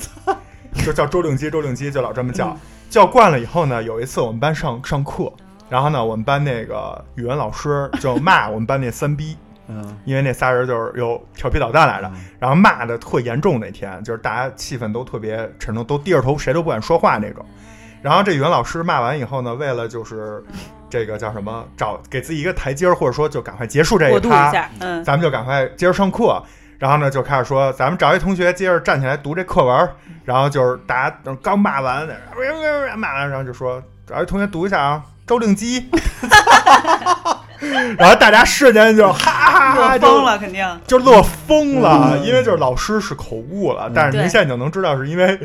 S2: 就叫周令基，周令基就老这么叫。叫惯了以后呢，有一次我们班上上课，然后呢，我们班那个语文老师就骂我们班那三逼，
S1: 嗯
S2: 因为那仨人就是有调皮捣蛋来着，然后骂的特严重。那天就是大家气氛都特别沉重，都低着头，谁都不敢说话那种。然后这语文老师骂完以后呢，为了就是这个叫什么，找给自己一个台阶儿，或者说就赶快结束这
S3: 过
S2: 一
S3: 渡一
S2: 趴，
S3: 下，嗯
S2: 咱们就赶快接着上课。然后呢，就开始说，咱们找一同学接着站起来读这课文儿。然后就是大家等刚骂完，骂完，然后就说找一同学读一下啊，周令基。 然后大家瞬间就哈哈哈
S3: 乐
S2: 哈
S3: 疯
S2: 就
S3: 了，肯定，
S2: 就乐疯了，因为就是老师是口误了，但是您
S3: 嗯对
S2: 现在就能知道，是因为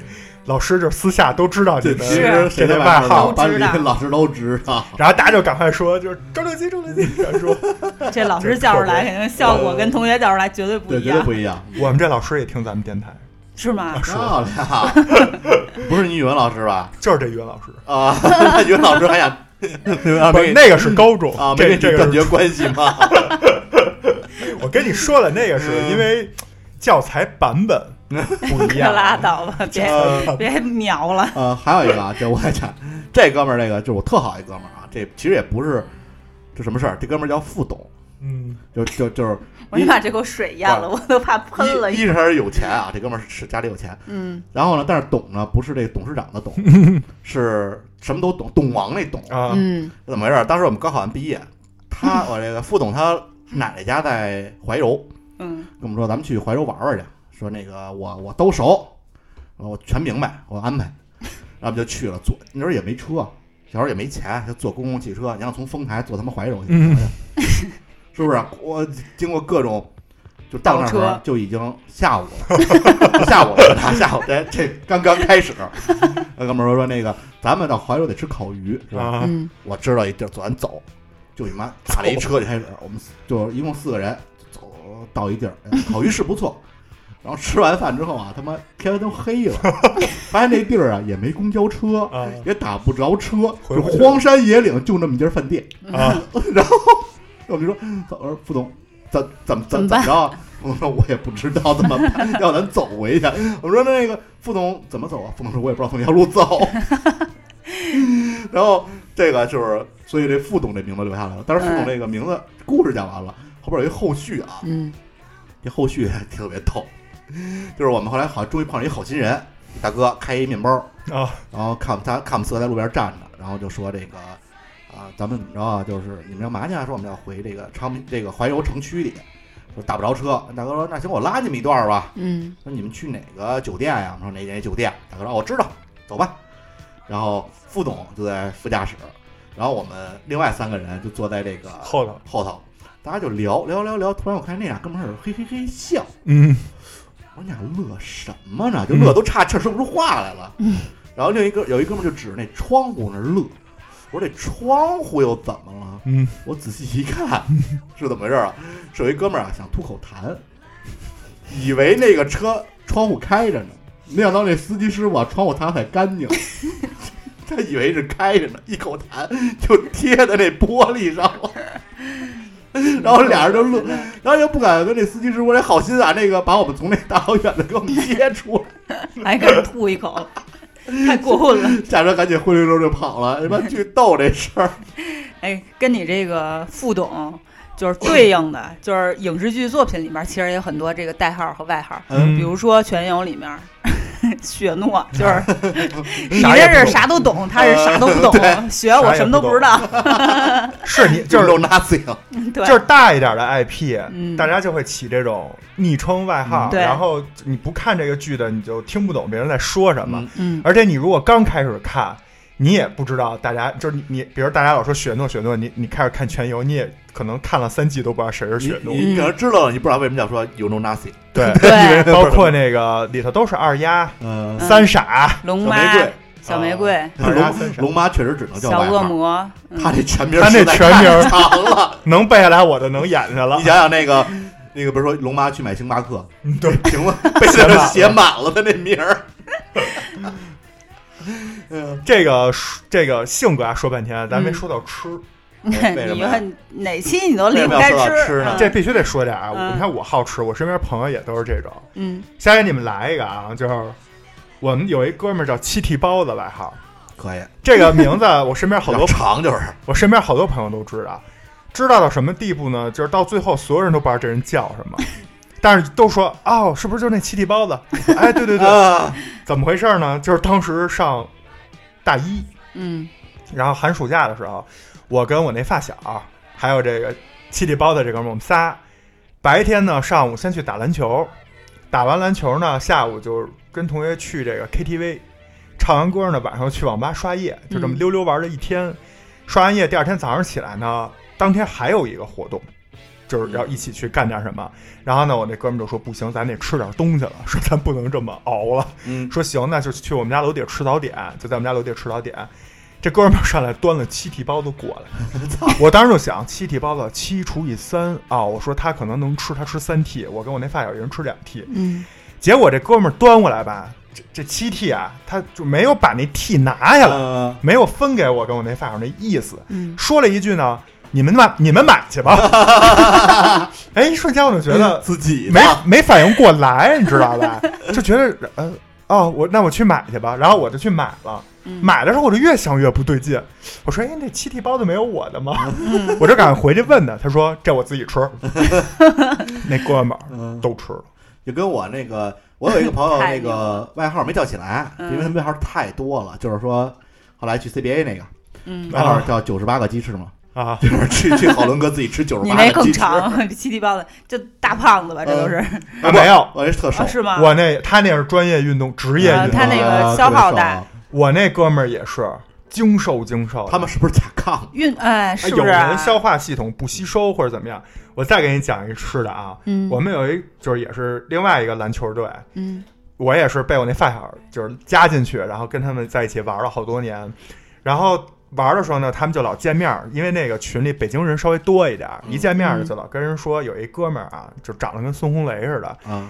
S2: 老师就是私下都知道你
S1: 这
S2: 们
S1: 其实谁
S2: 这
S1: 的
S2: 个外
S1: 号，
S2: 号，
S1: 班里老师都知道。
S2: 然后大家就赶快说，就是周六基，周六基，然后说
S3: 这老师叫出来肯定效果跟同学叫出来绝对不
S1: 对，
S3: 一
S1: 绝对
S3: 样，
S1: 不一啊样，
S2: 我们这老师也听咱们电台，
S3: 是吗？
S1: 漂亮！ 不是你语文老师 吧？
S2: 就是这语文老师，
S1: 啊， 那语文老师还想，语文老
S2: 不
S1: 师
S2: 是那个是高中
S1: 啊，没
S2: 这
S1: 跟
S2: 这
S1: 你断
S2: 个是
S1: 绝关系吗？
S2: 我跟你说了，那个是
S1: 嗯
S2: 因为教材版本不一
S3: 可
S2: 样，
S3: 拉倒吧，别
S2: 呃
S3: 别瞄了，
S1: 呃，还有一个啊，这我还讲，这哥们儿那个就是我特好一哥们儿啊，这其实也不是这什么事儿，这哥们儿叫副董，
S2: 嗯，
S1: 就就就是
S3: 我先把这口水咽了，我都怕喷了
S1: 一。一是他是有钱啊，这哥们儿是家里有钱，
S3: 嗯，
S1: 然后呢，但是董呢不是这个董事长的董，是什么都懂，董王那董，
S2: 啊，
S3: 嗯
S1: 怎么回事儿？当时我们高考完毕业，他我这个副董他奶奶家在怀柔，
S3: 嗯
S1: 跟我们说咱们去怀柔玩玩去，说那个我我都熟，我全明白，我安排，然后我们就去了，坐那时候也没车，小时候也没钱，就坐公共汽车，你让从丰台坐他妈怀柔去，
S2: 嗯
S1: 是不是？ 我经过各种，就到那
S3: 倒
S1: 时候
S3: 车
S1: 就已经下午了，下午了，下午这这刚刚开始，那哥们儿说说那个咱们到怀柔得吃烤鱼是吧？
S2: 啊，
S3: 嗯
S1: 我知道一地儿，走，咱走，就你妈打了一车就开始，我们就一共四个人走到一地儿，哎烤鱼是不错，然后吃完饭之后啊，他妈天都黑了，发现那地儿啊也没公交车，
S2: 啊
S1: 也打不着车，
S2: 回
S1: 就
S2: 不去
S1: 荒山野岭就那么一家饭店。
S2: 啊，
S1: 然后我就说，我说副总，怎怎怎
S3: 怎
S1: 怎
S3: 么
S1: 么
S3: 办
S1: 着啊？我说我也不知道怎么办， 要咱走回去。我说那个副总怎么走啊？副总说我也不知道从哪条路走。 然后这个就是，所以这副总这名字留下来了。但是副总这个名字、故事讲完了，后边有一后续啊，
S3: 嗯
S1: 这后续 特别逗，就是我们后来好像终于碰上一好心人，大哥开一面包，
S2: 啊，
S1: 然后看我们仨看我们四个在路边站着，然后就说这个啊，咱们怎么着啊？就是你们要嘛去啊？说我们要回这个昌平这个怀柔城区里，说打不着车。大哥说那行，我拉你们一段儿吧。
S3: 嗯
S1: 说你们去哪个酒店呀、我们说哪哪酒店？大哥说哦我知道，走吧。然后副总就在副驾驶，然后我们另外三个人就坐在这个
S2: 后头，
S1: 后头，大家就聊聊聊聊。突然我看那俩哥们儿嘿嘿嘿笑，
S2: 嗯
S1: 我说你俩乐什么呢？就乐都差气儿说不出话来了。然后另一个有一哥们儿就指着那窗户那儿乐，我说这窗户又怎么了？
S2: 嗯，
S1: 我仔细一看是怎么回事儿啊？是有一哥们儿啊想吐口痰，以为那个车窗户开着呢，没想到那司机师傅啊窗户擦得太干净了。 他以为是开着呢，一口痰就贴在那玻璃上了， 然后俩人就乐，然后又不敢跟那司机师傅这好心啊，那个把我们从那大老远的给我们接出来，
S3: 还敢吐一口，太过分了。
S1: 下车赶紧灰溜溜就跑了，他妈巨逗这事儿，
S3: 哎，跟你这个副董就是对应的，就是影视剧作品里面其实也有很多这个代号和外号，
S2: 嗯
S3: 比如说《全游》里面。 雪诺就是 你
S2: 啥也不
S3: 这是
S2: 懂
S3: 啥都懂，他是啥都不懂，雪我什么都不知道。
S2: 是你就
S1: 就是
S2: 是
S1: nothing。
S3: 对，
S2: 就是大一点的 IP，、
S3: 嗯
S2: 大家就会起这种昵称外号
S3: 嗯，对
S2: 然后你不看这个剧的，你就听不懂别人在说什么。
S1: 嗯
S3: 嗯，
S2: 而且你如果刚开始看，你也不知道大家就是你你，比如大家老说雪诺雪诺，你你开始看全游，你也可能看了三季都不知道谁是雪诺
S1: 你，你可能知道了，你不知道为什么叫说 you know nothing。
S2: 对，
S3: 对，
S2: 包括那个里头都是二丫、
S1: 嗯，
S2: 三傻、
S1: 小
S3: 龙妈
S1: 玫瑰、
S3: 呃小玫瑰、
S2: 二丫三
S1: 龙
S2: 傻，
S1: 龙妈确实只能叫
S3: 小
S1: 外
S3: 恶
S1: 号，
S3: 魔，嗯
S1: 他这全名
S2: 他那
S1: 实在
S2: 全
S1: 太
S2: 名儿
S1: 长 了。
S2: 能背下来我的能演下了
S1: 你，想想那个那个，比如说龙妈去买星巴克，
S2: 嗯对，
S1: 行了，被
S2: 写满
S1: 他
S2: 了
S1: 写满了的那名儿。嗯，
S2: 这个这个性格啊，说半天咱没
S3: 嗯
S2: 说到吃。
S1: 为什
S3: 你
S1: 么呀？
S3: 看哪期你都离
S1: 为什
S3: 不
S1: 么要
S3: 开
S1: 说到吃呢
S3: 嗯
S2: 这必须得说点啊！我
S3: 嗯
S2: 你看我好吃，我身边朋友也都是这种。
S3: 嗯，
S2: 下回你们来一个啊，就是我们有一哥们儿叫七屉包子外号，
S1: 可以，
S2: 这个名字啊我身边好
S1: 比较
S2: 多
S1: 长就是
S2: 我身边好多朋友都知道，知道到什么地步呢？就是到最后所有人都不知道这人叫什么，但是都说哦，是不是就那七屉包子？哎，对对对，
S1: 啊，
S2: 怎么回事呢？就是当时上大一，
S3: 嗯
S2: 然后寒暑假的时候，我跟我那发小，还有这个七里包的这哥们儿，我们仨白天呢上午先去打篮球，打完篮球呢，下午就跟同学去这个 KTV，唱完歌呢，晚上又去网吧刷夜，就这么
S3: 嗯
S2: 溜溜玩了一天。刷完夜，第二天早上起来呢，当天还有一个活动。就是要一起去干点什么，然后呢，我那哥们儿就说不行，咱得吃点东西了，说咱不能这么熬了，
S1: 嗯，
S2: 说行，那就去我们家楼底下吃早点，就在我们家楼底下吃早点。这哥们儿上来端了七屉包子过来，我当时就想，七屉包子七除以三啊、我说他可能能吃，他吃三屉，我跟我那发小一人吃两屉。
S3: 嗯，
S2: 结果这哥们儿端过来吧，这这七屉啊，他就没有把那屉拿下来，
S1: 嗯
S2: 没有分给我跟我那发小那意思，
S3: 嗯
S2: 说了一句呢，你们买你们买去吧。 哎，一瞬间我就觉得
S1: 嗯自己
S2: 没
S1: 的
S2: 没反应过来，你知道吧？就觉得呃哦，我那我去买去吧，然后我就去买了。
S3: 嗯
S2: 买的时候我就越想越不对劲，我说哎，那七屉包子没有我的吗？
S1: 嗯
S3: 嗯
S2: 我就赶快回去问他，他说这我自己吃。那哥们儿都吃了，
S1: 就嗯跟我那个，我有一个朋友，
S3: 太
S1: 那个外号没叫起来，
S3: 嗯
S1: 因为他们外号太多了，就是说后来去 CBA 那个
S3: 嗯，
S1: 外号叫九十八个鸡翅嘛，
S2: 啊，
S1: 就是去去好伦哥自己吃九十
S3: 你
S1: 八
S3: 那
S1: 个
S3: 更
S1: 鸡翅，
S3: 长，比七屉包子，这大胖子吧，这都是
S2: 啊没有，
S1: 我这特瘦
S3: 啊，，是吗？
S2: 我那他那是专业运动，职业
S3: 啊
S2: 运
S3: 他
S2: 动
S3: 那，
S1: 啊
S3: 个消耗大，
S1: 特别瘦
S2: 我那哥们儿也是精瘦精瘦的，
S1: 他们是不是甲亢？
S3: 运哎，是不
S2: 有
S3: 是啊
S2: 人消化系统不吸收或者怎么样。我再给你讲一吃的啊，
S3: 嗯
S2: 我们有一就是也是另外一个篮球队，
S3: 嗯
S2: 我也是被我那发小就是加进去，然后跟他们在一起玩了好多年。然后玩的时候呢，他们就老见面儿，因为那个群里北京人稍微多一点儿，一见面儿就老跟人说有一哥们儿啊，就长得跟孙红雷似的，
S1: 啊，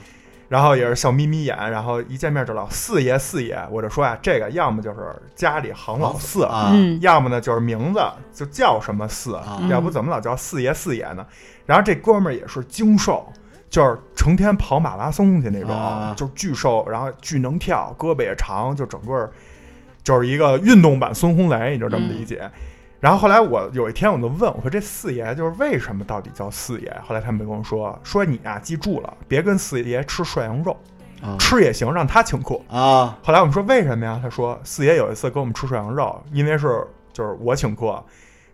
S2: 然后也是笑眯眯眼，然后一见面就老四爷四爷，我就说呀、这个要么就是家里行老四，
S1: 啊
S3: 嗯
S2: 要么呢就是名字就叫什么四，
S1: 啊
S2: 要不怎么老叫四爷四爷呢？然后这哥们儿也是精瘦，就是成天跑马拉松去那种，
S1: 啊
S2: 就是巨瘦，然后巨能跳，胳膊也长，就整个儿就是一个运动版孙红雷，你就这么理解。然后后来我有一天我就问我说这四爷就是为什么到底叫四爷？后来他们跟我说说你啊记住了，别跟四爷吃涮羊肉，
S1: 啊
S2: 吃也行，让他请客。
S1: 啊
S2: 后来我们说为什么呀？他说四爷有一次跟我们吃涮羊肉，因为是就是我请客，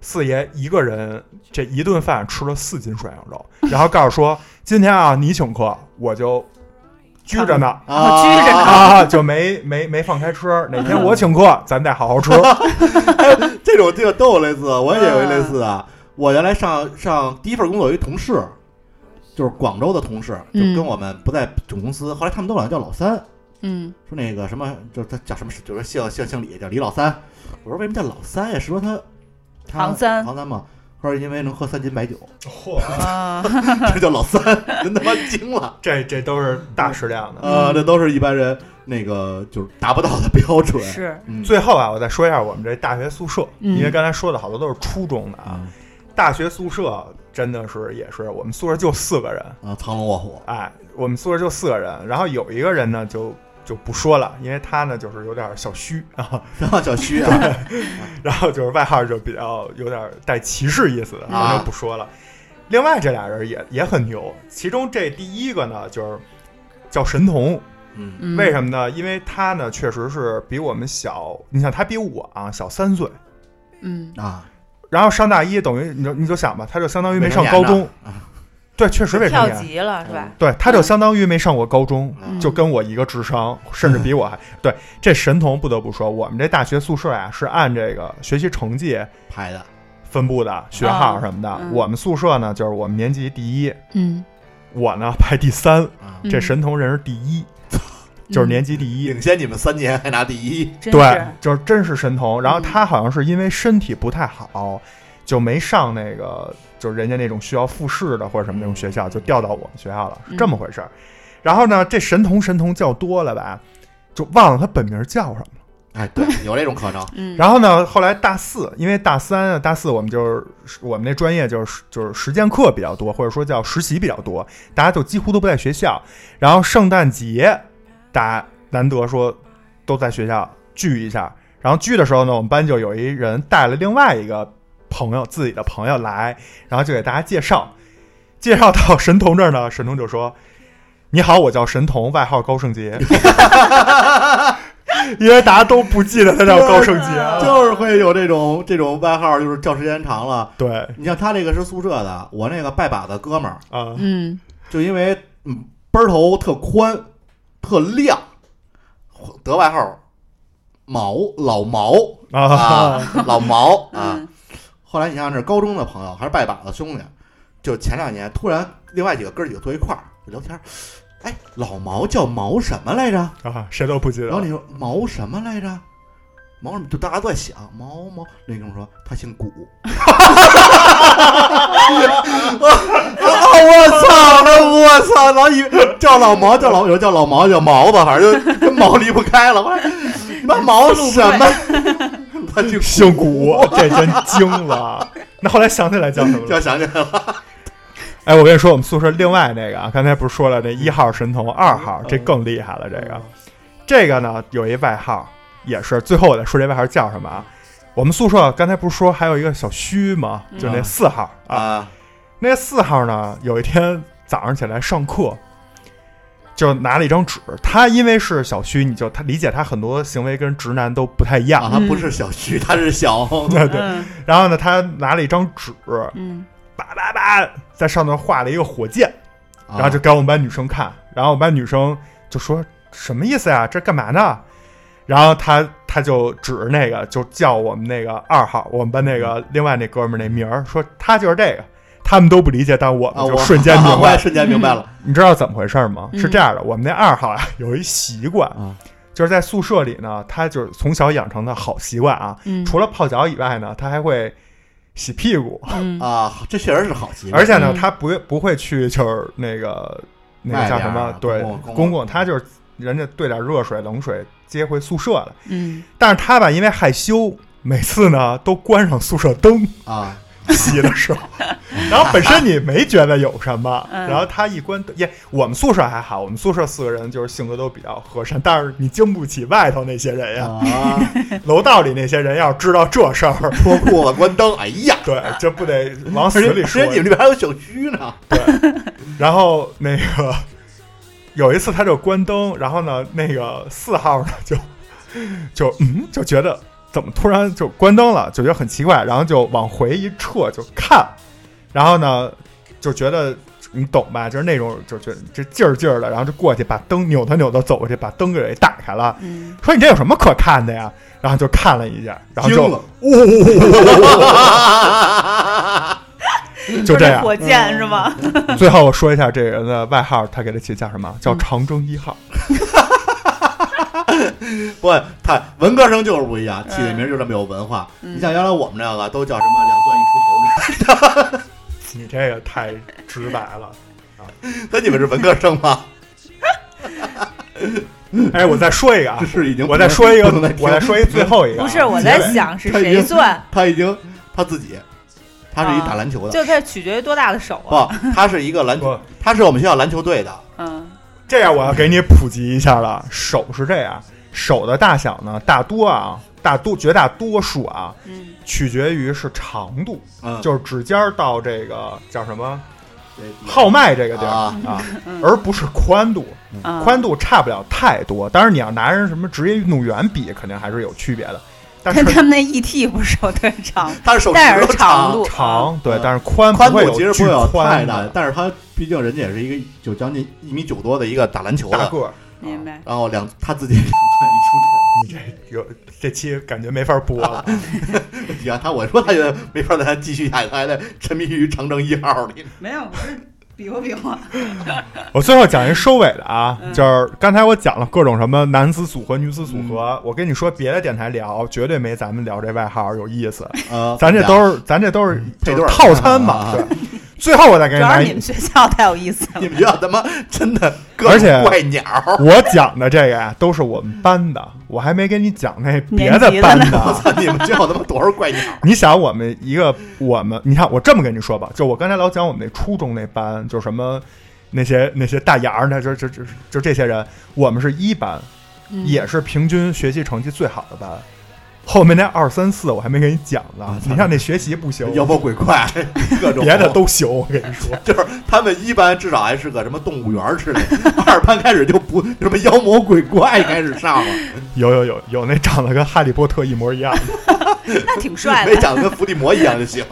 S2: 四爷一个人这一顿饭吃了四斤涮羊肉，然后告诉说 今天啊你请客，我就拘着呢。
S1: 啊！
S3: 拘着呢
S2: 啊， 就没没没放开吃。哪天我请客， 咱再好好吃。
S1: 这种地方都有类似的，我也有一类
S3: 嗯
S1: 似的。我原来上上第一份工作有一同事，就是广州的同事，就
S3: 嗯
S1: 跟我们不在总公司，后来他们都管他叫老三，
S3: 嗯
S1: 说那个什么，就他叫什么，就是姓姓姓李，叫李老三。我说为什么叫老三呀？是说他他
S3: 唐三
S1: 唐三嘛。他说因为能喝三斤白酒，
S3: 啊，
S1: 这叫老三，真他妈惊了。
S2: 这这都是大食量的。
S1: 呃，这都是一般人那个就是达不到的标准。
S3: 是
S1: 嗯，
S2: 最后啊，我再说一下我们这大学宿舍，
S3: 嗯
S2: 因为刚才说的好多都是初中的啊。
S1: 啊
S2: 大学宿舍真的是也是，我们宿舍就四个人，
S1: 啊，藏龙卧虎
S2: 哎，我们宿舍就四个人，然后有一个人呢就就不说了，因为他呢就是有点小虚啊，
S1: 然后小虚啊，
S2: 然后就是外号就比较有点带歧视意思的，
S1: 啊
S2: 咱就不说了。另外这俩人也也很牛，其中这第一个呢就是叫神童，
S1: 嗯
S3: 嗯
S2: 为什么呢？因为他呢确实是比我们小，你想他比我啊小三岁，
S3: 嗯
S1: 啊，
S2: 然后上大一等于你就你就想吧，他就相当于没上
S1: 未成年
S2: 高
S1: 呢
S2: 中，对，确实未成
S3: 跳
S2: 年，
S3: 级嗯了是吧？
S2: 对，他就相当于没上过高中，
S1: 嗯
S2: 就跟我一个智商，甚至比我还对。这神童不得不说，我们这大学宿舍呀、是按这个学习成绩
S1: 拍的
S2: 分布的，学号什么的。
S3: 哦嗯
S2: 我们宿舍呢，就是我们年级第一，
S3: 嗯，
S2: 我呢排第三，
S1: 啊，
S3: 嗯
S2: 这神童人是第一，就是年级第一。
S1: 领先你们三年还拿第一，
S3: 嗯真
S2: 对
S3: 是，
S2: 就是真是神童。然后
S3: 嗯
S2: 他好像是因为身体不太好，就没上那个就是人家那种需要复试的或者什么那种学校，就调到我们学校了，
S3: 嗯
S2: 是这么回事儿。然后呢，这神童神童叫多了吧，就忘了他本名叫什么了。
S1: 哎，对，有这种可能，
S3: 嗯，
S2: 然后呢，后来大四，因为大三啊，大四我们就是我们那专业就是就是实践课比较多，或者说叫实习比较多，大家就几乎都不在学校。然后圣诞节，大家难得说都在学校聚一下。然后聚的时候呢，我们班就有一人带了另外一个朋友，自己的朋友来，然后就给大家介绍。介绍到神童这儿呢， 神童就说：“你好，我叫神童，外号高 圣杰。”因为大家都不记得他叫高圣杰啊了，
S3: 嗯
S1: 就是会有这种这种外号，就是叫时间长了。
S2: 对
S1: 你像他这个是宿舍的，我那个拜把子哥们儿，
S2: 啊，
S3: 嗯
S1: 就因为嗯奔儿头特宽，特亮，得外号毛老毛啊，老毛啊。
S3: 嗯
S1: 后来你像是高中的朋友，还是拜把子兄弟，就前两年突然另外几个哥儿几个坐一块儿就聊天儿，哎，老毛叫毛什么来着？
S2: 啊，谁都不记得。
S1: 然后你说毛什么来着？毛什么？就大家都在想毛毛。那跟我说他姓古。啊！我操！我操！老以为叫老毛叫老有人叫老毛叫毛子，反正就跟毛离不开了。后来你妈毛什么？他姓
S2: 姓古，这真惊了。那后来想起来叫什么
S1: 就
S2: 了？
S1: 想起来了。
S2: 哎，我跟你说，我们宿舍另外那个啊，刚才不是说了那一号神童，二
S3: 嗯
S2: 号这更厉害了。这个，这个呢有一外号，也是最后我再说这外号叫什么啊？我们宿舍刚才不是说还有一个小虚吗？就
S3: 嗯
S2: 那四号啊，
S1: 啊
S2: 那四号呢，有一天早上起来上课，就拿了一张纸。他因为是小虚，你就他理解他很多行为跟直男都不太一样
S1: 啊！。他不是小徐，他是小
S2: 对对。
S3: 嗯
S2: 然后呢，他拿了一张纸，
S3: 嗯
S2: 叭叭叭，在上头画了一个火箭，
S1: 啊
S2: 然后就给我们班女生看，然后我们班女生就说什么意思呀？这干嘛呢？然后他他就指着那个，就叫我们那个二号，我们班那
S1: 嗯
S2: 个另外那哥们儿那名儿，说他就是这个。他们都不理解，但我
S1: 啊，
S2: 们
S1: 我
S2: 就瞬间 明
S1: 我
S2: 白
S1: 也。瞬间明白了。
S2: 你知道怎么回事吗？
S3: 嗯
S2: 是这样的，我们那二号啊有一习惯
S1: 啊，
S2: 就是在宿舍里呢，他就是从小养成的好习惯啊。
S3: 嗯，
S2: 除了泡脚以外呢，他还会洗屁股。
S3: 嗯
S1: 啊，这确实是好习惯。
S2: 而且呢，
S3: 嗯
S2: 他不不会去就是那个那个叫什么
S1: 卖点儿？
S2: 对，
S1: 公公
S2: 公公他就是人家兑点热水、冷水接回宿舍来。
S3: 嗯，
S2: 但是他吧，因为害羞，每次呢都关上宿舍灯
S1: 啊，
S2: 洗的时候， 然后本身你没觉得有什么，
S3: 嗯
S2: 然后他一关灯，耶，我们宿舍还好，我们宿舍四个人就是性格都比较和善，但是你经不起外头那些人呀，
S1: 啊，
S2: 楼道里那些人要知道这事儿，
S1: 脱裤子关灯，哎呀，
S2: 对，这不得往死
S1: 而且
S2: 里
S1: 而
S2: 说
S1: 且。你们这边还有小区呢，
S2: 然后那个 有一次他就关灯，然后呢，那个四号呢就 就嗯就觉得怎么突然就关灯了，就觉得很奇怪，然后就往回一撤就看，然后呢就觉得你懂吧，就是那种就觉得这劲儿劲儿的，然后就过去把灯扭它扭它走过去，把灯给打开了，
S3: 嗯
S2: 说你这有什么可看的呀？然后就看了一下，然后就
S1: 惊了
S2: 就这样。嗯
S3: 火箭是吗？
S2: 最后说一下这个人的外号，他给他起叫什么？叫长征一号。
S1: 不，他文科生就是不一样，起的名儿就这么有文化。
S3: 嗯
S1: 你像原来我们这个都叫什么两钻
S2: 你这个太直白了。
S1: 一出头，那你们是文科生吗？
S2: 哎，我再说一个啊
S1: 这，是已经
S2: 我再说一个
S1: 不能再，听
S2: 我再说一最后一个啊。
S3: 不是，我
S2: 结尾
S3: 在想是谁钻，
S1: 他已经他自己，他是一打篮球的，
S3: 就它取决于多大 的手啊。
S1: 不，他哦是一个篮球
S2: 不，
S1: 他是我们学校篮球队的。
S3: 嗯
S2: 这样，我要给你普及一下了。手是这样，手的大小呢，大多啊，大多绝大多数啊，
S3: 嗯
S2: 取决于是长度，
S1: 嗯，
S2: 就是指尖儿到这个叫什么
S1: 这
S2: 号脉这个地儿
S1: 嗯啊
S2: 啊，而不是宽度。
S3: 嗯，
S2: 宽度差不了太多，当然你要拿人什么职业运动员比，肯定还是有区别的。但
S3: 跟
S2: 是
S3: 他们那 ET 不是有特长，
S1: 他是手
S3: 但
S1: 指
S3: 是
S1: 头
S3: 长度，
S2: 长对
S1: 嗯，
S2: 但是宽
S1: 宽
S2: 不
S1: 度
S2: 会有
S1: 其实
S2: 巨
S1: 不会有太
S2: 宽
S1: 大
S2: 的
S1: 的，但是他毕竟人家也是一个就将近一米九多的一个打篮球
S2: 大
S1: 的，
S2: 个儿。
S3: 明白？
S1: 然后两他自己 两钻
S2: 你这有这期感觉没法播了。
S1: 一出头，你看他我说他就没法再继续下去，他还在沉迷于长征一号 里。
S3: 没有，不是比划比划。
S2: 我最后讲一收尾的啊，
S3: 嗯
S2: 就是刚才我讲了各种什么男子组合、女子组
S3: 嗯
S2: 合，我跟你说，别的电台聊绝对没咱们聊这外号有意思。
S1: 呃，
S2: 咱这都是咱这都是
S3: 嗯
S1: 配对
S2: 就是
S1: 儿
S2: 套餐
S1: 啊
S2: 嘛。对，最后我再给 你
S3: 主要
S2: 来
S3: 是
S2: 一
S3: 你们学校太有意思 了
S1: 你。们学校他妈真的各种
S2: 而且
S1: 怪鸟 儿，
S2: 我讲的这个呀，都是我们班的，我还没跟你讲那别的班
S3: 年级
S1: 我
S2: 的。
S1: 操！你们学校他妈多少怪鸟儿？
S2: 你想我们一个我们，你看我这么跟你说吧，就我刚才老讲我们那初中那班，就什么那些那些大牙儿呢，就就就就这些人，我们是一班，也是平均学习成绩最好的班。后面那二三四我还没跟你讲呢，你看那学习不行，
S1: 妖魔鬼怪，各种
S2: 别的都行，我跟你说。
S1: 就是他们一班至少还是个什么动物园儿之类的，二班开始就不什么妖魔鬼怪开始上了，
S2: 有有有有那长得跟哈利波特一模一样的。
S3: 那挺 帅
S1: 没
S3: 的。
S1: 长得跟伏地魔一样就行。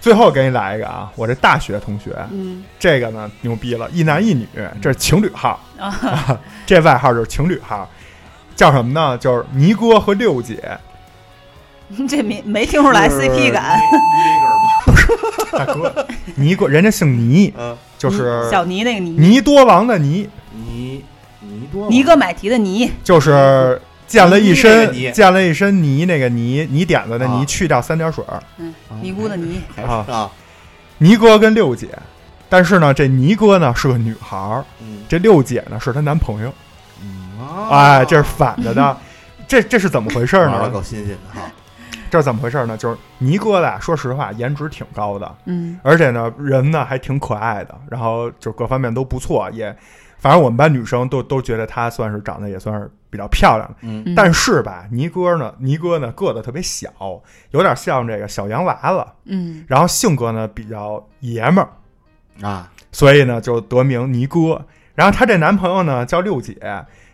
S2: 最后给你来一个啊，我这大学同学，
S3: 嗯
S2: 这个呢牛逼了，一男一女，这是情侣号，
S3: 啊，
S2: 这外号就是情侣号，叫什么呢？就是尼哥和六 姐。
S3: 这没没听出来 CP 感。
S2: 大哥，尼哥，人家姓尼，
S1: 嗯，
S2: 就是
S3: 小尼那个尼，
S2: 尼多王的尼，
S1: 尼尼多
S3: 尼哥买提的尼，
S2: 就是溅了一
S1: 泥那
S2: 身
S1: 个泥
S2: 溅了一身泥，那个泥泥点子的
S1: 啊
S2: 泥，去掉三点水儿，
S3: 尼姑的尼。
S1: 还是啊，
S2: 尼哥跟六姐。但是呢，这尼哥呢是个女孩儿，
S1: 嗯
S2: 这六姐呢是她男朋友，
S3: 哦
S1: 啊
S2: 哎，这是反着的，这这是怎么回事 儿
S1: 玩的
S2: 呢？
S1: 够新鲜的哈。
S2: 这是怎么回事呢？就是尼哥的，说实话，颜值挺高的，
S3: 嗯
S2: 而且呢，人呢还挺可爱的，然后就各方面都不错，也，反正我们班女生都都觉得她算是长得也算是比较漂亮的。
S1: 嗯
S3: 嗯
S2: 但是吧，尼哥呢，尼哥呢个子特别小，有点像这个小洋娃娃，
S3: 嗯，
S2: 然后性格呢比较爷们儿，
S1: 啊，
S2: 所以呢就得名尼哥。然后她这男朋友呢叫六姐，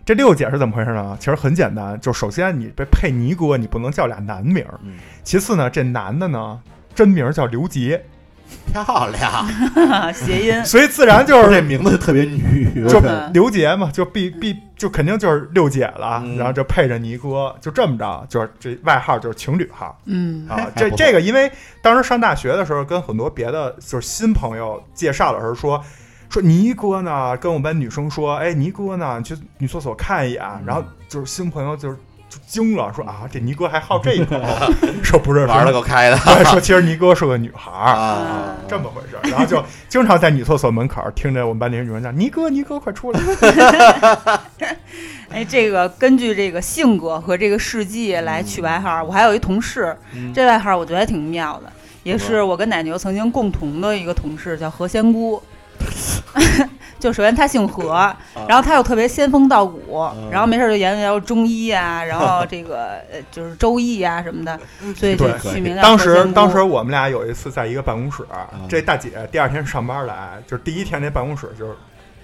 S2: 这六姐是怎么回事呢？其实很简单，就首先你被配尼哥，你不能叫俩男名儿，
S1: 嗯，
S2: 其次呢，这男的呢真名儿叫刘杰，
S1: 漂亮，
S3: 谐音。
S2: 所以自然就
S1: 这
S2: 是
S1: 名字特别女，
S2: 就
S3: 嗯
S2: 刘杰嘛，就必必就肯定就是六姐了，
S1: 嗯
S2: 然后就配着尼哥，就这么着，就是这外号就是情侣号
S3: 嗯
S2: 啊。
S1: 还
S2: 这
S1: 不错
S2: 这个因为当时上大学的时候，跟很多别的就是新朋友介绍的时候说。说尼哥
S1: 嗯
S2: 呢，跟我们班女生说，哎，尼哥呢，你去女厕所看一眼，然后就是新朋友就是就惊了，说啊，这尼哥还好这一口， 说不是
S1: 玩
S2: 了
S1: 的够开的
S2: 对，说其实尼哥是个女孩儿，
S1: 啊，
S2: 这么回事儿。然后就经常在女厕所门口儿听着我们班那些女生讲：“尼哥，尼哥，快出来
S3: 哎，这个根据这个性格和这个事迹
S2: 嗯
S3: 来取外号儿。我还有一同事，这外号儿我觉得还挺妙的，也是我跟奶牛曾经共同的一个同事，叫何仙姑。 就首先他姓
S2: 啊
S3: 何，然后他又特别仙风道骨，然后没事儿就研究中医啊，然后这个呃就是周易啊什么的，所以就
S2: 对
S3: 取！”名叫
S2: 当
S3: 何
S2: 时
S3: 仙姑
S2: 当时我们俩有一次在一个办公室，
S1: 嗯
S2: 这大姐第二天上班来，就是第一天那办公室就是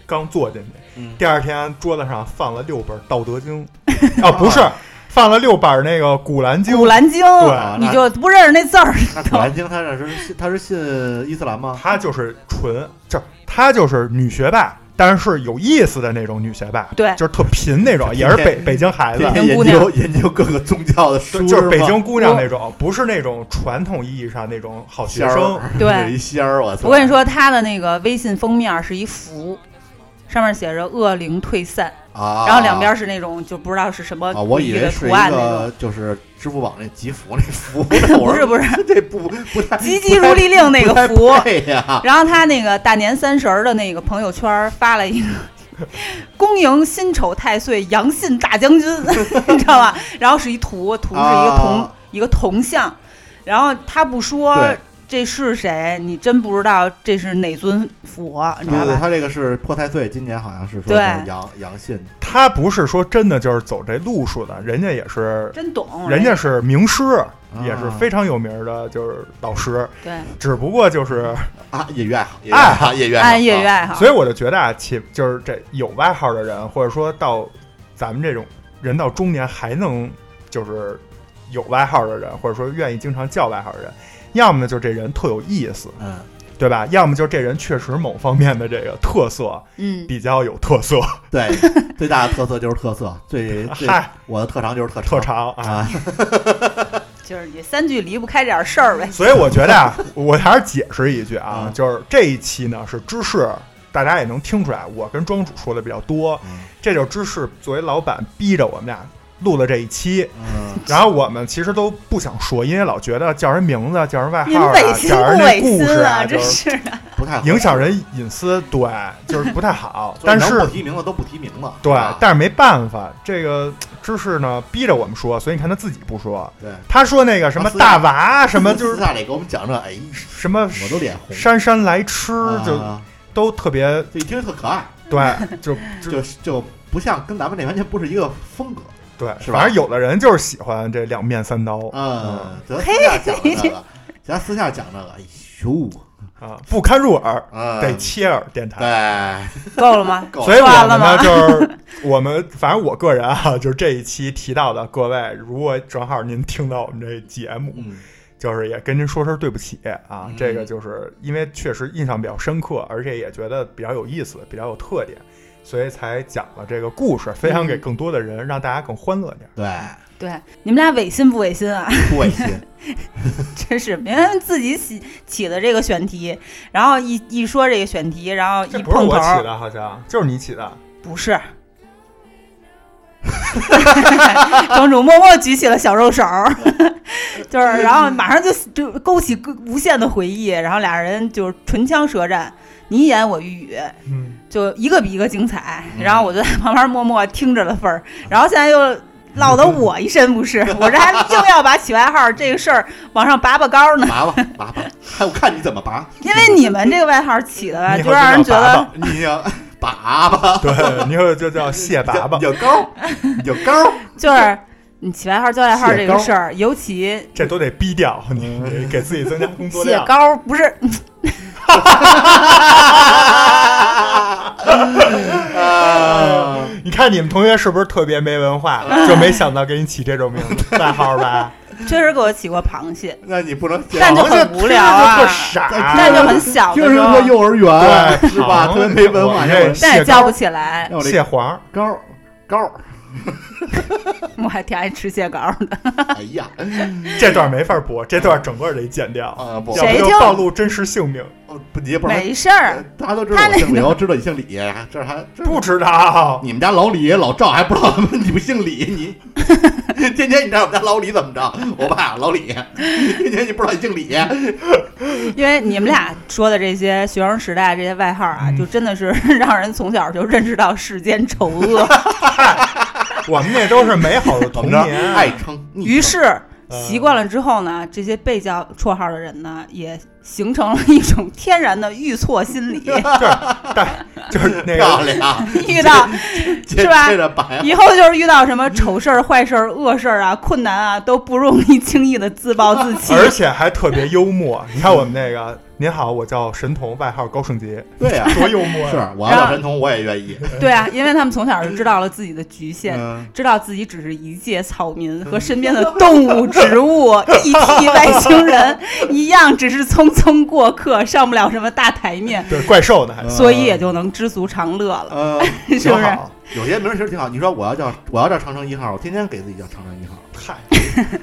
S2: 刚坐进去
S1: 嗯，
S2: 第二天桌子上放了六本《道德经》， 啊，不是，放了六本那个《古兰经
S3: 《古》。兰经》，
S2: 对啊
S3: 你就不认识那字儿，
S1: 啊 那古兰经他这是信他是信伊斯兰吗？
S2: 她就是纯，就是她就是女学霸，但是有意思的那种女学霸，
S3: 对
S2: 就是特贫那种，也是北北京孩子
S1: 天，天
S3: 天
S1: 研
S3: 姑
S1: 究
S3: 娘
S1: 研究各个宗教的书
S2: 对，就是
S1: 吗
S2: 北京姑娘那种，不是那种传统意义上那种好学
S1: 仙
S2: 生
S1: 儿，，
S3: 对
S1: 一仙儿，我操！
S3: 我跟你说，他的那个微信封面儿是一符，上面写着“恶灵退散”，
S1: 啊，
S3: 然后两边是那种就不知道是什么
S1: 啊，我以
S3: 诡异
S1: 为
S3: 的
S1: 是一
S3: 图案那
S1: 个
S3: 种。
S1: 就是支付宝那集福那福，不
S3: 不是不是，
S1: 这不不太
S3: 急急如律令那个
S1: 不
S3: 福。
S1: 太配 呀，
S3: 然后他那个大年三十儿的那个朋友圈儿发了一个 恭迎辛丑太岁杨信大将军， 你知道吧？然后是一图，图是一个铜、
S1: 啊
S3: 一个铜像，然后他不说
S1: 对
S3: 这是谁，你真不知道这是哪尊佛，你
S1: 对
S3: 知道
S1: 对，
S3: 吧？
S1: 他这个是破太岁，今年好像是说
S3: 对
S1: 是阳阳信
S2: 她不是说真的就是走这路数的，人家也是，
S3: 真懂，
S2: 人家是名师，也
S1: 啊
S2: 是非常有名的，就是导师，
S3: 对
S2: 只不过就是，
S1: 啊，业余爱好，
S2: 爱
S1: 好，啊业余
S3: 按业余
S1: 好，
S3: 爱好，
S2: 啊所以我就觉得啊，其就是这有外号的人，或者说到咱们这种人到中年还能就是有外号的人，或者说愿意经常叫外号的人，要么呢就这人特有意思，
S1: 嗯，
S2: 对吧？要么就是这人确实某方面的这个特色
S3: 嗯，
S2: 比较有特色，
S1: 对，最大的特色就是特色， 最最
S2: 嗨
S1: 我的特长就是特
S2: 特
S1: 长
S2: 长啊。
S1: 啊，
S3: 就是你三句离不开这点事儿呗。
S2: 所以我觉得啊，我还是解释一句啊
S1: 嗯，
S2: 就是这一期呢是芝士，大家也能听出来，我跟庄主说的比较多
S1: 嗯，
S2: 这就是芝士作为老板逼着我们俩录了这一期。
S1: 嗯，
S2: 然后我们其实都不想说，因为老觉得叫人名字、叫人外
S3: 您
S2: 号啊、
S3: 违心
S2: 叫人
S3: 不
S2: 那
S3: 违
S2: 故
S3: 心
S2: 事啊，就
S3: 真
S2: 是
S3: 是 的。
S1: 不太好。
S2: 影响人隐私，对，就是不太好
S1: 所以
S2: 但
S1: 能
S2: 是
S1: 不提名字都不提名字，
S2: 对
S1: 啊，
S2: 但是没办法，这个知识呢逼着我们说，所以你看他自己不说，
S1: 对，
S2: 他说那个什么
S1: 啊他私下
S2: 大娃什么就
S1: 私
S2: 是
S1: 下里给我们讲这，哎，
S2: 什么
S1: 我都脸红，
S2: 姗姗来迟，就
S1: 啊
S2: 都特别
S1: 就一听特可爱，
S2: 对，就就
S1: 就就不像跟咱们这完全不是一个风格，
S2: 对，
S1: 是吧
S2: 反正有的人就是喜欢这两面三刀，
S1: 嗯，咱私下讲的这个，咱私下讲这个，哎呦，
S2: 啊，不堪入耳，
S1: 嗯，
S2: 得切耳电台。
S1: 对，
S3: 够了吗？
S1: 够
S2: 所以我们
S3: 完
S2: 呢，
S3: 了吗
S2: 就是我们，反正我个人啊，就是这一期提到的各位，如果正好您听到我们这节目，
S1: 嗯，
S2: 就是也跟您说声对不起啊，
S1: 嗯
S2: 这个就是因为确实印象比较深刻，而且也觉得比较有意思，比较有特点，所以才讲了这个故事，
S1: 嗯
S2: 分享给更多的人，让大家更欢乐点。
S1: 对，
S3: 对，你们俩违心不违心啊？
S1: 不违心，
S3: 真是，别人自己起起的这个选题，然后一一说这个选题，然后
S2: 这
S3: 一
S2: 不是
S3: 碰头
S2: 我起
S3: 儿，
S2: 的，好像就是你起的。
S3: 不是。庄主默默举起了小肉手儿， 就是，然后马上就就勾起无限的回忆，然后俩人就是唇枪舌战，你一言我一语，
S2: 嗯，
S3: 就一个比一个精彩。
S1: 嗯
S3: 然后我就在旁边默默听着的份儿，然后现在又落得我一身不是，我这还硬要把起外号这个事儿往上拔拔高 呢，
S1: 拔吧拔吧，还我看你怎么拔，
S3: 因为你们这个外号起的吧，
S2: 你以
S3: 就
S2: 后
S3: 让人
S2: 就
S3: 觉
S2: 叫
S3: 得
S1: 你要 拔吧，
S2: 对，你以后就叫谢 拔吧。
S1: 有高，有 高，
S3: 就是你起外号叫外号这个事儿，尤其
S2: 这都得逼掉，你你给自己增加工作
S3: 写
S2: 量。
S3: 高不是
S1: 啊，
S2: 你看你们同学是不是特别没文化，就没想到给你起这种名字 代号吧？
S3: 确实给我起过螃蟹，
S1: 那你不能
S3: 但就很无聊啊
S2: 螃蟹 特
S1: 哎
S3: 但就
S2: 傻。
S3: 很小的
S1: 就是
S3: 时
S1: 个
S3: 候，
S1: 幼儿园
S2: 对，
S1: 是吧？
S2: 螃
S1: 特别没文化，
S2: 我
S1: 让
S2: 这
S1: 我
S3: 但也
S2: 蟹
S3: 叫
S2: 膏
S3: 不起来，
S1: 让我
S2: 蟹
S1: 这
S2: 黄，
S1: 高高，
S3: 我还挺爱吃蟹膏的。
S1: 哎呀，
S2: 这段没法播，这段整个得剪掉，
S1: 啊不
S2: 要不
S3: 谁
S2: 就
S3: 听
S2: 暴露真实姓名。
S1: 我不不，你也不知道
S3: 没事儿，
S1: 大家都知道
S3: 他
S1: 我
S3: 那
S1: 姓
S3: 个
S1: 刘，知道你姓李，这还这
S2: 不知道，
S1: 你们家老李老赵还不知道他妈你不姓李，你 天天你知道我们家老李怎么着？我爸老李，天天你不知道你姓李，
S3: 因为你们俩说的这些学生时代这些外号啊，
S2: 嗯
S3: 就真的是 让人从小就认识到世间 丑恶。
S2: 我们那都是美好的
S1: 怎
S2: 童
S1: 么着？啊 哎
S2: 年。
S1: 爱称。昵称
S3: 于是
S2: 呃
S3: 习惯了之后呢，这些被叫绰号的人呢，也形成了一种天然的遇错心 理。
S2: 就是那
S1: 漂
S2: 个
S1: 亮，
S3: 遇到
S1: 接
S3: 是吧
S1: 接着白，啊
S3: 以后就是遇到什么丑事儿、坏事儿、恶事儿啊、困难啊，都不容易轻易的自暴自弃。
S2: 而且还特别幽默。你看我们那个，您好，我叫神童，外号高圣杰，
S1: 对呀、
S2: 多幽默啊
S1: 是啊
S2: 呀！
S1: 我
S3: 啊
S1: 要叫神童我也愿意。
S3: 对啊，因为他们从小就知道了自己的局限，
S1: 嗯，
S3: 知道自己只是一介草民，和身边的动物、植物、一体外星人一样，只是匆匆过客，上不了什么大台面，
S2: 对怪兽呢 还
S3: 所以也就能知足常乐了，
S1: 呃，
S3: 是
S2: 挺
S3: 不是？
S2: 好。
S1: 有些名儿其实挺好。你说我要叫我要叫长城一号，我天天给自己叫长城一号。
S2: 嗨，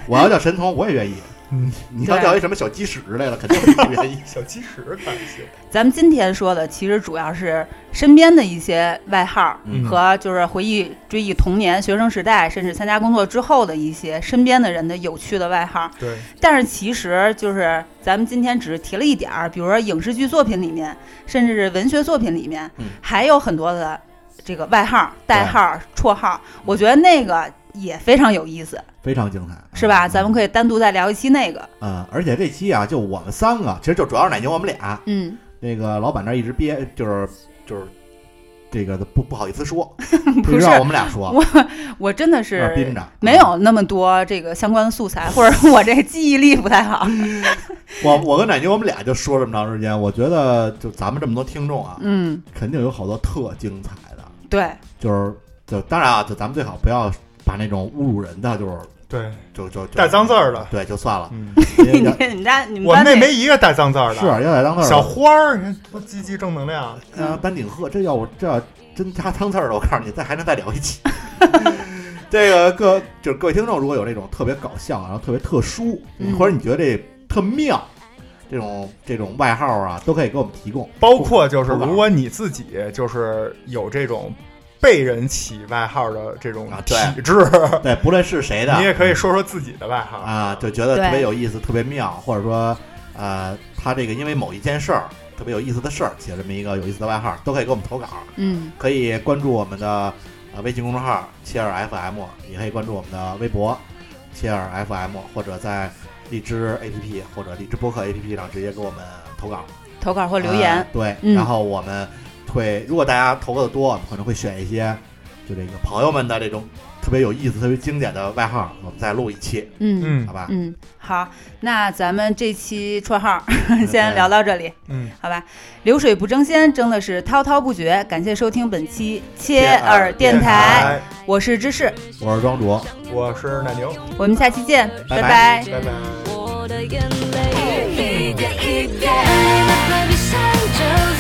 S1: 我要叫神童我也愿意。
S2: 嗯，。
S1: 你要
S3: 对
S1: 叫一什么小鸡屎之类的，肯定不愿意
S2: 小鸡屎还行。
S3: 咱们今天说的其实主要是身边的一些外号
S2: 嗯
S3: 和就是回忆追忆童年、学生时代，甚至参加工作之后的一些身边的人的有趣的外号。
S2: 对，
S3: 但是其实就是咱们今天只是提了一点儿，比如说影视剧作品里面，甚至是文学作品里面，
S1: 嗯
S3: 还有很多的这个外号、代号、绰号，我觉得那个也非常有意思，
S1: 非常精彩，
S3: 是吧？咱们可以单独再聊一期那个。
S1: 嗯，而且这期啊，就我们三个，其实就主要是奶牛我们俩。
S3: 嗯，
S1: 那个老板那儿一直憋，就是就是这个不不好意思说，
S3: 不
S1: 就是让我们俩说，
S3: 我真的
S1: 有点憋
S3: 是。
S1: 着。嗯
S3: 没，有那么多这个相关的素材，或者我这记忆力不太好。
S1: 我我跟奶牛我们俩就说这么长时间，我觉得就咱们这么多听众啊，
S3: 嗯，
S1: 肯定有好多特精彩的，
S3: 对，
S1: 就是就当然啊，就咱们最好不要把那种侮辱人的，就是
S2: 对，
S1: 就就就
S2: 带脏字儿的。
S1: 对，就算了
S2: 嗯，
S1: 因为
S3: 你
S1: 要
S3: 你们家你们
S2: 我
S3: 班
S2: 们那没一个带脏字儿的。啊
S1: 是啊要带脏字儿的，
S2: 小花儿，你看多积极正能量。
S1: 呃，丹顶鹤，这要我这要真加汤字儿了，我告诉你，再还能再聊一 期。这个各就是各位听众，如果有这种特别搞笑，啊然后特别特殊，
S3: 嗯
S1: 或者你觉得这特妙，这种这种外号啊，都可以给我们提供。
S2: 包括就是，
S1: 不不
S2: 如果你自己就是有这种被人起外号的这种
S1: 啊对
S2: 体质，
S1: 对，不论是谁的，
S2: 你也可以说说自己的外号
S1: 啊，就觉得
S3: 对
S1: 特别有意思，特别妙，或者说呃，他这个因为某一件事儿特别有意思的事儿，起了这么一个有意思的外号，都可以给我们投稿。
S3: 嗯，
S1: 可以关注我们的呃微信公众号切尔 FM，也可以关注我们的微博切尔 FM，或者在荔枝 APP 或者荔枝播客 APP 上直接给我们投稿
S3: 投稿或留言，
S1: 呃对，
S3: 嗯
S1: 然后我们会如果大家投稿的多，我们可能会选一些就这个朋友们的这种特别有意思、特别经典的外号，我们再录一期，
S3: 嗯
S2: 嗯
S1: 好吧？
S3: 嗯，好，那咱们这期绰号 先聊到这里，
S2: 嗯，
S3: 好吧？流水不争先，争的是滔滔不绝。感谢收听本期切
S1: 切耳
S3: 耳电
S1: 电
S3: 台，我是芝士，
S1: 我是庄主，
S2: 我是奶牛，
S3: 我们下期见，
S1: 拜拜
S3: 拜
S2: 拜拜。
S7: 我的眼泪一点一点被微笑着